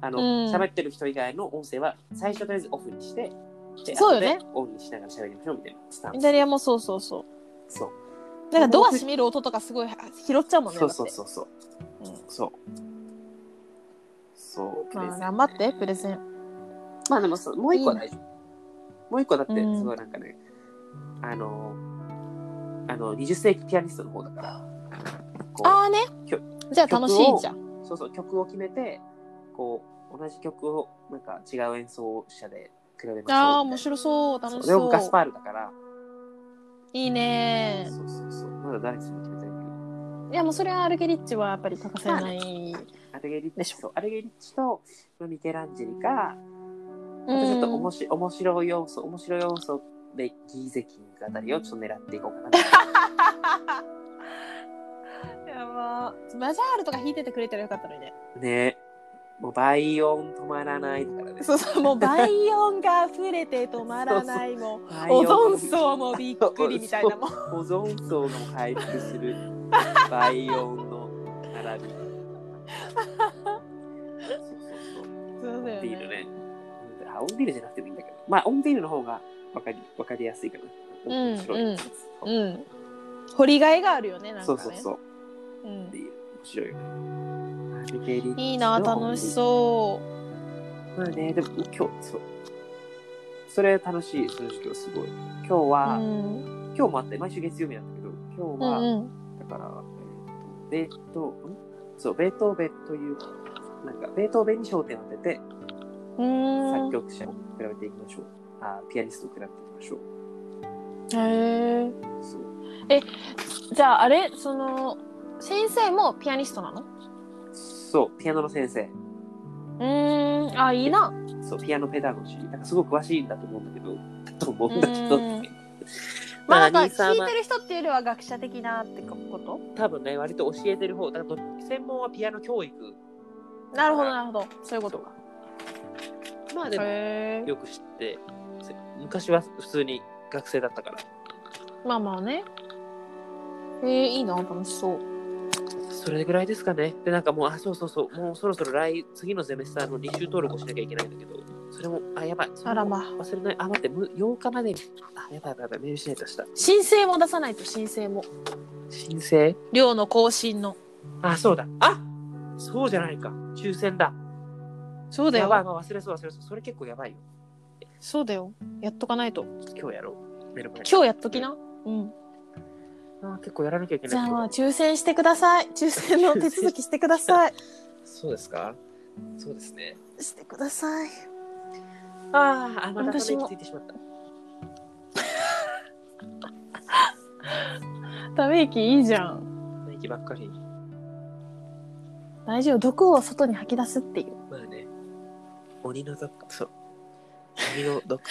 なのあうのん喋、ってる人以外の音声は最初とりあえずオフにしてでそうよね後でオンにしながら喋りましょうみたいなスタインタスリアもそうそうそうそうなんかドア閉める音とかすごい拾っちゃうもんねそうだそうってそうそううんそうそうプレゼまあン頑張ってプレゼンまあでもそうもう一個は大丈夫もう一個だってうんすごいなんかね、あのあの20世紀ピアニストの方だからこうああねきょじゃあ楽しいじゃんそうそう曲を決めてこう同じ曲をなんか違う演奏者で比べましょうみたいなああー面白そう楽しでもガスパそうールだから、いいねそうそうそうまだ誰にするか決めてないけどいやもうそれはアルゲリッチはやっぱり欠かせない。アルゲリッでチしょそうアルゲリッチとまあミケランジェリか、うまたちょっとおんもし面白い要素面白い要素でギーゼキングあたりをちょっと狙っていこうかなやばマジャールとか弾いててくれたらよかったのにね。ねもう倍音止まらないだからねそうそう、もう倍音が溢れて止まら (laughs) ない、もう。倍オ音ゾン層もびっくりみたいなもん。保存層が回復する倍音の並び。そうそうそう。そうだオンよディールね。ね。あ、オンディールじゃなくてもいいんだけど。まあ、オンディールの方がわかりわかりやすいかな。うん面白いやつうん。掘りがいがあるよね、なんかそうね。そうそう。うオンんディール。面白いよね。。いいな、楽しそうまあね、でも今日、そう。それ楽しい、その授業すごい。今日う。うは、ん。今日もあって、毎週月曜日なんだけど、今う日は、んうん。だから、えっと、ベートー、んそう、ベートーベンという、なんか、ベートーベンに焦点を当てて、う作ーん。曲者を比べていきましょう。あピアニストを比べていきましょう。へえ。そう。じゃあ、あれ、その。先生もピアニストなの。そう、ピアノの先生。うーん、あ、いいな。そう、ピアノペダゴジー。なんかすごく詳しいんだと思うんだけど、と思うんだけど (laughs) うんって。まあまあなん兄かさ聞んいはてる人っていうよりは学者的なってこと多分ね、割と教えてる方、だからど専門はピアノ教育。なるほどなるほどそういうことかまあでも、へえよく知って、せ昔は普通に学生だったから。まあまあねえー、いいな楽しそうそれぐらいですかね。で、なんかもう、あ、そうそうそう、もうそろそろ来、次のゼミスターの履修登録をしなきゃいけないんだけど、それも、あ、やばい。あらまあ忘れない。あ、待って、む8日までに、あ、やばいやばいやばい、メールしないとした。申請も出さないと申請も申請寮の更新のあ、そうだ。あそうじゃないか。抽選だ。そうだやばい、よまあ、忘れそう、忘れそう。それ結構やばいよ。そうだよやっとかないと今日やろう。メールもやる今日やっときなうんあ結構やらなきゃいけない。じ (laughs) ゃあまあ抽選してください抽選の手続きしてくださいそうですかそうですね。してくださいあーあ、また私そもれについてしまった。ため息いいじゃん息ばっかり。大事よ毒を外に吐き出すっていうまあね、鬼の毒、そう。鬼の毒、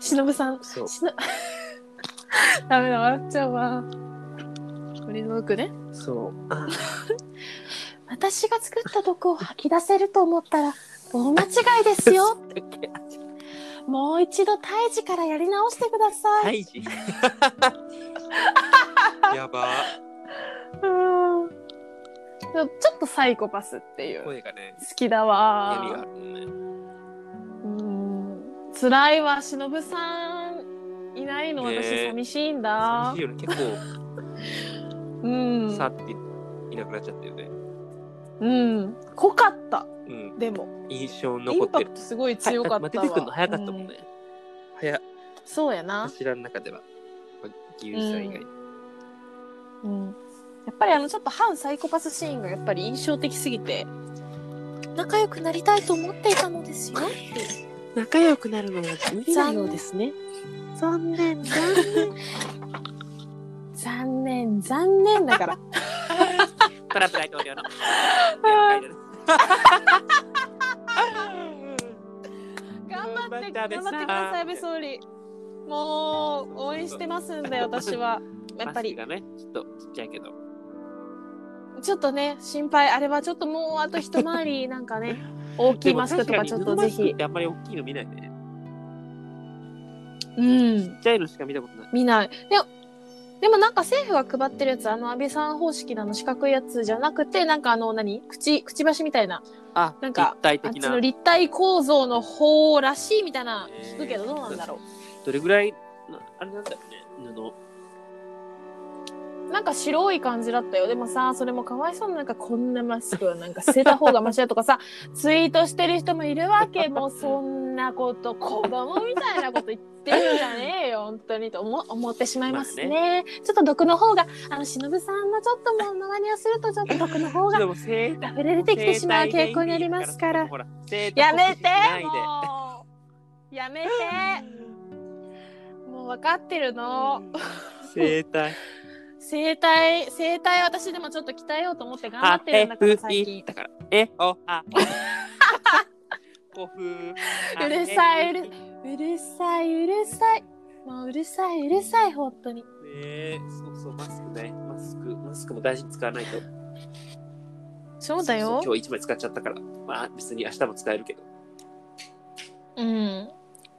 忍さんそう。しの (laughs) ダメだ笑っちゃうわ俺の毒ねそう。あ私が作った毒を吐き出せると思ったら大間違い (laughs) ですよもう一度胎児からやり直してください、 (laughs) ハイジやば。うんでもちょっとサイコパスっていう好声がね、きだ闇があわるもんね。うん辛いわ忍さんいないのね私え寂しいんだ、寂しいよね。結構、うんさっていなくなっちゃったよね。うん濃かったうん。でも印象にイ残ンってパクる。トすごい強かったわ、はいだて出てくるの早かったもんね。早、うんそうやな、柱の中では。牛さん以外。うん、やっぱりあのちょっと反サイコパスシーンがやっぱり印象的すぎて仲良くなりたいと思っていたのですよって仲良くなるのが無理なようですね。残念、残念。残念残念だからトランプ大 (laughs) 統領の。頑張って頑頑張って張ってください安倍総理もう応援してますんで私は (laughs) やっぱりマスクがね、ちょっとちっちゃいけど。ちょっとね心配あれはちょっともうあと一回りなんかね (laughs) 大きいマスクとかちょっとぜでも確かに布マスクひってあんまり大きいの見ないね。うんちっちゃいのしか見たことない。見ないでもでもなんか政府が配ってるやつあの安倍さん方式のあの四角いやつじゃなくてなんかあの何口くちばしみたいなあ、なんか立体あっ的ちなの。立体構造の方らしいみたいなえー聞くけどどうなんだろどれぐらい、なあれなんだよね。うなんか白い感じだったよでもさそれもかわいそうななんかこんなマスクはなんか捨てた方がマシだとか (laughs) さツイートしてる人もいるわけもうそんなこと子供みたいなこと言ってるんじゃねえよ本当にと思思ってしまいますね,、まちょっと毒の方があの忍さんのちょっとものまねをするとちょっと毒の方布 (laughs) がでも生体溢れ出てきてしまう傾向にありますから。ほら、生体やめ酷使してないでもうやめてもう分かってるの生体。生態生態私でもちょっと鍛えようと思って頑張ってるんだから最近だから。え、お、あ。古風。あうるさい。えうるうるさいうるさいもううるさいうるさい本当にえー、そうそう、マスクね。マスク、マスクも大事に使わないと。そうだよそう今日一枚使っちゃったから。まあ、別に明日も使えるけど。うん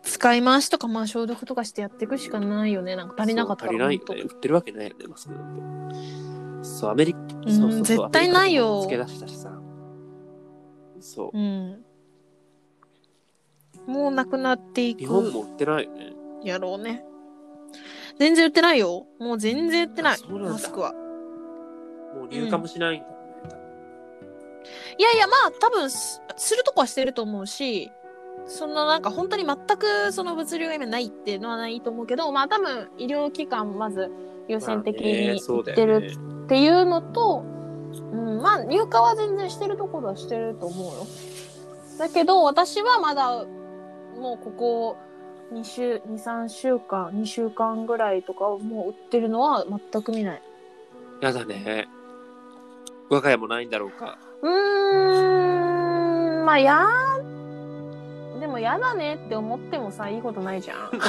使い回しとかまあ消毒とかしてやっていくしかないよねなんか足りなかったそうら足りないよ本ね。売ってるわけないよね、マスクなんて。そう、アメリカ。そうそうそう絶対ないよアメリカもつけ出したしさ。そ。当うんもうなくなっていうく日本も売ってないよね。やろうね。全然売ってないよ。もう全然売ってなあい。そうなんだマスクは。もう入荷もしないんだもんね。いやいや、まあ多分す、するとこはしてると思うし、そんななんか本当に全くその物流が今ないっていうのはないと思うけど、まあ多分医療機関まず優先的にまあね行そっうだてよるねっていうのと、うん、まあ入荷は全然してるところはしてると思うよ。だけど私はまだもうここ2週、2、3週間、2週間ぐらいとかをもう売ってるのは全く見ない。やだね。我が家もないんだろうか。うーん、まあやでもやだねって思ってもさ、いいことないじゃ (laughs) ん。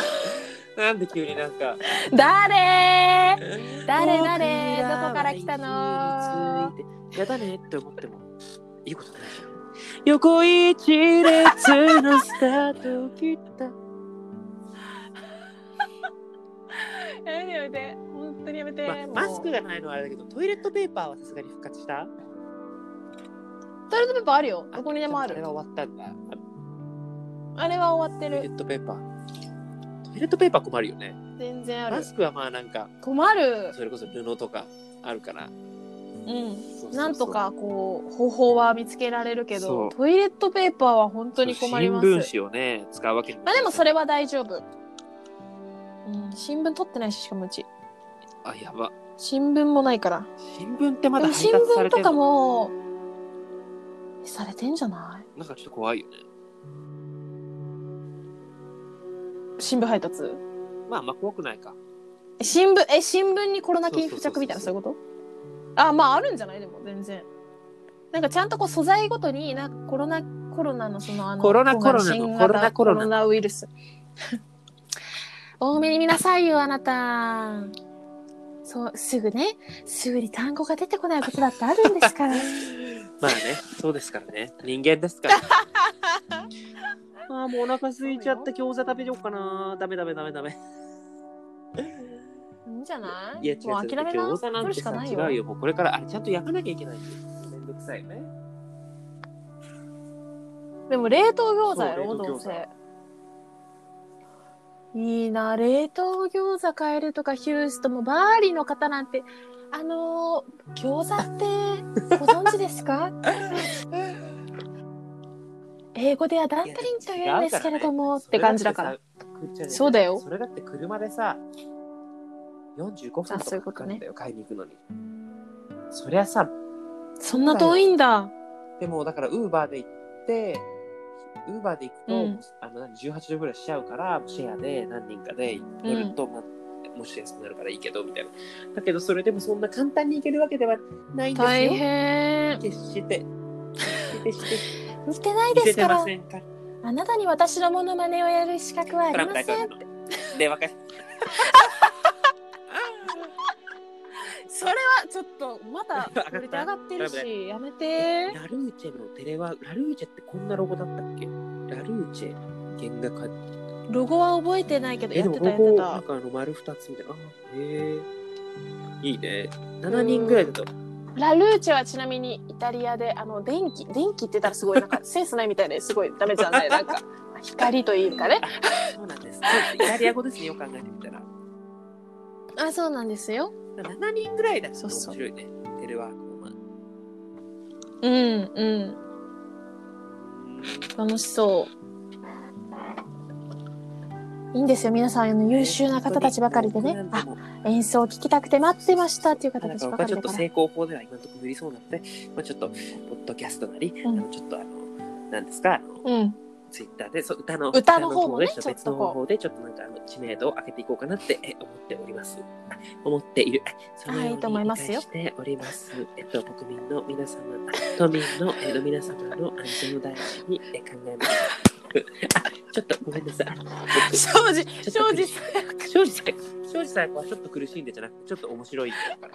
なんで急になんか。誰誰僕ら誰どはこから来たの生きについてやだねって思ってもいいことないじゃん横一列のスタート切ったやめてやめて。本当にやめて。まあもうマスクがないのはあれだけどトイレットペーパーはさすがに復活したトイレットペーパーあるよ。どこにでもああれる。は終わったんだあれは終わってトイレる。ットペーパートイレットペーパー困るよね全然あマる。スクはまあなんか困る。それこそ布とかあるからうん。そうそうそうなんとかこう、方法は見つけられるけそど、うトイレットペーパーは本当に困ります。新聞紙をね使うわけにもまあでもそれは大丈夫。うん、新聞取ってないし、しかもうち。あやば新聞もないから。新聞ってまでだも配新達さ聞れてとるかも、されてんじゃないなんかちょっと怖いよね新聞配達まあまあ怖くないかえ新聞、え、新聞にコロナ菌付着みたいな、そそうういうことあまああるんじゃないでも全然なんかちゃんとこう素材ごとになんかコロナコロナのそのあのコロナ今回コロナの新コロナ型ココロナロナウイルス多めに見なさいよあなたそうすぐねすぐに単語が出てこないことだってあるんです (laughs) からまあね、 (laughs) そうですからね。人間ですから。ああ、もうお腹空いちゃった餃子食べようかな。ダメダメダメダメ。いいんじゃないいや違うもう違諦めなう。餃子なそんれてしさかない違ようよ。もうこれからあれちゃんと焼かなきゃいけないんですよ。めんどくさいよね。でも冷凍餃子やろそう冷凍どう餃子せいいな冷凍餃子買えるとかヒューストンもバーリーの方なんてあのー餃子ってご存知です (laughs) か英語ではダンプリンと言うんですけれども、って感じだから。そうだよそれだって車でさ、45分とかあそういうこかかとるねんだよ、買いに行くのに。そりゃさ、そんな遠いんだでもだからウーバーで行ってウーバーで行くと、うんあの何18度ぐらいしちゃうからシェアで何人かで乗ると、まあ、もし安くなるからいいけどみたいなだけどそれでもそんな簡単に行けるわけではないんですよ大 (laughs) 変決して決して見てない見でせすてかまらせんからあなたに私のモノマネをやる資格はありトランプま大せ統領んのでわ (laughs) かりそれはちょっとまだた売れて上がってるダしやめえてラルーチェのテレワークラルーチェってこんなロゴだったっけラルーチェ原画家ロゴは覚えてないけどえやでっもてたやっロてゴなたんかあの丸二つみたいなあへえいいね7人ぐらいだとラルーチェはちなみにイタリアであの電 (laughs) 気電気って言ったらすごいなんかセンスないみたいですごいダメじゃないなんか光というかねそうなんです。そうですイタリア語ですね、よく考えてみたら。あそうなんですよ7人ぐらいだとそう面そう白いね。テレワークもまあ。うんうん楽しそういいんですよ皆さんあの優秀な方たちばかりでねああ、演奏を聴きたくて待ってましたっていう方たなんちばかまかあちりょっだとか成ら功法では今のところ無理そうなので、まあちょっと、ポッドキャストなり、うんあのちょっとあの、なんですか、あの、うんツイッターで、そう歌の歌の方もね歌の方でちょっと別の方法で、ちょっとなんかあの知名度を上げていこうかなってえ思っております。思っている。そのようはいいいと思いますよに理解しております。えっと、国民の皆様、都民のえの皆様の安全を大事にえ考えます。 (laughs) あちょっとごめんなさい。庄司ちょっ庄と苦司しい庄司さん、庄司さんはちょっと苦しいんでじゃなくて、ちょっと面白いから。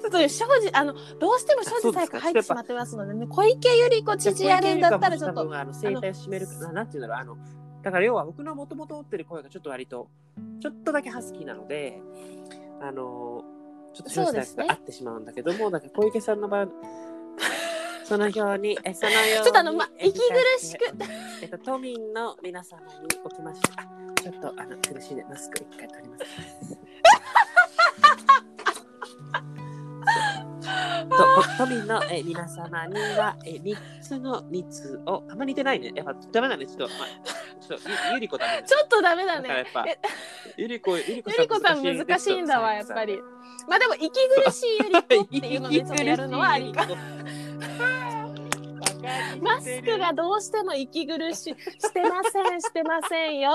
ちょっとね庄司あのどうしても庄司さんが入ってしまってますのでね小池百合子知事やるんだったらちょっ小池と百合子も多分あの声帯を締めるかな、なんていうんだろう、あの、だから要は僕のもともと持ってる声がちょっと割と、ちょっとだけハスキーなので、あの、ちょっと少子そうです差ねが合ってしまうんだけども、だから小池さんの場合、そのように、えそのように、ちょっとあのまえ息苦しく。えっと、都民の皆様におきまして、あちょっとあの苦しいね、マスク一回取ります。と都民のえ皆様にはえ3つの密をあんまり似てないね。やっぱダメだね。ちょっと、まあ、ちょっとゆゆりこダメだね。ちょっとダメだだからやねっぱえゆりこゆりこゆりこさん難しいんだわやっぱりまあでも息苦しいゆりこっていうのでちょっとやるのはあり (laughs) かマスクがどうしても息苦しいしてませんしてませんよ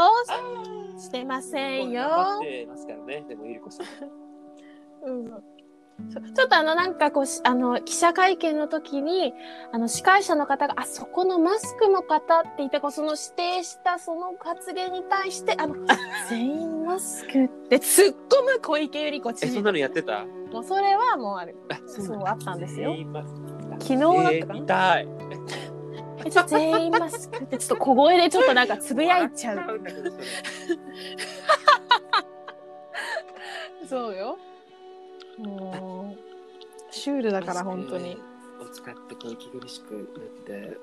してませんよ、てますからね。でもゆりこさん。うん、ちょちょっとあのなんかこうしあの記者会見の時にあの司会者の方があそこのマスクの方って言ってこうその指定したその発言に対して (laughs) あの全員マスクって突っ込む小池百合子え知そ事んなのやってた？もうそれはもうあるあそうなんだそうあったんですよ全員マスク昨日だったかなえー痛い。えちょ全員マスクってちょっと小声でちょっとなんかつぶやいちゃう。そうよもうシュールだから本当に。を使ってこう息苦しくなって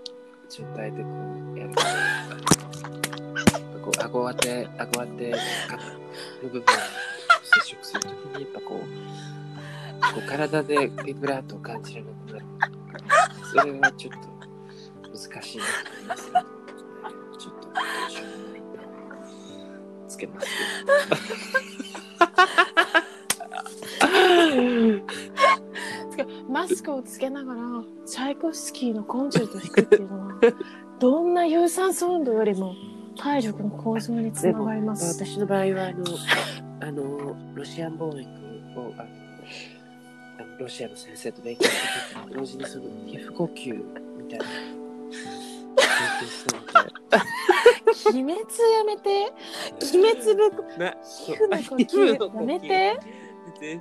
渋滞でこうやる。こう顎当て顎当ての部分を接触するときにやっぱこうこう体でビブラートを感じられなくなる。それはちょっと難しいなと思います。ちょっとしょうがないなつけますけど。マスクをつけながらチャイコフスキーのコンチェルトを弾くっていうのはどんな有酸素運動よりも体力の向上につながります。私の場合はあのあのロシアン貿易をあのあのロシアの先生と勉強してたのと同時にその皮膚呼吸みたいな勉強したので鬼滅やめ (laughs) て (laughs) 鬼滅のね、皮膚の呼吸やめて全然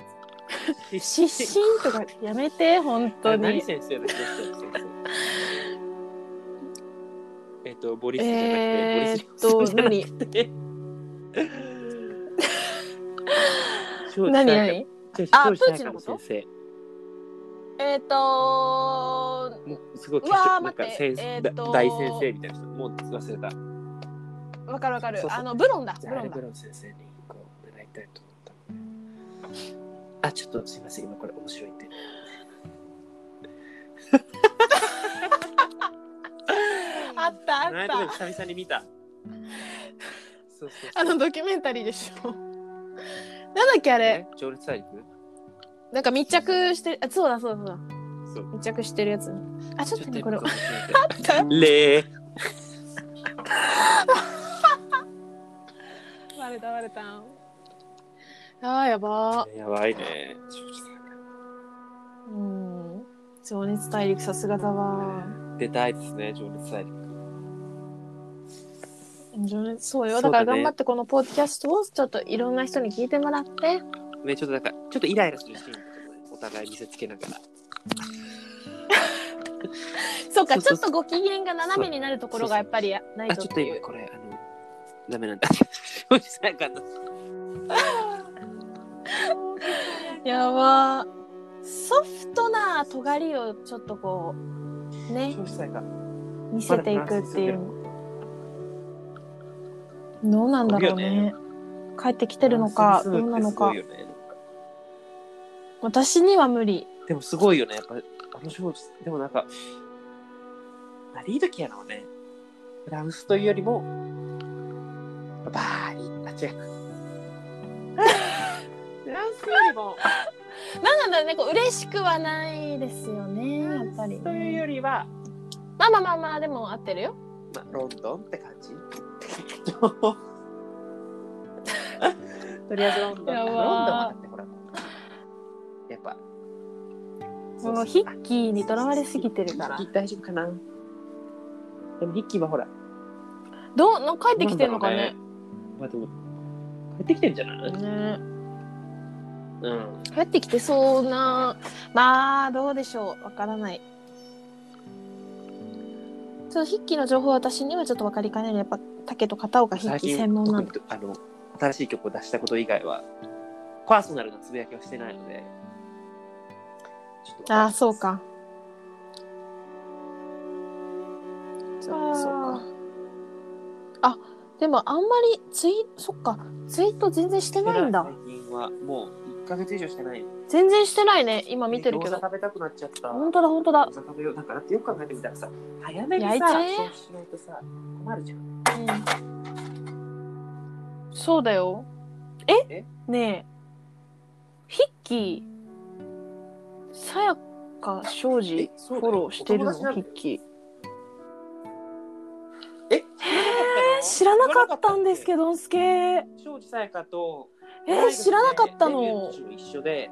失神とかやめて本当あに何先生だっけロシアの先生えっとボリスじゃなくて、えボリースっとリョ何ンじゃな何くて何何あプーチンのこと先生えーっともうすごい化うわー粧なんか待って先え生ーっと大先生みたいな人もう忘れたわかるわかるそうそうあのブロンだじブゃあアロルンだブロン先生にこう習いたいと思ったあちょっとすいません今これ面白いってあったあこっの間でもた久々に見たそうそうそうあのドキュメンタリーでしょなんだっけあれね情熱大陸なんか密着してるあそうだそうだそうだそう密着してるやつねあちょっとねこれ今これたレーバレたバレたあーやばやばいねーうん情熱大陸さすがだわ出たいですね情熱大陸情熱そうよそだうだかねら頑張ってこのポッドキャストをちょっといろんな人に聞いてもらってねちょっとなんかちょっとイライラするシーンとかもねお互い見せつけながらそうそかうそちうょっとご機嫌が斜めになるところがやっぱりないあとちょっっとてい今うこれあのダメなんだ情熱大陸あのやばーソフトな尖りをちょっとこうね情熱大陸見せていくっていうどうなんだろうすごいよね帰ってきてるのかどうなのかすごいよね私には無理でもすごいよねやっぱあの少女でもなんかあれいい時やろうねフランスというよりもバーリあ違 (laughs) うフランスよりもなんなんだろうねこう嬉しくはないですよねやっぱりというね、よりは、まあまあまあまあでも合ってるよまあ、ロンドンって感じとりあえずロンドンやばーロンドンはだってほらやっぱそうもそううヒッキーにとらわれすぎてるからヒッキー大丈夫かなでもヒッキーはほらどうなんか帰ってきてるのかねなんだろうねまあでも帰ってきてんじゃない、ねうん、帰ってきてそうなまあどうでしょうわからないちょっと筆記の情報は私にはちょっと分かりかねるやっぱ竹と片岡筆記専門なんで特にあの新しい曲を出したこと以外はパーソナルなつぶやきはしてないのでちょっとああそうかそうそうかかあでもあんまりツイそっかツイート全然してないんだ最近はもう1ヶ月以上してない全然してないね今見てるけ餃ど子食べたくなっちゃった本当だ本当だ餃子食べようなんかだってよく考えてみたらさ早めにさ焼いちゃえそうしないとさ困るじゃんうんそうだよ。ええねえ。ヒッキー、さやか庄司えそうだフよォローしてるのお友達なんヒだよッキー。ええー知らなかったんですけどど、んすけ。え庄司さやかとー知らなかったデビューのの。年も一緒で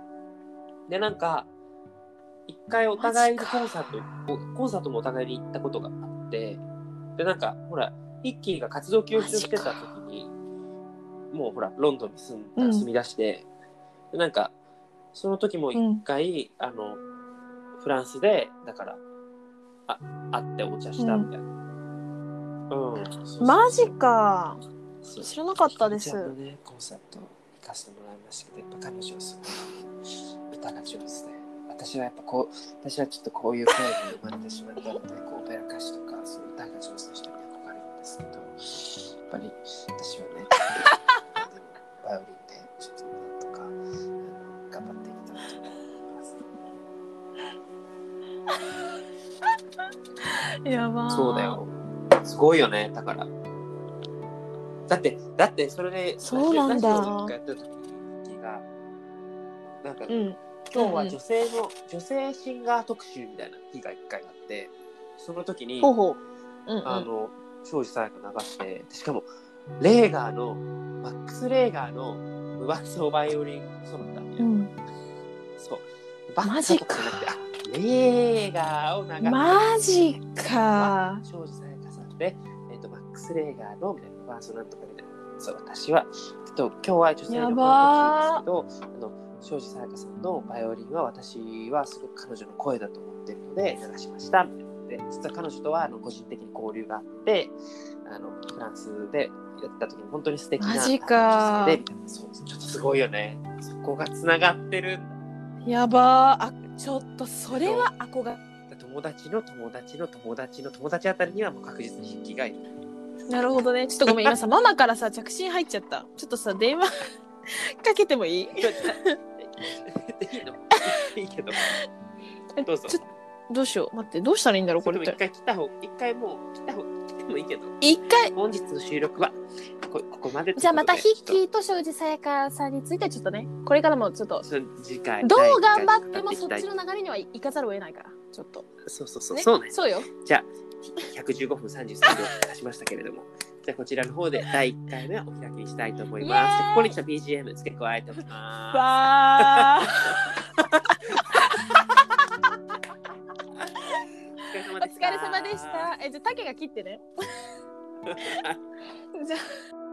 でなんか一回お互いにコンサートをコンサートもお互いに行ったことがあってでなんかほら一気が活動休止をしてた時にもうほらロンドンに住んうん住み出して、でなんかその時も一回、あのフランスでだからあ会ってお茶したみたいな。うんマジか。そう知らなかったですちゃんのね、コンサート行かせてもらいましたけど、やっぱ彼女はすごい歌が上手で、私はやっぱこう、私はちょっとこういう声に生まれてしまったので、こう、オペラ歌手とか、そういう歌が上手な人に憧れるんですけど、やっぱり私はね、バイオリンで、ちょっとなんとか、あの頑張っていきたいと思います。やばそうだ。よ。すごいよね、だから。だって、だって、それで、そうなんだラジオを一回やってた時にが、なんか、うん。今日は女性の、女性シンガー特集みたいな日が一回あって、その時に、ほうほう。うん、うあん。の、庄司さやか流して、しかも、レーガーの、マックス・レーガーの、無伴奏バイオリンソロだったんだようん、そう。バマッジジかとかじゃなくて、あ、レーガーを流してマジか。庄司さやかさんで、えっとマックス・レーガーのみたいなファーストなんとかみたいなそう私はちょっと今日は女性のことですけどあの庄司さやかさんのバイオリンは私はすごく彼女の声だと思ってるので流しましたみたいなので実は彼女とはあの個人的に交流があってあのフランスでやった時に本当に素敵なマジか女性でみたいなそうちょっとすごいよねそこがつながってるやばー。あ、ちょっとそれは憧れ。友達の友達の友達の友達あたりにはもう確実に筆記がいるなるほどね。ちょっとごめん、今 (laughs) さ、ママからさ、着信入っちゃった。ちょっとさ、電話 (laughs) かけてもいいいいのいいけど。どうぞ。ちょどうしよう。待って、どうしたらいいんだろう、ここれれもっ一て。回来た方、一回もう来た方、来てもいいけど。一回、本日の収録はこここまでということで。じゃあまたヒッキちょーと庄司さやかさんについてはちょっとね、これからもちょっとっ、と。ちょっと次回。どう第頑一張回ってもそっち語の流れにはい行かざるを得ないから、ちょっと。いきたいそうそうそう。ねそうね。そうよ。じゃあ、115分33秒出しましたけれども。じゃあこちらの方で第一回目はお開きにしたいと思います。イエーイここに来た BGM 付け加えておきまわー。す。お疲れ様おでした疲れ様でした。え、じゃあ、竹が切ってね。じゃあ